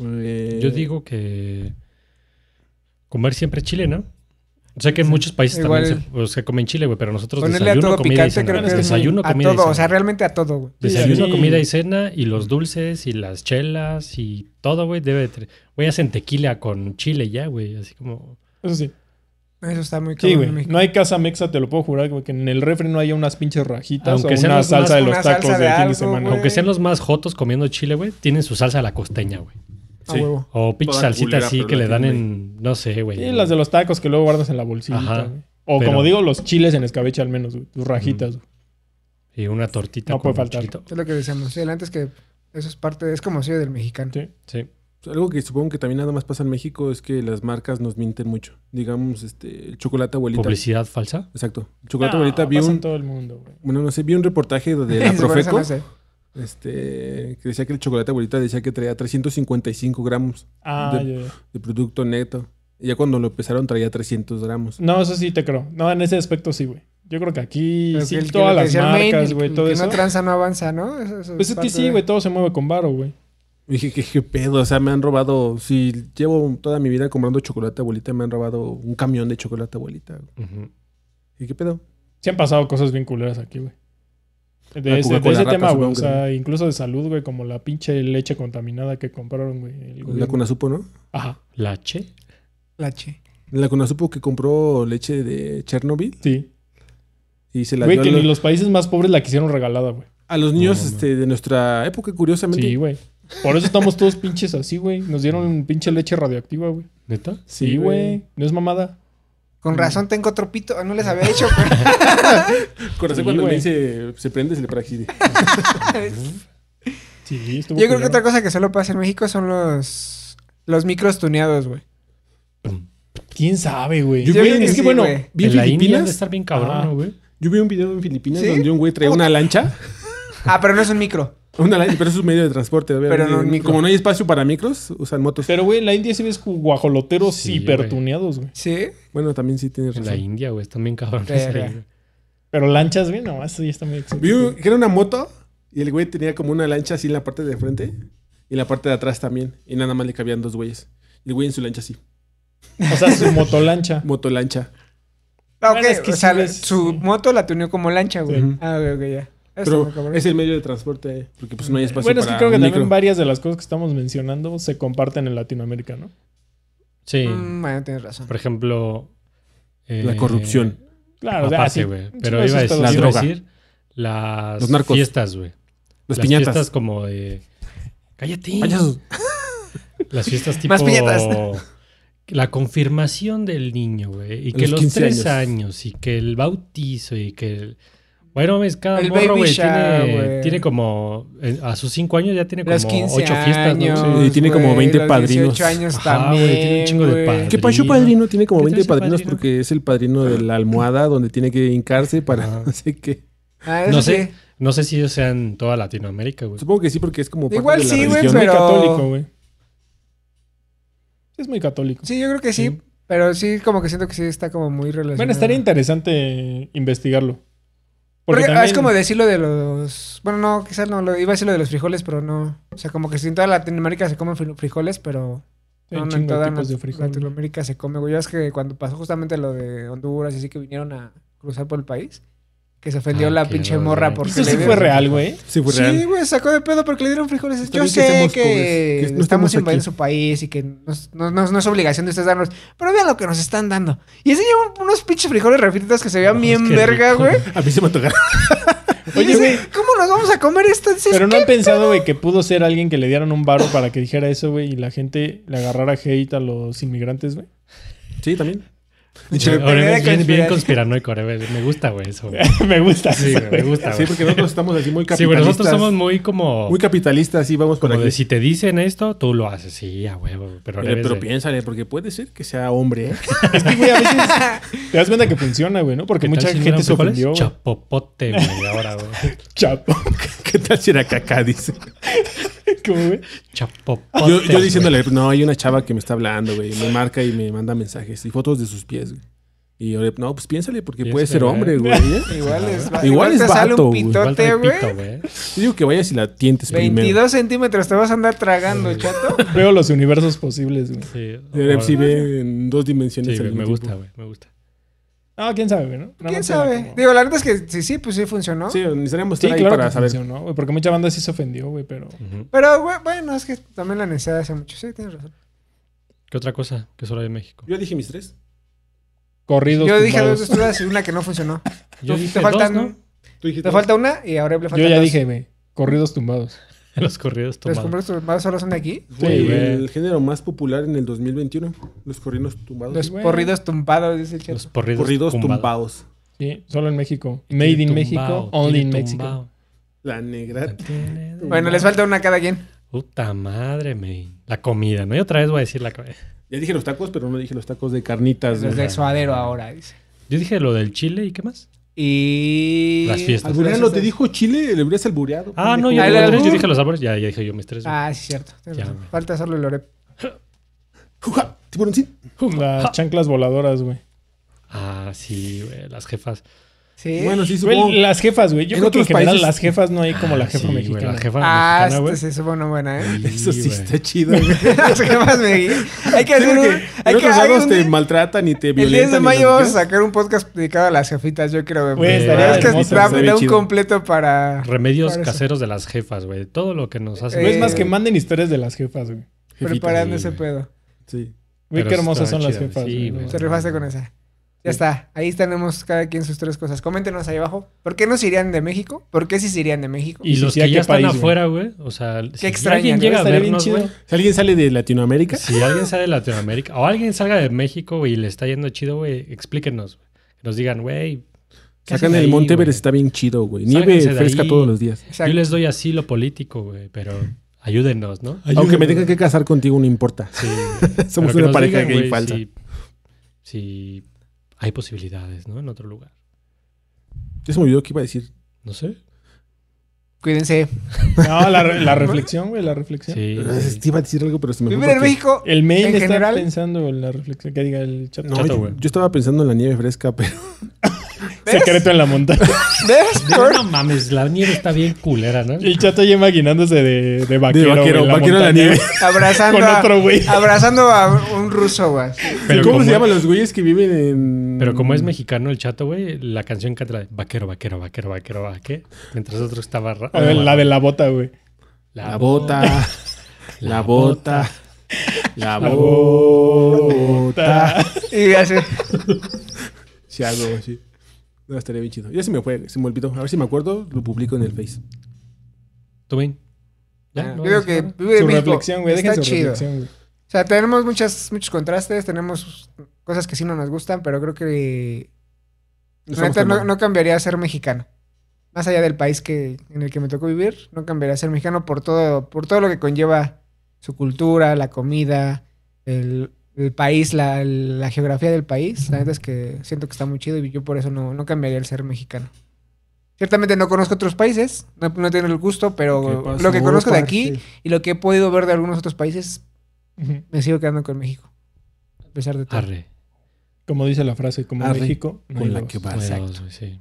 D: eh,
A: Eh,
C: Yo digo que. Comer siempre chile, ¿no? Sé que en muchos países también
A: Igual.
C: se, pues, se come en Chile, güey, pero nosotros
A: Ponerle a
C: desayuno,
A: todo
C: comida y
A: picante,
C: cena.
A: creo que es
C: desayuno,
A: a
C: comida y
A: todo, o sea,
C: cena.
A: realmente a todo, güey.
C: Desayuno,
B: Sí.
C: comida y cena, y los dulces, y las chelas, y todo, güey, debe de... tre- Güey, hacen tequila con chile ya, güey, así como...
B: Eso sí.
A: Eso está muy
B: Sí,
A: cabrón
B: güey.
A: en México.
B: No hay casa mexa, te lo puedo jurar, güey, que en el refri no haya unas pinches rajitas
C: Aunque
B: o
C: sean
B: una
C: unas-
B: salsa de
A: una
B: los
A: salsa
B: tacos
A: de
B: del fin
A: algo,
B: de semana.
A: güey.
C: Aunque sean los más jotos comiendo chile, güey, tienen su salsa a la costeña, güey.
D: Sí.
B: huevo.
C: O pinche
D: Toda
C: salsita
D: culera,
C: así
D: pero
C: que
D: la
C: le dan
D: tienen,
C: en... No sé, güey.
B: Y las de los tacos que luego guardas en la bolsita.
C: Ajá,
B: güey. O
C: pero-
B: como digo, los chiles en escabeche al menos, güey. Tus rajitas. güey.
C: Y una tortita
B: No
C: con
B: puede faltar.
C: chilito.
A: Es lo que decíamos. El antes que eso es parte, es como soy del mexicano.
B: Sí.
C: Sí.
D: Algo que supongo que también nada más pasa en México es que las marcas nos mienten mucho. Digamos, este, el chocolate abuelita.
C: ¿Publicidad falsa?
D: Exacto. El
B: Ah,
D: chocolate abuelita vi
B: pasa en
D: un,
B: todo el mundo, güey.
D: bueno, no sé, vi un reportaje de la
A: Sí, por eso
D: Profeco
A: no sé.
D: este, que decía que el chocolate abuelita decía que traía 355 gramos
B: Ah,
D: de,
B: ya, ya.
D: de producto neto. Y ya cuando lo empezaron traía 300 gramos.
B: No, eso sí te creo. No, en ese aspecto sí, güey. Yo creo que aquí
A: Pero
B: sí
A: que el- que
B: todas
A: lo que
B: las
A: decía el main,
B: marcas,
A: el
B: güey,
A: que-
B: todo
A: que
B: eso.
A: no tranza, no avanza, ¿no? Eso- eso
B: Pues es que
A: parte
B: sí,
A: de-
B: güey, todo se mueve con varo, güey.
D: Y dije, ¿qué, qué pedo? O sea, me han robado. Si llevo toda mi vida comprando chocolate abuelita, me han robado un camión de chocolate abuelita.
C: Ujú.
D: ¿Y qué pedo?
B: Sí han pasado cosas bien culeras aquí, güey.
D: Ah,
B: De ese, de
D: Coca-Cola
B: ese
D: rata,
B: tema, güey. O
D: supongo que
B: sea, incluso de salud, güey, como la pinche leche contaminada que compraron, güey. el
D: La
B: gobierno.
D: Conasupo, ¿no?
B: Ajá,
C: ¿La che?
A: La che.
D: La Conasupo que compró leche de Chernobyl
B: sí.
D: y se la
B: Güey,
D: dio
B: que
D: a
B: ni
D: los,
B: los países más pobres la quisieron regalada, güey.
D: a los niños
C: No, no.
D: este, de nuestra época, curiosamente.
B: Sí, güey. Por eso estamos todos pinches así, güey. Nos dieron pinche leche radioactiva, güey.
C: ¿Neta?
B: Sí, güey. No es mamada.
A: Con razón tengo otro pito. No les había dicho.
D: Corazón
B: Sí,
D: cuando
B: güey.
D: le dice, se prende, se le paraxide.
B: Sí, estuvo
A: Yo creo que
B: culero.
A: otra cosa que solo pasa en México son los los micros tuneados, güey.
B: ¿Quién sabe, güey?
D: Yo,
A: Yo
D: güey,
A: creo que
D: es que
A: sí,
D: bueno,
A: güey.
D: vi en
C: en la India han de
D: Filipinas.
C: estar bien cabrón,
B: Ah.
C: ¿no, güey.
D: Yo vi un video en Filipinas
A: ¿Sí?
D: donde un güey traía una lancha.
A: Ah, pero no es un micro.
D: Una lancha, pero eso es un medio de transporte. obviamente.
A: Pero no un micro.
D: Como no hay espacio para micros, usan motos.
B: Pero, güey, en la India sí ves guajoloteros
C: Sí,
B: hipertuneados, güey.
A: Sí.
D: Bueno, también pues sí tienes
C: En la
D: razón.
C: India, güey, están bien cabrones.
A: Verga.
C: ahí, güey.
B: Pero lanchas, güey, no, eso ya está muy exótico.
D: Vi un- que era una moto y el güey tenía como una lancha así en la parte de frente y en la parte de atrás también. Y nada más le cabían dos güeyes. Y el güey en su lancha así,
B: O sea, su motolancha.
D: motolancha.
A: Ah, ok.
B: Bueno, es que
A: o sea,
B: sí ves-
A: su
B: sí.
A: moto la tuneó como lancha, güey.
D: Sí.
A: Ah, ok, ok, ya. Eso está muy
D: Pero
A: cabrón.
D: es el medio de transporte, eh, porque pues no hay espacio
B: Bueno, es que
D: para
B: creo que
D: un
B: también
D: micro.
B: varias de las cosas que estamos mencionando se comparten en Latinoamérica, ¿no?
C: Sí.
A: Mm, bueno, tienes razón.
C: Por ejemplo...
D: La
C: eh,
D: corrupción. Ah,
B: Claro, Ah, o
C: aparte,
B: sea,
C: güey.
B: sí,
C: Pero
B: no,
C: iba a
B: eso
C: decir,
B: está
C: iba a
D: droga.
C: decir las
D: Los narcos.
C: fiestas, güey. las
D: Las, piñatas.
C: fiestas como de... ¡Cállate!
D: Payasos.
C: Las fiestas tipo...
A: Más piñatas.
C: La confirmación del niño, güey. Y que
D: los
C: los,
D: 15
C: tres
D: años.
C: años. Y que el bautizo. Y que el... Bueno, ves, cada
A: El
C: morro,
A: baby
C: güey,
A: shower,
C: tiene,
A: güey.
C: tiene como... eh, A sus cinco años ya tiene como
A: Los 15
C: ocho fiestas, ¿no?
A: años.
C: Sí.
D: Sí, tiene como
A: güey,
D: 20
A: los
D: padrinos.
A: 18 años
C: Ajá, güey,
A: también.
C: tiene un chingo de
A: güey.
C: padres.
D: Que Pancho
C: Padrino.
D: Padrino tiene como
C: ¿Qué
D: 20
C: tal ese
D: padrinos
C: padrino?
D: porque es el padrino de la almohada donde tiene que hincarse para no sé qué.
A: Ah, eso
C: No
A: sí.
C: sé, no sé si ellos sean toda Latinoamérica, güey.
D: Supongo que sí porque es como parte
A: Igual
D: de la
A: sí, güey,
B: Es
D: religión.
B: muy
A: pero-
B: católico, güey. Es muy católico.
A: Sí, yo creo que sí,
B: Sí.
A: Pero sí, como que siento que sí está como muy relacionado.
B: Bueno, estaría interesante investigarlo.
A: Porque ah, es
B: también-
A: como decir lo de los. Bueno, no, quizás no. Lo, iba a decir lo de los frijoles, pero no. O sea, como que en toda Latinoamérica se comen fri- frijoles, pero.
B: Hay
A: No,
B: un
A: no en
B: chingo de
A: toda
B: tipos de
A: Lat-
B: frijol, güey.
A: Latinoamérica se come, güey. Ya es que cuando pasó justamente lo de Honduras, y así que vinieron a cruzar por el país, que se ofendió
C: Ah,
A: la
C: que
A: pinche
C: no,
A: morra
C: güey.
A: porque
B: Eso
A: le
B: sí
A: dieron-
B: fue real, güey.
D: Sí, fue real.
A: Sí, güey, sacó de pedo porque le dieron frijoles.
D: Está
A: Yo
D: bien que
A: sé
D: seamos
A: que,
D: pobres, que no
A: estamos
D: estamos
A: invadiendo
D: aquí.
A: su país y que nos- no, no- no es obligación de ustedes darnos. Pero vean lo que nos están dando. Y ese lleva unos pinches frijoles refritos que se veían
C: Ajá,
A: bien
C: qué
A: verga,
C: rico.
A: güey.
D: A mí se me antojaron.
A: Y
B: Oye,
A: dice,
B: güey,
A: ¿Cómo nos vamos a comer esto? Dices,
B: pero no
A: ¿qué?
B: han pensado, güey, que pudo ser alguien que le dieran un varo para que dijera eso, güey, y la gente le agarrara hate a los inmigrantes, güey.
D: Sí, también.
A: Pinche
C: Oreves
A: teoría de
C: bien, bien
A: conspiración.
C: conspiranoico, Oreves. Me gusta, güey, eso. güey.
B: me gusta.
C: Sí, güey, me gusta,
D: Sí,
C: güey.
D: porque nosotros estamos así muy capitalistas.
C: Ah, Sí, güey, nosotros somos muy como...
D: muy capitalistas, sí, vamos por
C: como
D: aquí.
C: de, si te dicen esto, tú lo haces. Sí, a huevo. Pero,
D: eh, Pero,
C: Oreves
D: pero
C: de-
D: piénsale, porque puede ser que sea hombre, ¿eh?
B: Es que, güey, a veces te das cuenta que funciona, güey, ¿no? Porque
C: ¿qué tal
B: mucha
C: si no
B: gente
C: eran
B: se
C: frijoles?
B: ofendió. güey.
C: Chapopote, güey, ahora, güey.
B: Chapo.
D: ¿Qué tal si era caca? Dice.
B: ¿Cómo, güey?
C: Chapopote.
D: Yo, yo
C: güey.
D: diciéndole, no, hay una chava que me está hablando, güey. Me marca y me manda mensajes y fotos de sus pies, güey. Y yo, no, pues piénsale, porque puede ser
C: Piénsale,
D: hombre,
C: ¿eh?
D: güey. ¿eh?
A: Igual es,
D: Igual es
A: te sale
D: vato,
A: un
D: güey.
C: Igual trae
A: pitote, güey.
C: pito, güey.
D: Yo digo que vayas y la tientes primero.
A: 22 centímetros te vas a andar tragando, chato.
B: Veo los universos posibles, güey.
C: Sí,
D: Ahora sí
C: ahora-
D: ve en dos dimensiones.
C: sí,
D: al
C: güey, me
D: mismo
C: gusta,
D: tiempo.
C: güey, me gusta.
B: Ah, quién sabe, güey, ¿no? Nada
A: ¿Quién
B: más era
A: sabe?
B: como-
A: Digo, la neta es que sí, sí, pues sí funcionó.
D: Sí, necesitaríamos
B: Sí,
D: estar ahí
B: claro
D: para
B: que
D: saber.
B: funcionó, güey, porque mucha banda sí se ofendió, güey, pero...
C: Ujú.
A: Pero güey, bueno, es que también la necesidad hace mucho. Sí, tienes razón.
C: ¿Qué otra cosa que solo hay en México?
D: Yo dije mis tres.
B: Corridos
A: Yo dije
B: tumbados.
A: dos dudas y una que no funcionó.
C: Yo
A: Te
C: dije
A: faltan-
C: dos, ¿no?
D: Tú dijiste
A: Te falta una y ahora le falta
B: Yo ya
A: dos.
B: dije, güey, corridos tumbados.
C: Los corridos
A: ¿Los
C: tomados.
A: compras tumbados solo son de aquí?
D: Fue
B: Sí,
D: el
C: güey.
D: género más popular en el 2021. Los corridos tumbados.
A: Los
B: güey.
A: corridos tumbados, dice el chat.
C: Los corridos,
D: corridos
C: tumbados.
D: tumbados.
B: Sí, solo en México. Made in
C: Tiene
B: México,
C: tumbao,
B: only in
C: tiene
B: México.
C: tumbao.
D: La negra.
C: Tiene tumbao.
A: Bueno, les falta una a cada quien.
C: Puta madre, me. La comida, ¿no? Y otra vez voy a decir la comida.
D: Ya dije los tacos, pero no dije los tacos de carnitas. güey.
A: Los de suadero ahora, dice.
C: Yo dije lo del chile y qué más.
A: Y.
C: Las fiestas.
D: Alburealo, te dijo Chile, le hubieras albureado.
C: Ah, no,
D: pendejo.
C: yo,
A: Ah, el
C: dije los tres, yo
A: albur.
C: dije los sabores. Ya, ya dije yo mis tres. güey.
A: Ah, sí, cierto. tienes
C: Ya,
A: razón.
C: güey.
A: Falta solo el Lorep.
D: Juja, tiburoncín.
B: Las chanclas voladoras, güey.
C: Ah, sí, güey, las jefas.
A: Sí.
D: Bueno, sí,
B: Güey,
D: supongo.
B: las jefas, güey. Yo
D: En
B: creo que en
D: otros
B: general
D: países-
B: las jefas no hay como la
C: Ah,
B: jefa
C: sí, güey,
B: mexicana.
C: la jefa
A: ah,
C: mexicana, pues, güey.
A: este sí es una buena, ¿eh?
D: Eso sí
C: güey.
D: está chido, güey.
A: Las jefas me Hay que
D: Sí,
A: hacer un.
D: porque
A: Hay
D: en
A: que
D: otros
A: hacer
D: lados
A: un
D: te
A: día-
D: maltratan y te
A: El 10 de
D: violentan. y
A: mayo
D: lo que
A: vamos a
D: quieras.
A: sacar un podcast dedicado a las jefitas, yo creo. güey,
B: Güey,
A: porque
B: estaría
A: la verdad es que
B: hermoso,
A: da,
D: estaría
A: da un
D: chido.
A: completo para.
C: Remedios
A: para eso.
C: caseros de las jefas, güey. Todo lo que nos hacen.
A: Eh,
B: No es más que manden historias de las jefas, güey.
D: Jefita,
A: Preparando
C: sí,
A: ese
C: güey.
A: pedo.
D: Sí.
B: Güey,
C: Pero
B: qué hermosas
C: está
B: son las
C: chido,
B: jefas.
C: sí,
B: güey,
C: güey.
B: no
A: Se
C: Sí.
A: rifaste con esa. Ya está. Ahí tenemos cada quien sus tres cosas. Coméntenos ahí abajo. ¿Por qué no se irían de México? ¿Por qué sí se irían de México?
C: Y
B: Sí,
C: los
B: sí, ¿a
C: que
B: qué
C: ya están
B: país, güey?
C: afuera, güey. O sea, si
A: extraña,
C: alguien
A: ¿no?
C: llega a
B: Estaría bien
C: vernos,
B: chido.
C: güey.
D: Si alguien sale de Latinoamérica,
C: Si alguien sale de Latinoamérica o alguien salga de México, güey, y le está yendo chido, güey, explíquenos. güey. Que nos digan, güey, ¿qué
D: sacan
C: hacen
D: el
C: ahí,
D: Monte
C: güey?
D: Everest, está bien chido, güey.
C: Sálganse
D: Nieve
C: de
D: fresca
C: ahí.
D: todos los días.
A: Exacto.
C: Yo les doy asilo político, güey, pero ayúdenos, ¿no?
D: Aunque me tenga que casar contigo, no importa.
C: Sí. Pero
D: Somos
C: que
D: una
C: nos
D: pareja
C: digan,
D: gay
C: güey,
D: falsa.
C: Si, si hay posibilidades, ¿no? En otro lugar.
D: Ya se me olvidó que iba a decir.
C: No sé.
A: Cuídense.
B: No, la, re- la reflexión, güey, la reflexión.
C: Sí.
D: Ah,
C: sí.
D: Te iba a decir algo, pero se me fue
A: Vivir en
D: Pues, porque-
A: México.
B: El mail
A: en
B: está
A: general.
B: pensando en la reflexión que diga el chat.
D: No,
C: Chato,
D: yo,
C: güey.
D: yo estaba pensando en la nieve fresca, pero
A: ¿ves?
B: Secreto en la montaña.
A: ¿Ves?
C: Digo, no mames, la nieve está bien culera, ¿no?
B: El chato ya imaginándose de, de vaquero.
D: de vaquero,
B: en la
D: vaquero en la
B: montaña.
D: nieve.
A: Abrazando,
B: Con
A: a-
B: otro güey.
A: Ah. abrazando a un ruso, güey.
C: Pero
D: ¿Cómo
C: como-
D: se llaman los güeyes que viven en.
C: Pero como es mexicano el chato, güey, la canción que trae vaquero, vaquero, vaquero, vaquero, vaquero, mientras otro estaba... ra-
B: A ver, la de la bota, güey.
D: La bota, la bota, la
B: La
D: bota.
A: Y así.
D: Si algo así. No, estaría bien chido. Ya se me fue, se me olvidó. A ver si me acuerdo, lo publico en el Face.
C: ¿Tú ven?
D: Ah,
A: Yo creo que vivir en
B: Su
A: México
B: reflexión, güey. Dejen
A: Está
B: su
A: chido.
B: reflexión, güey.
A: O sea, tenemos muchas, muchos contrastes, tenemos cosas que sí no nos gustan, pero creo que la
D: No estamos
A: neta,
D: tan
A: no,
D: mal.
A: no cambiaría a ser mexicano. Más allá del país que, en el que me tocó vivir, no cambiaría a ser mexicano por todo, por todo lo que conlleva su cultura, la comida, el, el país, la, la geografía del país. La neta es que siento que está muy chido y yo por eso no, no cambiaría el ser mexicano. Ciertamente no conozco otros países, no, no tengo el gusto,
D: ¿Qué
A: pero
D: pasó,
A: lo que conozco de aquí
D: parce?
A: y lo que he podido ver de algunos otros países
B: Ujú.
A: me sigo quedando con México. A pesar de todo.
C: Arre.
B: Como dice la frase, como
D: Arre,
B: México. no hay
D: Con la
B: dos.
D: que
C: no
D: va.
C: hay
D: Ah, exacto.
C: dos, güey, sí.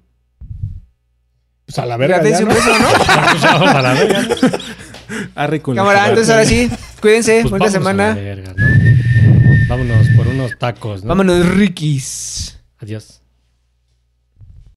B: Pues a la
A: Ya
B: verga.
A: te
B: ya,
A: hice
B: ¿no?
A: un beso, ¿no?
C: Ah, pues Vamos a la verga, ¿no?
D: Arre con
A: Cámara,
D: la que
A: entonces
D: va.
A: ahora sí. Cuídense,
C: Pues
A: buena
C: vámonos a la
A: semana.
C: verga, ¿no? Vámonos por unos tacos, ¿no?
A: Vámonos, Rikis.
C: Adiós.